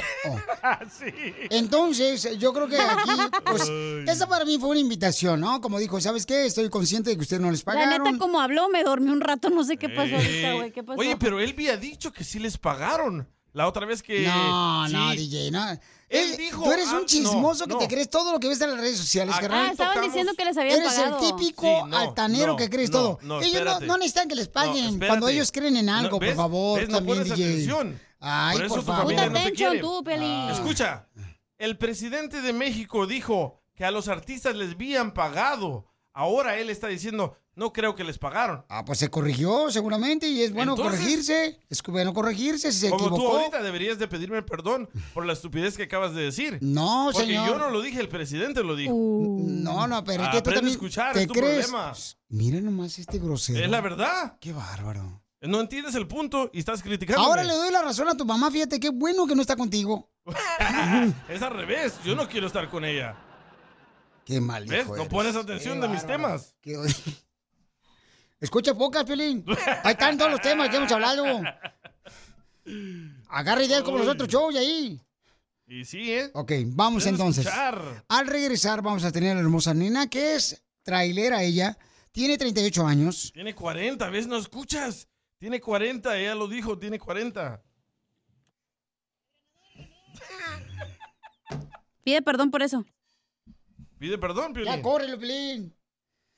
[SPEAKER 4] Entonces, yo creo que aquí, pues, esa para mí fue una invitación, ¿no? Como dijo, ¿sabes qué? Estoy consciente de que ustedes no les
[SPEAKER 5] La
[SPEAKER 4] pagaron.
[SPEAKER 5] neta, como habló, me dormí un rato, no sé qué pasó ahorita,
[SPEAKER 6] Eh,
[SPEAKER 5] güey. ¿Qué pasó?
[SPEAKER 6] Oye, pero él había dicho que sí les pagaron. La otra vez que.
[SPEAKER 4] No, no,
[SPEAKER 6] Sí.
[SPEAKER 4] DJ, no.
[SPEAKER 6] Él
[SPEAKER 4] Eh,
[SPEAKER 6] dijo,
[SPEAKER 4] Tú eres
[SPEAKER 6] ah,
[SPEAKER 4] un
[SPEAKER 6] no,
[SPEAKER 4] chismoso que
[SPEAKER 6] no.
[SPEAKER 4] te crees todo lo que ves en las redes sociales,
[SPEAKER 6] Aquí
[SPEAKER 4] carnal.
[SPEAKER 6] Ah, estaban tocamos- diciendo que les habían
[SPEAKER 4] Eres
[SPEAKER 6] pagado.
[SPEAKER 4] el típico
[SPEAKER 6] Sí, no,
[SPEAKER 4] altanero
[SPEAKER 6] no,
[SPEAKER 4] que crees
[SPEAKER 6] no,
[SPEAKER 4] todo.
[SPEAKER 6] no,
[SPEAKER 4] ellos no,
[SPEAKER 6] espérate.
[SPEAKER 4] no necesitan que les paguen cuando
[SPEAKER 6] No, espérate.
[SPEAKER 4] ellos creen en
[SPEAKER 6] No,
[SPEAKER 4] algo,
[SPEAKER 6] ¿ves?
[SPEAKER 4] por favor,
[SPEAKER 6] ¿Ves? No
[SPEAKER 4] también,
[SPEAKER 6] pones
[SPEAKER 4] DJ.
[SPEAKER 6] atención.
[SPEAKER 4] Ay,
[SPEAKER 6] por eso
[SPEAKER 4] por
[SPEAKER 6] tu
[SPEAKER 4] favor.
[SPEAKER 6] familia no te
[SPEAKER 5] atención
[SPEAKER 6] quiere.
[SPEAKER 5] tú, Piolín. Ah.
[SPEAKER 6] Escucha, el presidente de México dijo que a los artistas les habían pagado. Ahora él está diciendo, no creo que les pagaron.
[SPEAKER 4] Ah, pues se corrigió seguramente y es bueno
[SPEAKER 6] Entonces-
[SPEAKER 4] corregirse. Es bueno corregirse si se
[SPEAKER 6] Como tú
[SPEAKER 4] equivocó.
[SPEAKER 6] ahorita deberías de pedirme perdón por la estupidez que acabas de decir.
[SPEAKER 4] No,
[SPEAKER 6] Porque
[SPEAKER 4] señor.
[SPEAKER 6] yo no lo dije, el presidente lo dijo.
[SPEAKER 5] Uh.
[SPEAKER 4] Mm, No, no, pero es que tú
[SPEAKER 6] Aprende a
[SPEAKER 4] también
[SPEAKER 6] escuchar,
[SPEAKER 4] te
[SPEAKER 6] es tu
[SPEAKER 4] crees.
[SPEAKER 6] problema.
[SPEAKER 4] Mira nomás este grosero.
[SPEAKER 6] Es la verdad.
[SPEAKER 4] Qué bárbaro.
[SPEAKER 6] No entiendes el punto y estás criticando.
[SPEAKER 4] Ahora le doy la razón a tu mamá, fíjate qué bueno que no está contigo.
[SPEAKER 6] Es al revés. Yo no quiero estar con ella.
[SPEAKER 4] Qué mal.
[SPEAKER 6] ¿Ves?
[SPEAKER 4] hijo
[SPEAKER 6] No
[SPEAKER 4] eres.
[SPEAKER 6] pones atención
[SPEAKER 4] Qué
[SPEAKER 6] de mis
[SPEAKER 4] bárbaro.
[SPEAKER 6] temas.
[SPEAKER 4] Qué- Escucha pocas, Piolín. Ahí están todos los temas que hemos hablado. Agarra ideas como los
[SPEAKER 6] Uy.
[SPEAKER 4] otros shows y ahí.
[SPEAKER 6] Y sí, ¿eh?
[SPEAKER 4] Ok, vamos
[SPEAKER 6] Debes
[SPEAKER 4] entonces.
[SPEAKER 6] escuchar.
[SPEAKER 4] Al regresar vamos a tener a la hermosa nena que es trailera ella. Tiene 38 años.
[SPEAKER 6] Tiene 40, ¿ves? No escuchas. Tiene 40, ella lo dijo, tiene 40.
[SPEAKER 5] Pide perdón por eso.
[SPEAKER 6] Pide perdón, Piolín.
[SPEAKER 4] Ya corre, Piolín.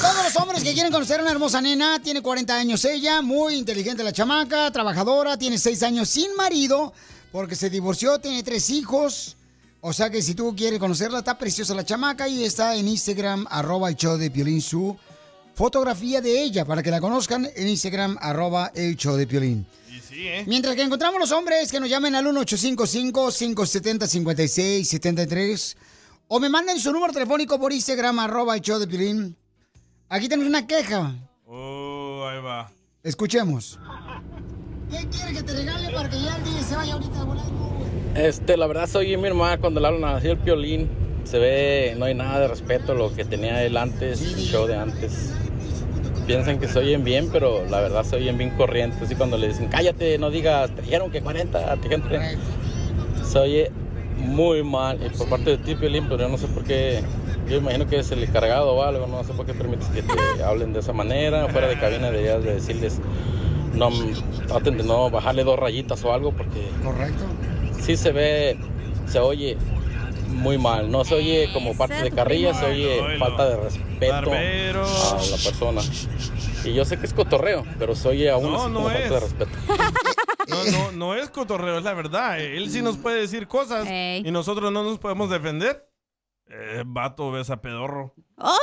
[SPEAKER 4] Todos los hombres que quieren conocer a una hermosa nena, tiene 40 años ella, muy inteligente la chamaca, trabajadora, tiene 6 años sin marido, porque se divorció, tiene 3 hijos. O sea que si tú quieres conocerla, está preciosa la chamaca y está en Instagram, arroba el show de Piolín, su fotografía de ella, para que la conozcan en Instagram, arroba el show de Piolín.
[SPEAKER 6] Y sí, ¿eh?
[SPEAKER 4] Mientras que encontramos los hombres que nos llamen al 1-855-570-5673 o me manden su número telefónico por Instagram, arroba el show de Piolín. Aquí tenemos una queja.
[SPEAKER 6] Oh, ahí va.
[SPEAKER 4] Escuchemos. ¿Qué quieres que te regale para que ya el día se vaya ahorita volando?
[SPEAKER 26] Este, la verdad, soy mi hermana cuando le hablan así el violín. Se ve, no hay nada de respeto a lo que tenía él antes, el show de antes. Piensan que se oyen bien, pero la verdad se oyen bien corrientes. Así cuando le dicen, cállate, no digas, te dijeron que 40, te dijeron que-". Se oye muy mal. Y por parte de ti, violín, pero yo no sé por qué. Yo imagino que es el encargado o algo, no sé por qué permites que te hablen de esa manera. Fuera de cabina deberías de decirles, no, traten de no bajarle dos rayitas o algo, porque
[SPEAKER 4] Correcto.
[SPEAKER 26] sí se ve, se oye muy mal. No se oye como parte de carrilla, se oye falta de respeto a la persona. Y yo sé que es cotorreo, pero se oye aún
[SPEAKER 6] No,
[SPEAKER 26] así
[SPEAKER 6] no
[SPEAKER 26] como
[SPEAKER 6] es.
[SPEAKER 26] falta de respeto.
[SPEAKER 6] No, no, eh. no es cotorreo, es la verdad. Él sí nos puede decir cosas y nosotros no nos podemos defender. Eh, vato, ves a pedorro.
[SPEAKER 5] ¡Oh!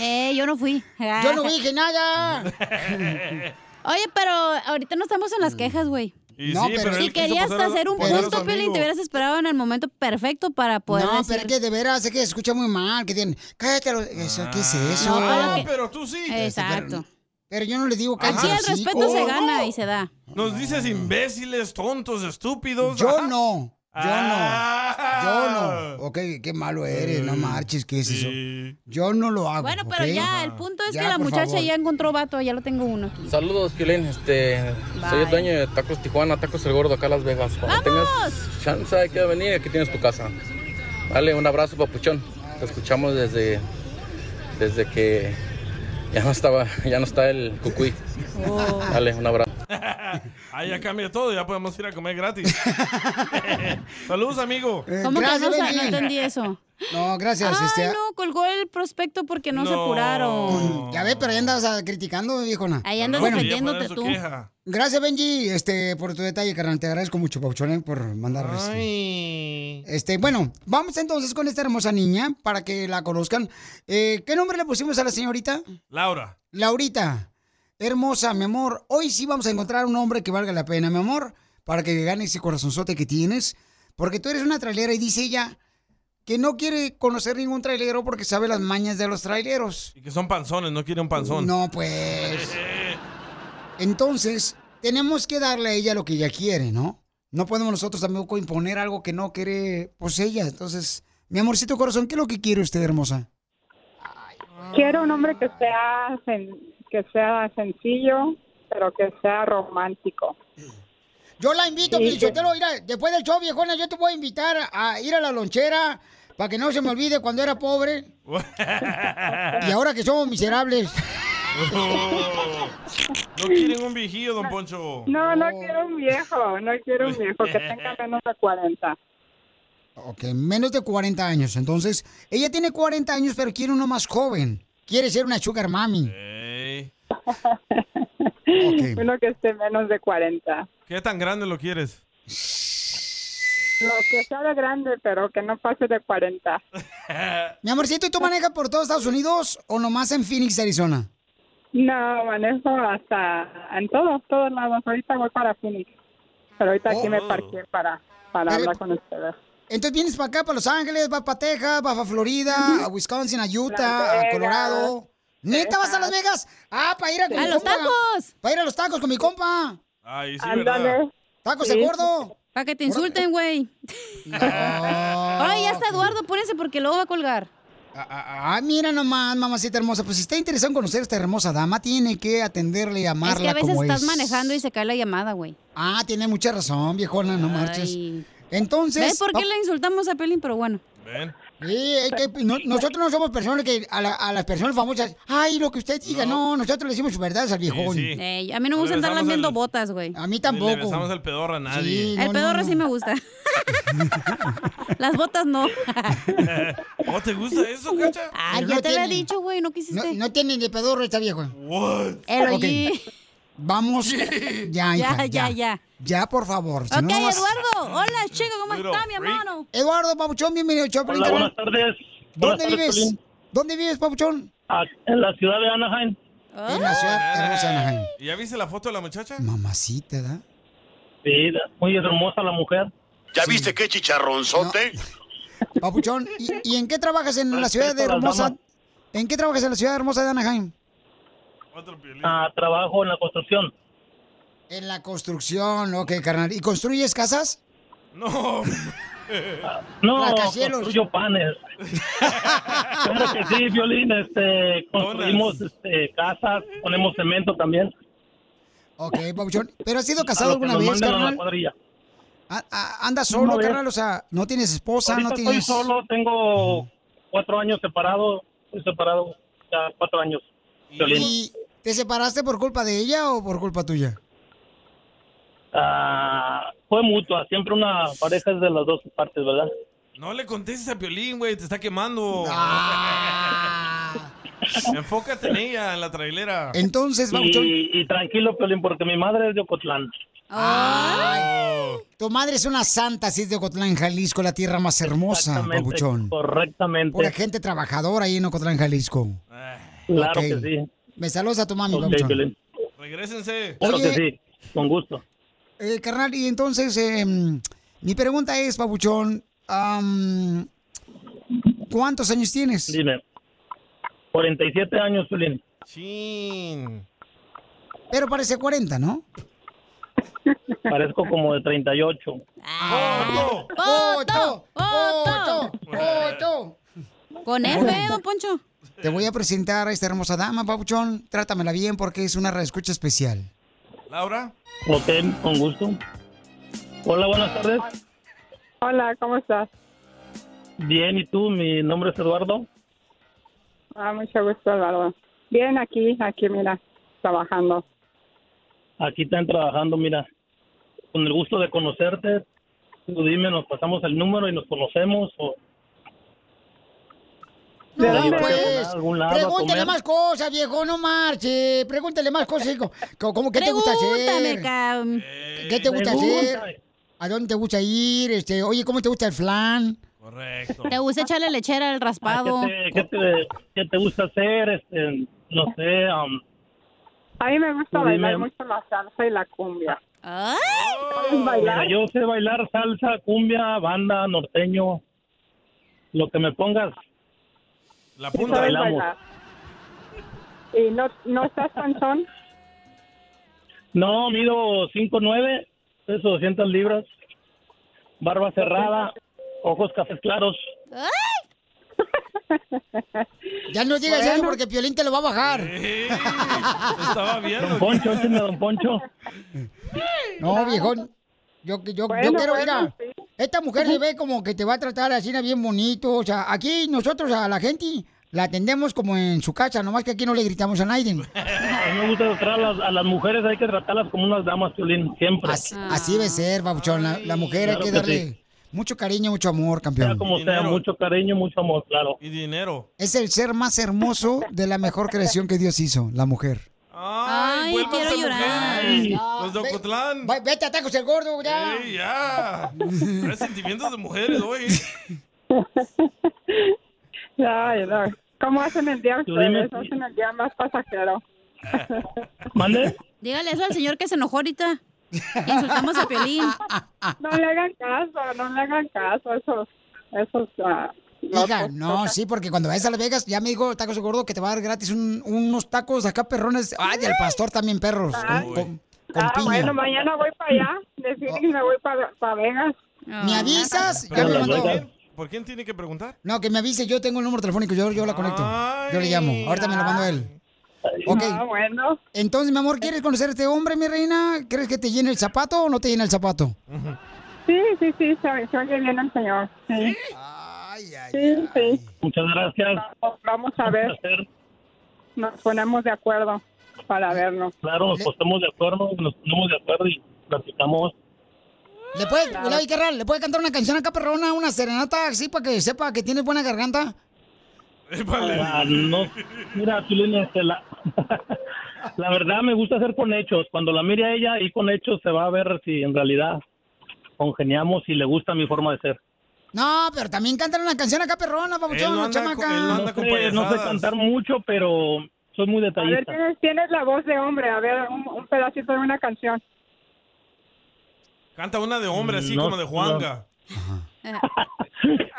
[SPEAKER 5] Eh, yo no fui.
[SPEAKER 4] Yo no dije nada.
[SPEAKER 5] Oye, pero ahorita no estamos en las quejas, güey.
[SPEAKER 4] Y No, sí, pero pero
[SPEAKER 5] si
[SPEAKER 4] él quiso
[SPEAKER 5] querías
[SPEAKER 4] pasar a-
[SPEAKER 5] hacer un
[SPEAKER 4] pasar a su
[SPEAKER 5] punto, Pelín,
[SPEAKER 4] amigo.
[SPEAKER 5] te hubieras esperado en el momento perfecto para poder
[SPEAKER 4] No,
[SPEAKER 5] decir-
[SPEAKER 4] pero es que de veras, es que se escucha muy mal, que tienen, cállate, lo- eso, ¿qué es eso?
[SPEAKER 5] No, pero que-
[SPEAKER 6] Ah, tú sí.
[SPEAKER 5] Exacto.
[SPEAKER 4] Pero yo no le digo
[SPEAKER 5] Aquí
[SPEAKER 4] cállate
[SPEAKER 5] el
[SPEAKER 4] los
[SPEAKER 5] respeto
[SPEAKER 4] hocicos.
[SPEAKER 5] se gana y se da.
[SPEAKER 6] Nos dices imbéciles, tontos, estúpidos.
[SPEAKER 4] Yo
[SPEAKER 6] ajá.
[SPEAKER 4] no, yo
[SPEAKER 6] Ah.
[SPEAKER 4] no, yo no. Ok, qué malo eres, no marches, ¿qué es eso? Yo no lo hago.
[SPEAKER 5] Bueno, pero
[SPEAKER 4] Ah, ¿ok?
[SPEAKER 5] ya, el punto es
[SPEAKER 4] Ya,
[SPEAKER 5] que la
[SPEAKER 4] por
[SPEAKER 5] muchacha
[SPEAKER 4] favor.
[SPEAKER 5] ya encontró vato, ya lo tengo uno aquí.
[SPEAKER 10] Saludos, Piolín. Este, soy el dueño de Tacos Tijuana, Tacos El Gordo, acá en Las Vegas. Cuando tengas chance de que venir, aquí tienes tu casa. Dale, un abrazo, papuchón. Te escuchamos desde, desde que ya no estaba, ya no está el cucuy.
[SPEAKER 26] Oh.
[SPEAKER 10] Dale, un abrazo.
[SPEAKER 6] Ah, ya cambia todo, ya podemos ir a comer gratis. Saludos, amigo.
[SPEAKER 5] ¿Cómo que no,
[SPEAKER 4] Eh, gracias,
[SPEAKER 5] sa-
[SPEAKER 4] Benji.
[SPEAKER 5] no entendí eso?
[SPEAKER 4] No, gracias,
[SPEAKER 5] Ay,
[SPEAKER 4] este-
[SPEAKER 5] no, colgó el prospecto porque no, se apuraron.
[SPEAKER 4] Ya ves, pero ahí andas ah, criticando, viejona.
[SPEAKER 5] Ahí andas
[SPEAKER 4] Bueno.
[SPEAKER 5] defendiéndote tú.
[SPEAKER 4] Gracias, Benji, este, por tu detalle, carnal. Te agradezco mucho, Pauchón, eh, por mandar este. Este, bueno, vamos entonces con esta hermosa niña para que la conozcan. Eh, ¿Qué nombre le pusimos a la señorita?
[SPEAKER 6] Laura.
[SPEAKER 4] Laurita. Hermosa, mi amor. Hoy sí vamos a encontrar un hombre que valga la pena, mi amor, para que gane ese corazonzote que tienes. Porque tú eres una trailera y dice ella que no quiere conocer ningún trailero porque sabe las mañas de los traileros.
[SPEAKER 6] Y que son panzones, no quiere un panzón.
[SPEAKER 4] No, pues. Entonces, tenemos que darle a ella lo que ella quiere, ¿no? No podemos nosotros tampoco imponer algo que no quiere, pues ella. Entonces, mi amorcito corazón, ¿qué es lo que quiere usted, hermosa?
[SPEAKER 17] Quiero un hombre que sea sen- que sea sencillo, pero que sea romántico.
[SPEAKER 4] Yo la invito,
[SPEAKER 17] Sí,
[SPEAKER 4] Pilichotelo, mira, después del show, viejona, yo te voy a invitar a ir a la lonchera para que no se me olvide cuando era pobre y ahora que somos miserables.
[SPEAKER 6] Oh. No quieren un viejillo, don Poncho.
[SPEAKER 17] No, no quiero un viejo, no quiero un viejo que tenga menos de 40.
[SPEAKER 4] Ok, menos de 40 años. Entonces, ella tiene 40 años, pero quiere uno más joven. Quiere ser una sugar mami.
[SPEAKER 17] Uno que esté menos de 40.
[SPEAKER 6] ¿Qué tan grande lo quieres?
[SPEAKER 17] Lo que sea de grande, pero que no pase de 40.
[SPEAKER 4] Mi amorcito, ¿y tú manejas por todo Estados Unidos o nomás en Phoenix, Arizona?
[SPEAKER 17] No, manejo hasta en todos, todos lados. Ahorita voy para Phoenix. Pero ahorita aquí
[SPEAKER 21] Oh.
[SPEAKER 17] me parqué para, para hablar con ustedes.
[SPEAKER 4] Entonces vienes para acá, para Los Ángeles, vas para Texas, vas para Florida, a Wisconsin, a Utah,
[SPEAKER 17] Las
[SPEAKER 4] a
[SPEAKER 17] Vegas.
[SPEAKER 4] Colorado. ¿Neta vas a Las Vegas? Ah, para ir a, con
[SPEAKER 5] ¡A
[SPEAKER 4] mi
[SPEAKER 5] los
[SPEAKER 4] compa.
[SPEAKER 5] tacos!
[SPEAKER 4] Para ir a los tacos con mi compa.
[SPEAKER 6] Ay, sí,
[SPEAKER 5] Ándale.
[SPEAKER 6] ¿verdad?
[SPEAKER 4] Tacos
[SPEAKER 5] Sí.
[SPEAKER 4] de gordo.
[SPEAKER 5] Para que te insulten, güey. Ay, ya está Eduardo, pónganse porque luego va a colgar.
[SPEAKER 4] Ah, ah, mira nomás, mamacita hermosa. Pues si está interesado en conocer a esta hermosa dama, tiene que atenderle y amarla
[SPEAKER 5] Es que a veces
[SPEAKER 4] como
[SPEAKER 5] estás
[SPEAKER 4] es.
[SPEAKER 5] manejando y se cae la llamada, güey.
[SPEAKER 4] Ah, tiene mucha razón, viejona, no marches. Entonces...
[SPEAKER 5] ¿Ves por qué
[SPEAKER 4] va-
[SPEAKER 5] le insultamos a Pelín? Pero bueno.
[SPEAKER 4] Sí, es que no- nosotros no somos personas que a, la- a las personas famosas, ay, lo que usted diga, no, nosotros le decimos verdades al viejón.
[SPEAKER 6] Sí, sí.
[SPEAKER 5] Ey, a mí no me gusta andar
[SPEAKER 6] besamos
[SPEAKER 5] lambiendo
[SPEAKER 6] el-
[SPEAKER 5] botas, güey.
[SPEAKER 4] A mí
[SPEAKER 6] Le besamos el pedorro a nadie.
[SPEAKER 5] el pedorro sí me gusta. Las botas no.
[SPEAKER 6] ¿No Oh, te gusta eso, cacha?
[SPEAKER 5] Ay, ya te lo he dicho, güey, no quisiste.
[SPEAKER 4] No, no tiene ni pedorro esta vieja.
[SPEAKER 6] What?
[SPEAKER 5] El
[SPEAKER 4] Ok.
[SPEAKER 5] OG.
[SPEAKER 4] Vamos. Ya,
[SPEAKER 5] Ya, ya,
[SPEAKER 4] hija, ya, ya.
[SPEAKER 5] ya.
[SPEAKER 4] Ya, por favor. Pues si no,
[SPEAKER 5] Ok,
[SPEAKER 4] no vas-
[SPEAKER 5] Eduardo. Hola, chico, ¿cómo
[SPEAKER 4] Little
[SPEAKER 5] está, mi
[SPEAKER 4] freak.
[SPEAKER 5] hermano?
[SPEAKER 4] Eduardo, Papuchón, bienvenido al show,
[SPEAKER 21] Hola,
[SPEAKER 4] Pelín,
[SPEAKER 21] buenas
[SPEAKER 4] carnal.
[SPEAKER 21] tardes. Buenas
[SPEAKER 4] ¿Dónde
[SPEAKER 21] tardes,
[SPEAKER 4] vives?
[SPEAKER 21] Piolín.
[SPEAKER 4] ¿Dónde vives, Papuchón?
[SPEAKER 21] Ah, en la ciudad de Anaheim.
[SPEAKER 4] En la ciudad hermosa de Anaheim.
[SPEAKER 6] Ah. ¿Y ¿Ya viste la foto de la muchacha?
[SPEAKER 4] Mamacita, ¿da?
[SPEAKER 21] Sí, muy hermosa la mujer.
[SPEAKER 4] ¿Ya viste
[SPEAKER 21] qué chicharronzote?
[SPEAKER 4] Papuchón, ¿y, y en qué trabajas en la ciudad de
[SPEAKER 21] Respeto a las
[SPEAKER 4] hermosa?
[SPEAKER 21] damas.
[SPEAKER 4] ¿En qué trabajas en la ciudad hermosa de Anaheim?
[SPEAKER 21] Ah, trabajo en la construcción.
[SPEAKER 4] En la construcción, ok, carnal. ¿Y construyes casas?
[SPEAKER 6] No.
[SPEAKER 21] No,
[SPEAKER 4] Rascacielos.
[SPEAKER 21] construyo panes. claro que sí, Violín. Este, construimos este, casas, ponemos cemento también.
[SPEAKER 4] Ok, Papuchón. ¿Pero has sido
[SPEAKER 21] A
[SPEAKER 4] casado
[SPEAKER 21] lo que
[SPEAKER 4] alguna
[SPEAKER 21] nos
[SPEAKER 4] vez,
[SPEAKER 21] mandan a la
[SPEAKER 4] carnal?
[SPEAKER 21] cuadrilla.
[SPEAKER 4] A- a- ¿Andas solo,
[SPEAKER 21] Una vez.
[SPEAKER 4] carnal? O sea, ¿no tienes esposa?
[SPEAKER 21] Ahorita
[SPEAKER 4] ¿No tienes...?
[SPEAKER 21] estoy solo, tengo cuatro años separado. Estoy separado ya cuatro años. Violín.
[SPEAKER 4] ¿Y te separaste por culpa de ella o por culpa tuya?
[SPEAKER 21] Ah, fue mutua, siempre una pareja es de las dos partes, ¿verdad?
[SPEAKER 6] No le contestes a Piolín, güey, te está quemando. Enfócate en ella, en la trailera.
[SPEAKER 4] Ah.
[SPEAKER 21] y, y tranquilo, Piolín, porque mi madre es de Ocotlán.
[SPEAKER 4] Tu madre es una santa, así es de Ocotlán, Jalisco, la tierra más hermosa,
[SPEAKER 21] Exactamente,
[SPEAKER 4] papuchón.
[SPEAKER 21] correctamente.
[SPEAKER 4] Pura gente trabajadora ahí en Ocotlán, Jalisco.
[SPEAKER 21] Claro
[SPEAKER 4] Ok.
[SPEAKER 21] que sí.
[SPEAKER 4] Me saludas a tu mami,
[SPEAKER 21] Ok,
[SPEAKER 4] papuchón.
[SPEAKER 21] Piolín.
[SPEAKER 6] Regrésense.
[SPEAKER 21] Claro
[SPEAKER 4] Oye.
[SPEAKER 21] que sí, con gusto.
[SPEAKER 4] Eh, carnal, y entonces, eh, mi pregunta es, papuchón, am, ¿cuántos años tienes?
[SPEAKER 21] Dime. 47 años, Piolín.
[SPEAKER 4] Pero parece 40, ¿no?
[SPEAKER 21] Parezco como de 38.
[SPEAKER 4] ¡Foto! ¡Foto! ¡Foto!
[SPEAKER 5] Con F, eh, don Poncho.
[SPEAKER 4] Te voy a presentar a esta hermosa dama, papuchón. Trátamela bien porque es una reescucha especial.
[SPEAKER 6] Laura.
[SPEAKER 21] Ok, con gusto. Hola, buenas tardes.
[SPEAKER 17] Hola, ¿cómo estás?
[SPEAKER 21] Bien, ¿y tú? Mi nombre es Eduardo.
[SPEAKER 17] Ah, mucho gusto, Eduardo. Bien, aquí, aquí, mira, trabajando.
[SPEAKER 21] Aquí están trabajando, mira. Con el gusto de conocerte. Tú dime, nos pasamos el número y nos conocemos. O...
[SPEAKER 4] No,
[SPEAKER 21] Para llevarte a
[SPEAKER 4] pues,
[SPEAKER 21] comer a algún lado, a
[SPEAKER 4] pregúntale
[SPEAKER 21] comer.
[SPEAKER 4] más cosas, viejo, no marche. Pregúntale más cosas, hijo. Co- ¿Cómo qué te gusta hacer?
[SPEAKER 5] Pregúntame, cam-
[SPEAKER 4] ¿Qué te gusta hacer?
[SPEAKER 5] Pregúntale.
[SPEAKER 4] ¿A dónde te gusta ir? Este, oye, ¿cómo te gusta el flan?
[SPEAKER 6] Correcto.
[SPEAKER 5] Te gusta echarle lechera al raspado.
[SPEAKER 21] Ah, ¿Qué te, qué te- qué te gusta hacer? Este, no sé. um,
[SPEAKER 17] A mí me gusta
[SPEAKER 21] Tú
[SPEAKER 17] bailar
[SPEAKER 21] dime.
[SPEAKER 17] mucho la salsa y la cumbia. ¿Puedes
[SPEAKER 21] mira,
[SPEAKER 17] bailar?
[SPEAKER 21] yo sé bailar salsa, cumbia, banda, norteño. Lo que me pongas.
[SPEAKER 6] La
[SPEAKER 17] ¿Sí sabes bailar? ¿Y no, no estás panzón?
[SPEAKER 21] No, mido 5'9, peso 200 libras, barba cerrada, ojos cafés claros.
[SPEAKER 4] Ya no digas
[SPEAKER 17] Bueno.
[SPEAKER 4] eso porque Piolín te lo va a bajar.
[SPEAKER 6] Estaba viendo.
[SPEAKER 21] Don Poncho, écheme a Don Poncho.
[SPEAKER 4] No, viejón. Yo, yo, yo
[SPEAKER 21] Bueno,
[SPEAKER 4] quiero, mira,
[SPEAKER 21] bueno,
[SPEAKER 4] esta mujer se ve como que te va a tratar así na, bien bonito. O sea, aquí nosotros a la gente la atendemos como en su casa, nomás que aquí no le gritamos a nadie.
[SPEAKER 21] A mí me gusta tratar a las, a las mujeres, hay que tratarlas como unas damas, Piolín, siempre.
[SPEAKER 4] Así, así debe ser, babuchón. La, la mujer hay
[SPEAKER 21] Claro
[SPEAKER 4] que
[SPEAKER 21] que
[SPEAKER 4] darle
[SPEAKER 21] sí.
[SPEAKER 4] mucho cariño, mucho amor, campeón.
[SPEAKER 21] Sea como sea, mucho cariño, mucho amor, claro.
[SPEAKER 6] Y dinero.
[SPEAKER 4] Es el ser más hermoso de la mejor creación que Dios hizo, la mujer.
[SPEAKER 6] Ay, quiero llorar. Los de Ocotlán.
[SPEAKER 4] Ve- Vete a tacos el gordo, ya.
[SPEAKER 6] Ey, ya. Traes sentimientos de mujeres hoy.
[SPEAKER 17] Ay, no. ¿Cómo hacen el día
[SPEAKER 6] Tú dime
[SPEAKER 17] ustedes? Hacen el día más pasajero.
[SPEAKER 21] ¿Mande?
[SPEAKER 5] Dígale eso al señor que se enojó ahorita. Insultamos a Piolín.
[SPEAKER 17] No le hagan caso, no le hagan caso a esos, esos ah,
[SPEAKER 4] Hija, no, sí, porque cuando vayas a Las Vegas, ya me dijo Tacos el Gordo que te va a dar gratis un- unos tacos acá perrones. Ay, al pastor también perros. con- con- con
[SPEAKER 17] Ah,
[SPEAKER 4] piña. Oh.
[SPEAKER 17] bueno, mañana voy para allá. De Phoenix me voy para Vegas. Ah,
[SPEAKER 4] ¿Me avisas? Ya
[SPEAKER 6] Pero
[SPEAKER 4] me
[SPEAKER 6] la
[SPEAKER 4] mandó.
[SPEAKER 6] verdad- ¿Por quién tiene que preguntar?
[SPEAKER 4] No, que me avise, yo tengo el número telefónico, yo, yo la conecto. Yo le llamo, ahorita me lo mando él. Ok.
[SPEAKER 17] Ah, bueno.
[SPEAKER 4] Entonces, mi amor, ¿quieres conocer a este hombre, mi reina? ¿Crees que te llene el zapato o no te llena el zapato?
[SPEAKER 17] Sí, sí, sí, se, se oye bien el señor. Sí. sí, sí.
[SPEAKER 21] Muchas gracias.
[SPEAKER 17] Vamos a ver. Nos ponemos de acuerdo para vernos.
[SPEAKER 21] Claro, nos ponemos de acuerdo, nos ponemos de acuerdo y platicamos.
[SPEAKER 4] ¿Le puedes, Ulay, carnal, ¿le puedes cantar una canción acá, perrona, una serenata, así, para que sepa que tienes buena garganta?
[SPEAKER 21] Ah, no, mira, Piolín, este, la, la verdad me gusta hacer con hechos. Cuando la mire a ella y con hechos se va a ver si en realidad congeniamos y le gusta mi forma de ser.
[SPEAKER 4] No, pero también cántale una canción acá, perrona, papuchón, no, chamaca.
[SPEAKER 21] no, sé, no sé cantar mucho, pero soy muy
[SPEAKER 17] A ver,
[SPEAKER 21] detallista.
[SPEAKER 17] tienes, tienes la voz de hombre. A ver, un, un pedacito de una canción.
[SPEAKER 6] Canta una de hombre, así
[SPEAKER 21] No,
[SPEAKER 6] como de Juanga.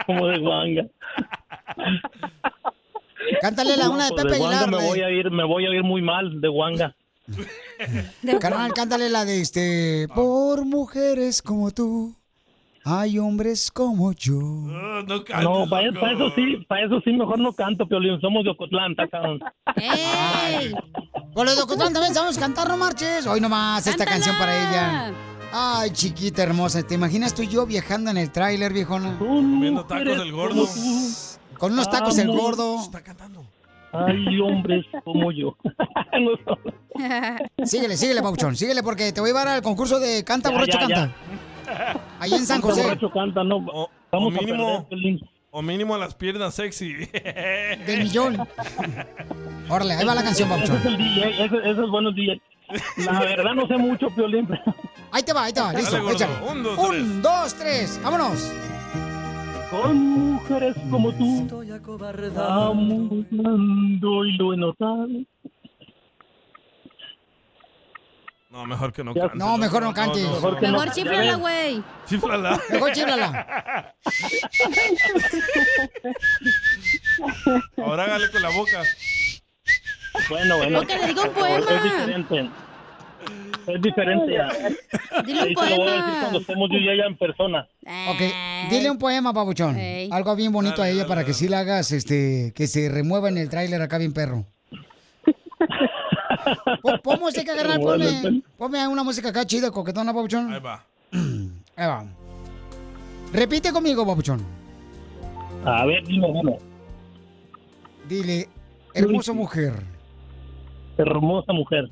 [SPEAKER 21] Como de guanga.
[SPEAKER 4] Cántale la
[SPEAKER 21] No,
[SPEAKER 4] una de
[SPEAKER 21] pues
[SPEAKER 4] Pepe
[SPEAKER 21] guanga
[SPEAKER 4] Aguilar.
[SPEAKER 21] Me
[SPEAKER 4] la de-
[SPEAKER 21] voy, a ir, me voy a ir muy mal de guanga.
[SPEAKER 4] Carnal, cántale la de este. Por mujeres como tú, hay hombres como yo.
[SPEAKER 6] Ah, No,
[SPEAKER 21] No, para, para eso sí, para eso sí mejor no canto, Piolín. Somos de Ocotlán, está cabrón.
[SPEAKER 4] Con los de Ocotlán también sabemos cantar, no marches. Hoy nomás esta canción para ella. Ay, chiquita hermosa, ¿te imaginas tú y yo viajando en el tráiler, viejona?
[SPEAKER 6] Comiendo tacos del gordo.
[SPEAKER 4] Con unos tacos el
[SPEAKER 6] Amo.
[SPEAKER 4] gordo.
[SPEAKER 21] Hay hombres como yo.
[SPEAKER 4] Síguele, síguele, Pauchón, síguele porque te voy a llevar al concurso de Canta
[SPEAKER 21] Ya,
[SPEAKER 4] Borracho
[SPEAKER 21] ya, ya.
[SPEAKER 4] Canta. Ahí en San
[SPEAKER 21] Canta
[SPEAKER 4] José.
[SPEAKER 21] borracho, canta, no.
[SPEAKER 6] O
[SPEAKER 21] Vamos a
[SPEAKER 6] mínimo,
[SPEAKER 21] perder, Piolín.
[SPEAKER 6] o mínimo las piernas sexy. Del
[SPEAKER 4] millón. Órale, ahí va la canción,
[SPEAKER 21] Ese
[SPEAKER 4] Pauchón.
[SPEAKER 21] es el DJ, ese, ese es bueno el DJ. La verdad no sé mucho, Piolín. pero-
[SPEAKER 4] Ahí te va, ahí te va,
[SPEAKER 21] Dale,
[SPEAKER 4] listo,
[SPEAKER 21] gordo.
[SPEAKER 4] échale.
[SPEAKER 21] Un, dos,
[SPEAKER 4] Un, dos, tres, vámonos.
[SPEAKER 21] Con mujeres como tú, Vamos dando y lo he notado.
[SPEAKER 6] No, mejor que no
[SPEAKER 21] Ya-
[SPEAKER 6] cante.
[SPEAKER 21] No, mejor no cante.
[SPEAKER 6] Mejor, que
[SPEAKER 5] Mejor
[SPEAKER 6] no.
[SPEAKER 5] chiflala, güey.
[SPEAKER 6] Chíflala.
[SPEAKER 4] Mejor chíflala.
[SPEAKER 6] Ahora hágale con la boca.
[SPEAKER 21] Bueno, bueno.
[SPEAKER 5] Lo que le diga un
[SPEAKER 21] Es
[SPEAKER 5] poema.
[SPEAKER 21] diferente. Es diferente.
[SPEAKER 5] Dile un
[SPEAKER 21] Ahí se lo voy a decir
[SPEAKER 5] poema.
[SPEAKER 21] cuando estemos yo y ella en persona.
[SPEAKER 4] Ok, dile un poema, babuchón.
[SPEAKER 21] Ey.
[SPEAKER 4] Algo bien bonito a ella para que sí la hagas, este, que se remueva en el tráiler acá bien perro. Po- Pon música, carnal,
[SPEAKER 11] Bueno,
[SPEAKER 4] ponme, ponme una música acá chida, coquetona, babuchón. Ahí
[SPEAKER 6] va.
[SPEAKER 4] Ahí va. Repite conmigo, babuchón.
[SPEAKER 21] A ver, dime, dime.
[SPEAKER 4] Dile, hermosa mujer,
[SPEAKER 21] Hermosa mujer.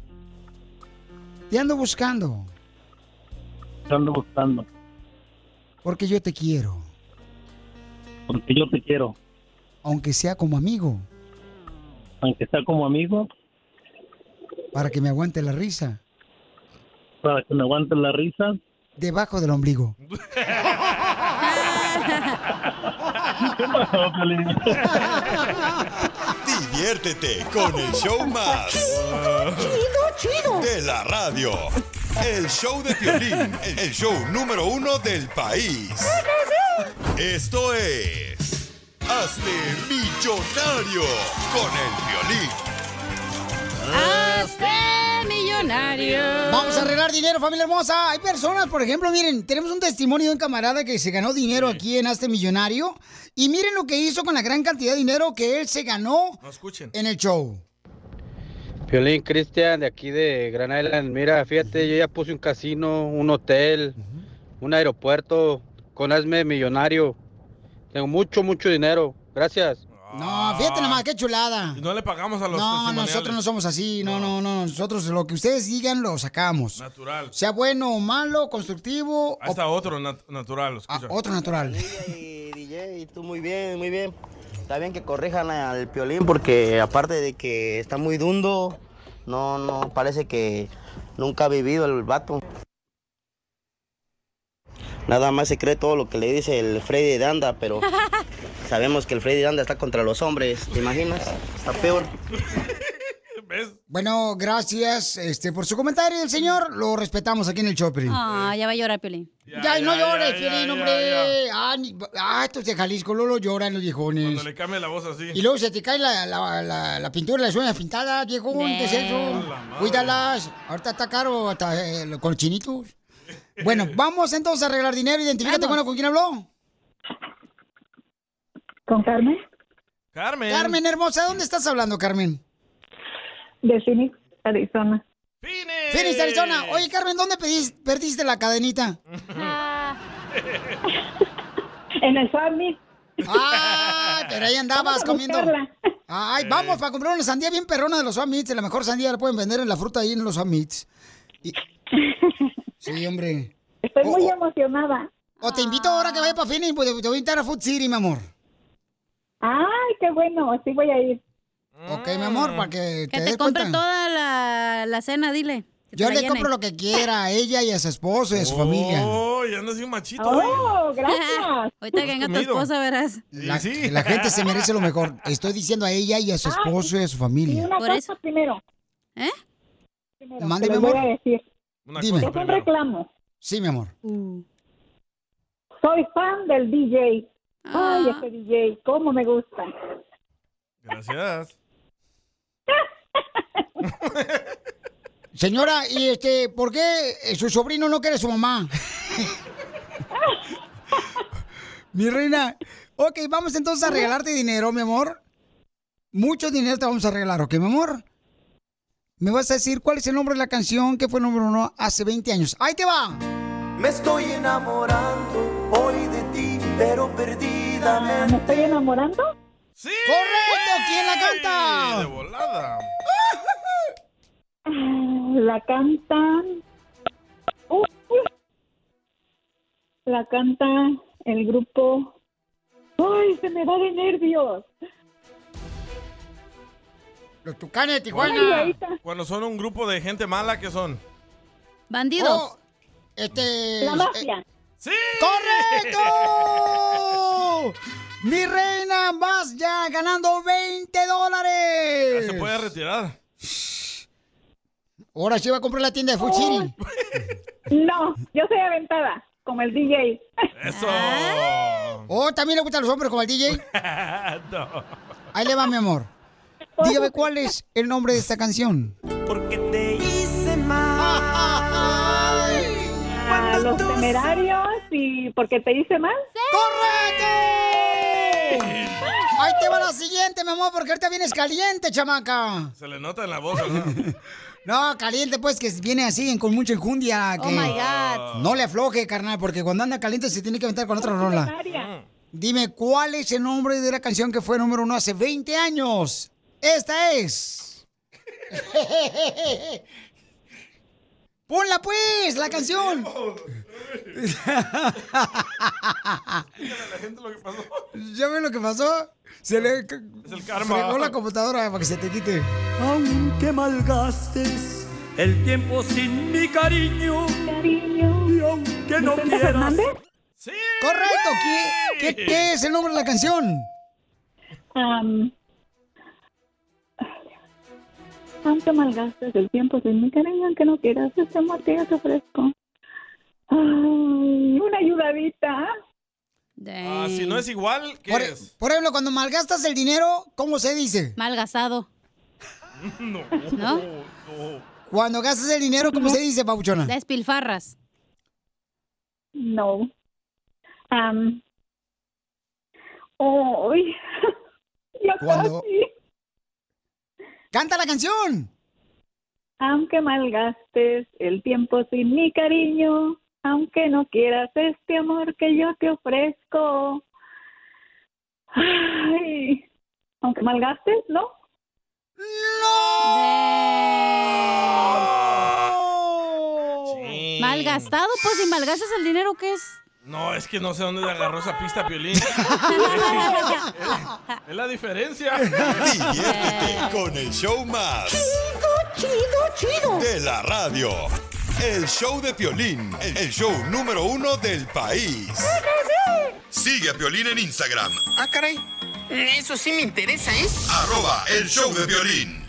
[SPEAKER 4] te ando buscando
[SPEAKER 21] Te ando buscando.
[SPEAKER 4] porque yo te quiero,
[SPEAKER 21] Porque yo te quiero.
[SPEAKER 4] aunque sea como amigo,
[SPEAKER 21] Aunque sea como amigo,
[SPEAKER 4] para que me aguante la risa
[SPEAKER 21] para que me aguantes la risa.
[SPEAKER 4] debajo del ombligo.
[SPEAKER 1] Diviértete con el show más. Chido, chido. De la radio. El show de violín. El show número uno del país. Esto es. Hazte millonario con el violín.
[SPEAKER 5] ¡Hazte millonario!
[SPEAKER 4] Vamos a arreglar dinero, familia hermosa. Hay personas, por ejemplo, miren, tenemos un testimonio de un camarada que se ganó dinero aquí en Hazte Millonario. Y miren lo que hizo con la gran cantidad de dinero que él se ganó
[SPEAKER 6] No escuchen.
[SPEAKER 4] en el show.
[SPEAKER 7] Piolín Cristian de aquí de Gran Island, mira, fíjate, yo ya puse un casino, un hotel, un aeropuerto, con hazme millonario. Tengo mucho, mucho dinero. Gracias.
[SPEAKER 4] No, Ah, fíjate nada más, qué chulada.
[SPEAKER 6] No le pagamos a los
[SPEAKER 4] No,
[SPEAKER 6] testimoniales.
[SPEAKER 4] nosotros no somos así, no, no, no, nosotros lo que ustedes digan lo sacamos.
[SPEAKER 6] Natural.
[SPEAKER 4] Sea bueno o malo, constructivo,
[SPEAKER 6] Ahí está otro nat- natural.
[SPEAKER 5] Ah,
[SPEAKER 6] Escucha.
[SPEAKER 4] otro natural.
[SPEAKER 18] DJ, tú muy bien, muy bien. Está bien que corrijan al Piolín porque aparte de que está muy dundo, no, no, parece que nunca ha vivido el vato. Nada más se cree todo lo que le dice el Freddy de Anda, pero sabemos que el Freddy de Anda está contra los hombres, ¿te imaginas? Está peor.
[SPEAKER 4] Bueno, gracias este, por su comentario, el señor. Lo respetamos aquí en el shopping.
[SPEAKER 5] Ah, ya va a llorar, Piolín.
[SPEAKER 4] Ya, no llores, Piolín, hombre. Ah, ni- ah, estos de Jalisco, Lolo lloran los viejones.
[SPEAKER 6] Cuando le cambie la voz así.
[SPEAKER 4] Y luego se te cae la, la, la, la pintura, las uñas pintadas, viejo. ¿Qué es eso?
[SPEAKER 6] La madre.
[SPEAKER 4] Cuídalas. Ahorita está caro hasta eh, con chinitos. Bueno, vamos entonces a arreglar dinero. Identifícate, bueno, ¿con quién habló?
[SPEAKER 17] ¿Con Carmen?
[SPEAKER 6] Carmen.
[SPEAKER 4] Carmen, hermosa, ¿dónde estás hablando, Carmen?
[SPEAKER 17] De Phoenix, Arizona.
[SPEAKER 4] Phoenix, Arizona. Oye, Carmen, ¿dónde pedis- perdiste la cadenita?
[SPEAKER 17] En el Swami.
[SPEAKER 4] Ay, pero ahí andabas
[SPEAKER 17] Vamos a
[SPEAKER 4] comiendo.
[SPEAKER 17] buscarla.
[SPEAKER 4] Ay, vamos para comprar una sandía bien perrona de los Summits. La mejor sandía la pueden vender en la fruta ahí en los Summits. Y- Sí, hombre. Oh,
[SPEAKER 17] Estoy muy emocionada.
[SPEAKER 4] O te invito ahora que vaya para Phoenix, pues, te voy a invitar a Food City, mi amor.
[SPEAKER 17] Ay, qué bueno, así voy a ir.
[SPEAKER 4] Ok, mi amor, para que te
[SPEAKER 5] Que
[SPEAKER 4] des
[SPEAKER 5] te
[SPEAKER 4] cuenta.
[SPEAKER 5] compre toda la, la cena, dile. que te
[SPEAKER 4] Yo
[SPEAKER 5] la
[SPEAKER 4] le
[SPEAKER 5] llene.
[SPEAKER 4] compro lo que quiera a ella y a su esposo y a su familia.
[SPEAKER 6] Oh, ya andas bien machito.
[SPEAKER 5] Oh,
[SPEAKER 6] eh.
[SPEAKER 5] gracias. Ahorita que venga tu
[SPEAKER 6] Comido.
[SPEAKER 5] esposa, verás.
[SPEAKER 4] La, la gente se merece lo mejor. Estoy diciendo a ella y a su esposo y a su familia.
[SPEAKER 17] Una cosa primero.
[SPEAKER 5] ¿Eh?
[SPEAKER 17] Primero,
[SPEAKER 4] Mande,
[SPEAKER 17] te
[SPEAKER 4] mi
[SPEAKER 17] lo voy
[SPEAKER 4] amor.
[SPEAKER 17] a decir.
[SPEAKER 4] Dime.
[SPEAKER 17] Es un reclamo.
[SPEAKER 4] Sí, mi amor.
[SPEAKER 17] Soy fan del DJ. Ay, ese DJ, cómo me gusta.
[SPEAKER 6] Gracias.
[SPEAKER 4] Señora, y este, ¿por qué eh, su sobrino no quiere a su mamá? mi reina. Ok, vamos entonces a regalarte dinero, mi amor. Mucho dinero te vamos a regalar, ¿ok, mi amor? Me vas a decir cuál es el nombre de la canción que fue número uno hace 20 años. ¡Ahí te va!
[SPEAKER 11] Me estoy enamorando hoy de ti, pero perdida.
[SPEAKER 17] ¿Me estoy enamorando?
[SPEAKER 6] ¡Sí!
[SPEAKER 4] ¡Correcto! ¿Quién la
[SPEAKER 6] De
[SPEAKER 4] canta?
[SPEAKER 6] volada.
[SPEAKER 17] Ah, La cantan. Uy. La canta el grupo. ¡Ay, se me va de nervios!
[SPEAKER 4] Los tucanes de Tijuana.
[SPEAKER 6] Cuando, cuando son un grupo de gente mala, ¿qué son?
[SPEAKER 5] Bandidos.
[SPEAKER 4] Oh, este.
[SPEAKER 5] La mafia.
[SPEAKER 4] eh, ¡Correcto! Mi reina, vas ya ganando 20
[SPEAKER 6] Ya se
[SPEAKER 4] dólares.
[SPEAKER 6] puede retirar.
[SPEAKER 4] Ahora sí va a comprar la tienda de Fuchiri.
[SPEAKER 17] No, yo soy Oh, aventada, como el DJ.
[SPEAKER 6] Eso.
[SPEAKER 4] Oh, también le gustan los hombres como al DJ.
[SPEAKER 6] no.
[SPEAKER 4] Ahí le va, mi amor. Dígame cuál es el nombre de esta canción.
[SPEAKER 11] Porque te hice mal.
[SPEAKER 17] A los temerarios y porque te hice mal.
[SPEAKER 4] ¡Correcto! Ahí te va la siguiente, mi amor, porque ahorita vienes caliente, chamaca.
[SPEAKER 6] Se le nota en la voz, ¿verdad?
[SPEAKER 4] No, caliente, pues, que viene así, con mucha injundia.
[SPEAKER 6] Oh,
[SPEAKER 4] que
[SPEAKER 6] my God. pues,
[SPEAKER 4] No le afloje, carnal, porque cuando anda caliente se tiene que aventar con otra rola. Dime, ¿cuál es el nombre de la canción que fue número uno hace 20 años? Esta es... ¡Ponla, pues, la canción! ¿Ya ves lo que pasó? Se le... Es
[SPEAKER 6] el
[SPEAKER 11] karma.
[SPEAKER 4] la computadora para que se te quite.
[SPEAKER 11] Aunque malgastes el tiempo sin mi cariño. Y aunque no
[SPEAKER 4] ¿Vicente
[SPEAKER 11] quieras.
[SPEAKER 4] Fernández? Correcto. ¿Qué, qué, qué es el nombre de la canción?
[SPEAKER 17] Tanto malgastes el tiempo sin mi cariño, aunque no quieras este amor que yo te ofrezco. Ay, una ayudadita.
[SPEAKER 6] Ah, si no es igual, ¿qué
[SPEAKER 4] por,
[SPEAKER 6] es?
[SPEAKER 4] por ejemplo, cuando malgastas el dinero, ¿cómo se dice?
[SPEAKER 5] Malgasado.
[SPEAKER 6] No.
[SPEAKER 4] Oh.
[SPEAKER 5] ¿No?
[SPEAKER 4] Cuando gastas el dinero, ¿cómo se dice, papuchona?
[SPEAKER 5] Despilfarras.
[SPEAKER 17] No. Am. Oh, uy. Ya
[SPEAKER 4] Cuando-
[SPEAKER 17] casi.
[SPEAKER 4] ¡Canta la canción!
[SPEAKER 17] Aunque malgastes el tiempo sin mi cariño, aunque no quieras este amor que yo te ofrezco. Ay, aunque malgastes, ¿no?
[SPEAKER 5] Malgastado, pues si malgastas el dinero, ¿qué es?
[SPEAKER 6] No, es que no sé dónde le agarró esa pista, Piolín. es la diferencia.
[SPEAKER 1] Diviértete con el show más. Eh. Chido, chido, chido. De la radio. El show de Piolín. El el show número uno del país. Sigue a Piolín en Instagram.
[SPEAKER 3] Ah, caray. Eso sí me interesa, ¿eh?
[SPEAKER 1] Arroba el show de Piolín.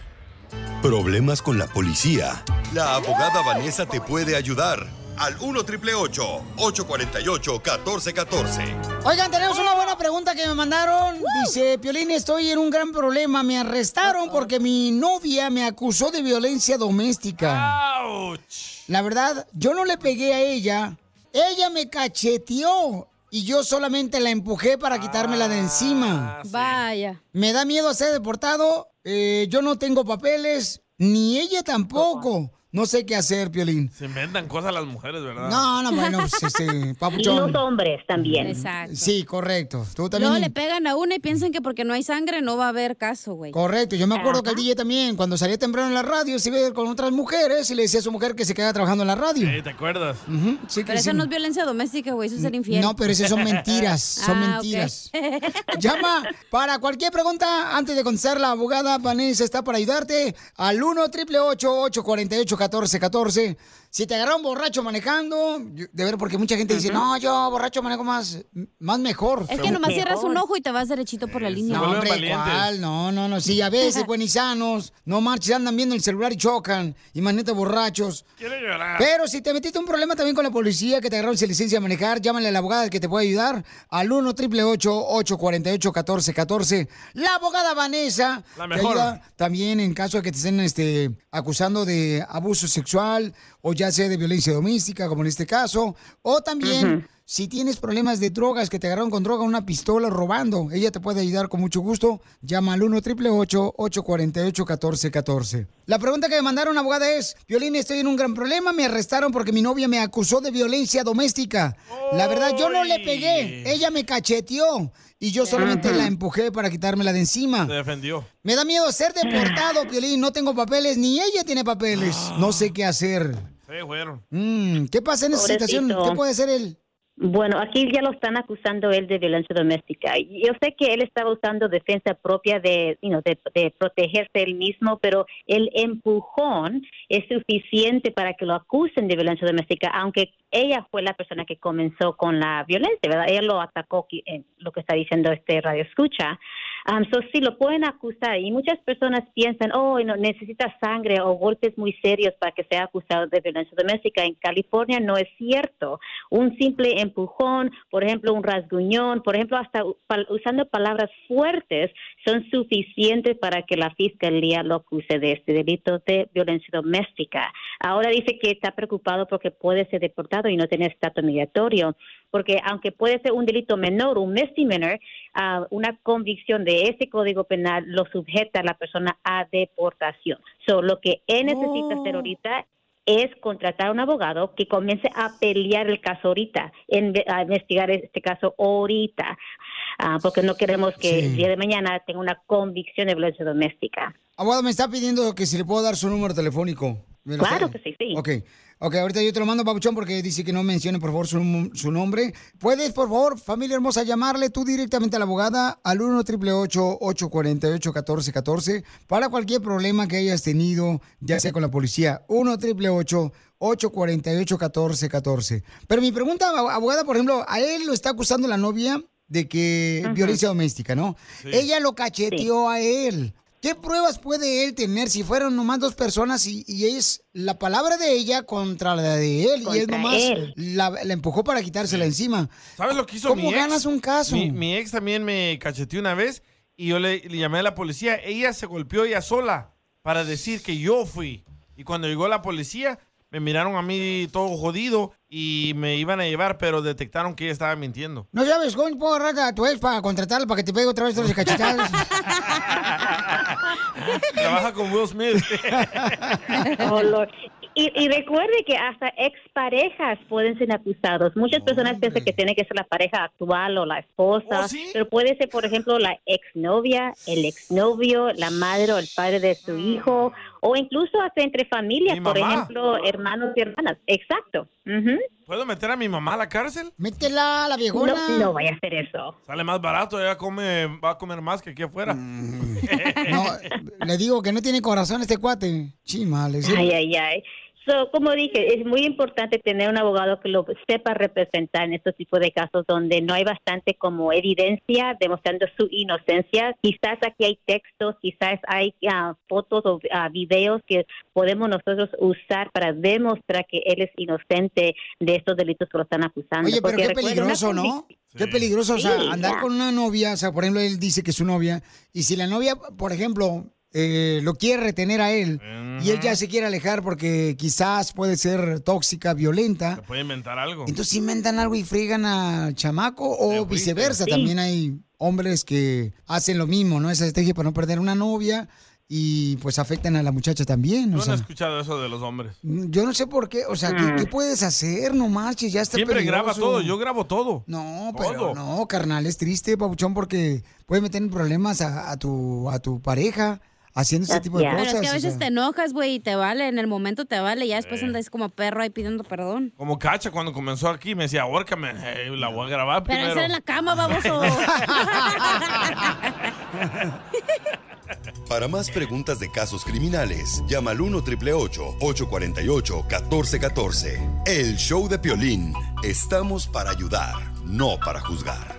[SPEAKER 1] Problemas con la policía. La abogada Vanessa te puede ayudar. Al 1 triple 848 1414.
[SPEAKER 4] Oigan, tenemos una buena pregunta que me mandaron. Dice, Piolín, estoy en un gran problema. Me arrestaron porque mi novia me acusó de violencia doméstica. La verdad, yo no le pegué a ella. Ella me cacheteó y yo solamente la empujé para quitármela de encima.
[SPEAKER 5] Vaya.
[SPEAKER 4] Me da miedo ser deportado. eh, yo no tengo papeles, ni ella tampoco. No sé qué hacer, Piolín.
[SPEAKER 6] Se inventan cosas las mujeres, ¿verdad?
[SPEAKER 4] No, no, bueno, pues, este, papuchón.
[SPEAKER 5] Ah. Y los
[SPEAKER 4] hombres
[SPEAKER 5] también. Exacto.
[SPEAKER 4] Sí, correcto. Tú también.
[SPEAKER 5] Luego le pegan a una y piensan que porque no hay sangre no va a haber caso, güey.
[SPEAKER 4] Correcto, yo me acuerdo que el
[SPEAKER 5] Ajá.
[SPEAKER 4] DJ también, cuando salía temprano en la radio, se iba con otras mujeres y le decía a su mujer que se quedaba trabajando en la radio.
[SPEAKER 6] Sí, ¿Te acuerdas?
[SPEAKER 4] Ujú, sí que
[SPEAKER 5] Pero eso
[SPEAKER 4] sí.
[SPEAKER 5] no es violencia doméstica, güey, eso es ser infiel.
[SPEAKER 4] No, pero esas son mentiras, son
[SPEAKER 5] Ah, ok.
[SPEAKER 4] mentiras. Llama para cualquier pregunta antes de contestar. La abogada Vanessa está para ayudarte al 1 888 848 1414 Si te agarraron borracho manejando, yo- de ver, porque mucha gente dice,
[SPEAKER 5] Ujú.
[SPEAKER 4] no, yo borracho manejo más, más mejor.
[SPEAKER 5] Es que nomás cierras un ojo y te vas derechito por la línea.
[SPEAKER 4] No, hombre, ¿cuál? No, no, no. Sí, a veces, buenisanos, no marches, andan viendo el celular y chocan. Imagínate borrachos.
[SPEAKER 6] Quiere llorar.
[SPEAKER 4] Pero si te metiste un problema también con la policía que te agarraron sin licencia de manejar, llámale a la abogada que te puede ayudar al 1 888 848 1414 La abogada Vanessa
[SPEAKER 6] La
[SPEAKER 4] te
[SPEAKER 6] mejor.
[SPEAKER 4] ayuda también en caso de que te estén este, acusando de abuso sexual o ya sea de violencia doméstica, como en este caso, o también si tienes problemas de drogas que te agarraron con droga, una pistola robando, ella te puede ayudar con mucho gusto. Llama al 1 888 848 1414 La pregunta que me mandaron abogada es, Violín, estoy en un gran problema, me arrestaron porque mi novia me acusó de violencia doméstica. La verdad, yo no le pegué, ella me cacheteó y yo solamente la empujé para quitármela de encima.
[SPEAKER 6] Se defendió.
[SPEAKER 4] Me da miedo ser deportado, Piolín. No tengo papeles, ni ella tiene papeles. No sé qué hacer.
[SPEAKER 6] Sí, fueron.
[SPEAKER 4] Mm, ¿Qué pasa en esa
[SPEAKER 6] Pobrecito.
[SPEAKER 4] situación? ¿Qué puede ser él?
[SPEAKER 23] Bueno, aquí ya lo están acusando él de violencia doméstica. Y Yo sé que él estaba usando defensa propia de, you know, de, de protegerse él mismo, pero el empujón es suficiente para que lo acusen de violencia doméstica, aunque ella fue la persona que comenzó con la violencia, ¿verdad? Ella lo atacó, qui- eh, lo que está diciendo este radio escucha. Um, so, sí, lo pueden acusar y muchas personas piensan, oh, no, necesita sangre o golpes muy serios para que sea acusado de violencia doméstica. En California no es cierto. Un simple empujón, por ejemplo, un rasguñón, por ejemplo, hasta u- pal- usando palabras fuertes son suficientes para que la fiscalía lo acuse de este delito de violencia doméstica. Ahora dice que está preocupado porque puede ser deportado y no tener estatus migratorio, porque aunque puede ser un delito menor, un misdemeanor, ah, una convicción de ese código penal lo sujeta a la persona a deportación. So, lo que él necesita hacer ahorita es contratar a un abogado que comience a pelear el caso ahorita, en- a investigar este caso ahorita, ah, porque no queremos que el día de mañana tenga una convicción de violencia doméstica.
[SPEAKER 4] Abogado, me está pidiendo que si le puedo dar su número telefónico. ¿Me lo
[SPEAKER 23] Claro
[SPEAKER 4] está-
[SPEAKER 23] que sí, sí.
[SPEAKER 4] Ok, ok, ahorita yo te lo mando, Papuchón, porque dice que no mencione, por favor, su, su nombre. ¿Puedes, por favor, familia hermosa, llamarle tú directamente a la abogada al 1 848 1414 para cualquier problema que hayas tenido, ya sea con la policía. 1 848 1414 Pero mi pregunta, abogada, por ejemplo, a él lo está acusando la novia de que
[SPEAKER 25] Ujú.
[SPEAKER 4] violencia doméstica, ¿no?
[SPEAKER 25] Sí.
[SPEAKER 4] Ella lo cacheteó a él. ¿Qué pruebas puede él tener si fueron nomás dos personas y, y es la palabra de ella contra la de él? y él
[SPEAKER 6] Contra
[SPEAKER 4] nomás
[SPEAKER 6] él.
[SPEAKER 4] La, la empujó para quitársela encima.
[SPEAKER 6] ¿Sabes lo que hizo
[SPEAKER 4] ¿Cómo
[SPEAKER 6] mi ex?
[SPEAKER 4] ganas un caso?
[SPEAKER 6] Mi, mi ex también me cacheteó una vez y yo le, le llamé a la policía. Ella se golpeó ella sola para decir que yo fui. Y cuando llegó la policía, me miraron a mí todo jodido y me iban a llevar, pero detectaron que ella estaba mintiendo.
[SPEAKER 4] No sabes cómo puedo agarrar a tu ex para contratarla para que te pegue otra vez tres cachetadas.
[SPEAKER 6] Trabaja con Will Smith.
[SPEAKER 23] Oh, Lord. Y, y recuerde que hasta exparejas pueden ser acusados. Muchas personas piensan que tiene que ser la pareja actual o la
[SPEAKER 6] Oh,
[SPEAKER 23] esposa, pero puede ser, por ejemplo, la exnovia, el exnovio, la madre o el padre de su hijo, o incluso hasta entre familias,
[SPEAKER 6] Ah. Mi
[SPEAKER 23] por
[SPEAKER 6] mamá.
[SPEAKER 23] ejemplo, hermanos y hermanas. Exacto. Ujú.
[SPEAKER 6] ¿Puedo meter a mi mamá a la cárcel?
[SPEAKER 4] Métela, la viejona.
[SPEAKER 23] No, no vaya a hacer eso.
[SPEAKER 6] Sale más barato, ella come, va a comer más que aquí afuera.
[SPEAKER 4] Mm. Le digo que no tiene corazón este cuate. Chimales.
[SPEAKER 23] Ay, ay, ay. So, como dije, es muy importante tener un abogado que lo sepa representar en estos tipos de casos donde no hay bastante como evidencia demostrando su inocencia. Quizás aquí hay textos, quizás hay ah, fotos o ah, videos que podemos nosotros usar para demostrar que él es inocente de estos delitos que lo están acusando.
[SPEAKER 4] Oye, pero
[SPEAKER 23] Porque
[SPEAKER 4] qué
[SPEAKER 23] recuerda, una
[SPEAKER 4] peligroso, ¿no?
[SPEAKER 23] convic-
[SPEAKER 4] Qué peligroso, o
[SPEAKER 23] Sí,
[SPEAKER 4] sea, andar
[SPEAKER 23] ya.
[SPEAKER 4] con una novia, o sea, por ejemplo, él dice que es su novia, y si la novia, por ejemplo, eh, lo quiere retener a él, y él ya se quiere alejar porque quizás puede ser tóxica, violenta,
[SPEAKER 6] Puede inventar algo.
[SPEAKER 4] entonces inventan algo y friegan al chamaco, o viceversa,
[SPEAKER 6] Sí.
[SPEAKER 4] también hay hombres que hacen lo mismo, ¿no? Esa estrategia para no perder una novia, y pues afectan a la muchacha también, o
[SPEAKER 6] Yo no he
[SPEAKER 4] sea.
[SPEAKER 6] escuchado eso de los hombres.
[SPEAKER 4] Yo no sé por qué, o sea, ¿qué,
[SPEAKER 6] Mm.
[SPEAKER 4] qué
[SPEAKER 23] Ah.
[SPEAKER 4] puedes hacer? No marches, ya está
[SPEAKER 6] Siempre graba
[SPEAKER 4] peligroso.
[SPEAKER 6] todo, yo grabo todo.
[SPEAKER 4] No, pero no, carnal, es triste, papuchón, porque puede meter en problemas a, a tu, a tu pareja haciendo ese tipo de
[SPEAKER 5] Pero
[SPEAKER 4] cosas.
[SPEAKER 5] es que a
[SPEAKER 4] o
[SPEAKER 5] veces
[SPEAKER 4] sea.
[SPEAKER 5] te enojas, güey, y te vale, en el momento te vale, ya después andas como perro ahí pidiendo perdón.
[SPEAKER 6] Como Cacha cuando comenzó aquí me decía, ahórcame, eh, la voy a grabar
[SPEAKER 5] Pero
[SPEAKER 6] primero.
[SPEAKER 5] hacer en la cama, baboso.
[SPEAKER 1] Para más preguntas de casos criminales, llama al 1 888 848 1414 El show de Piolín. Estamos para ayudar, no para juzgar.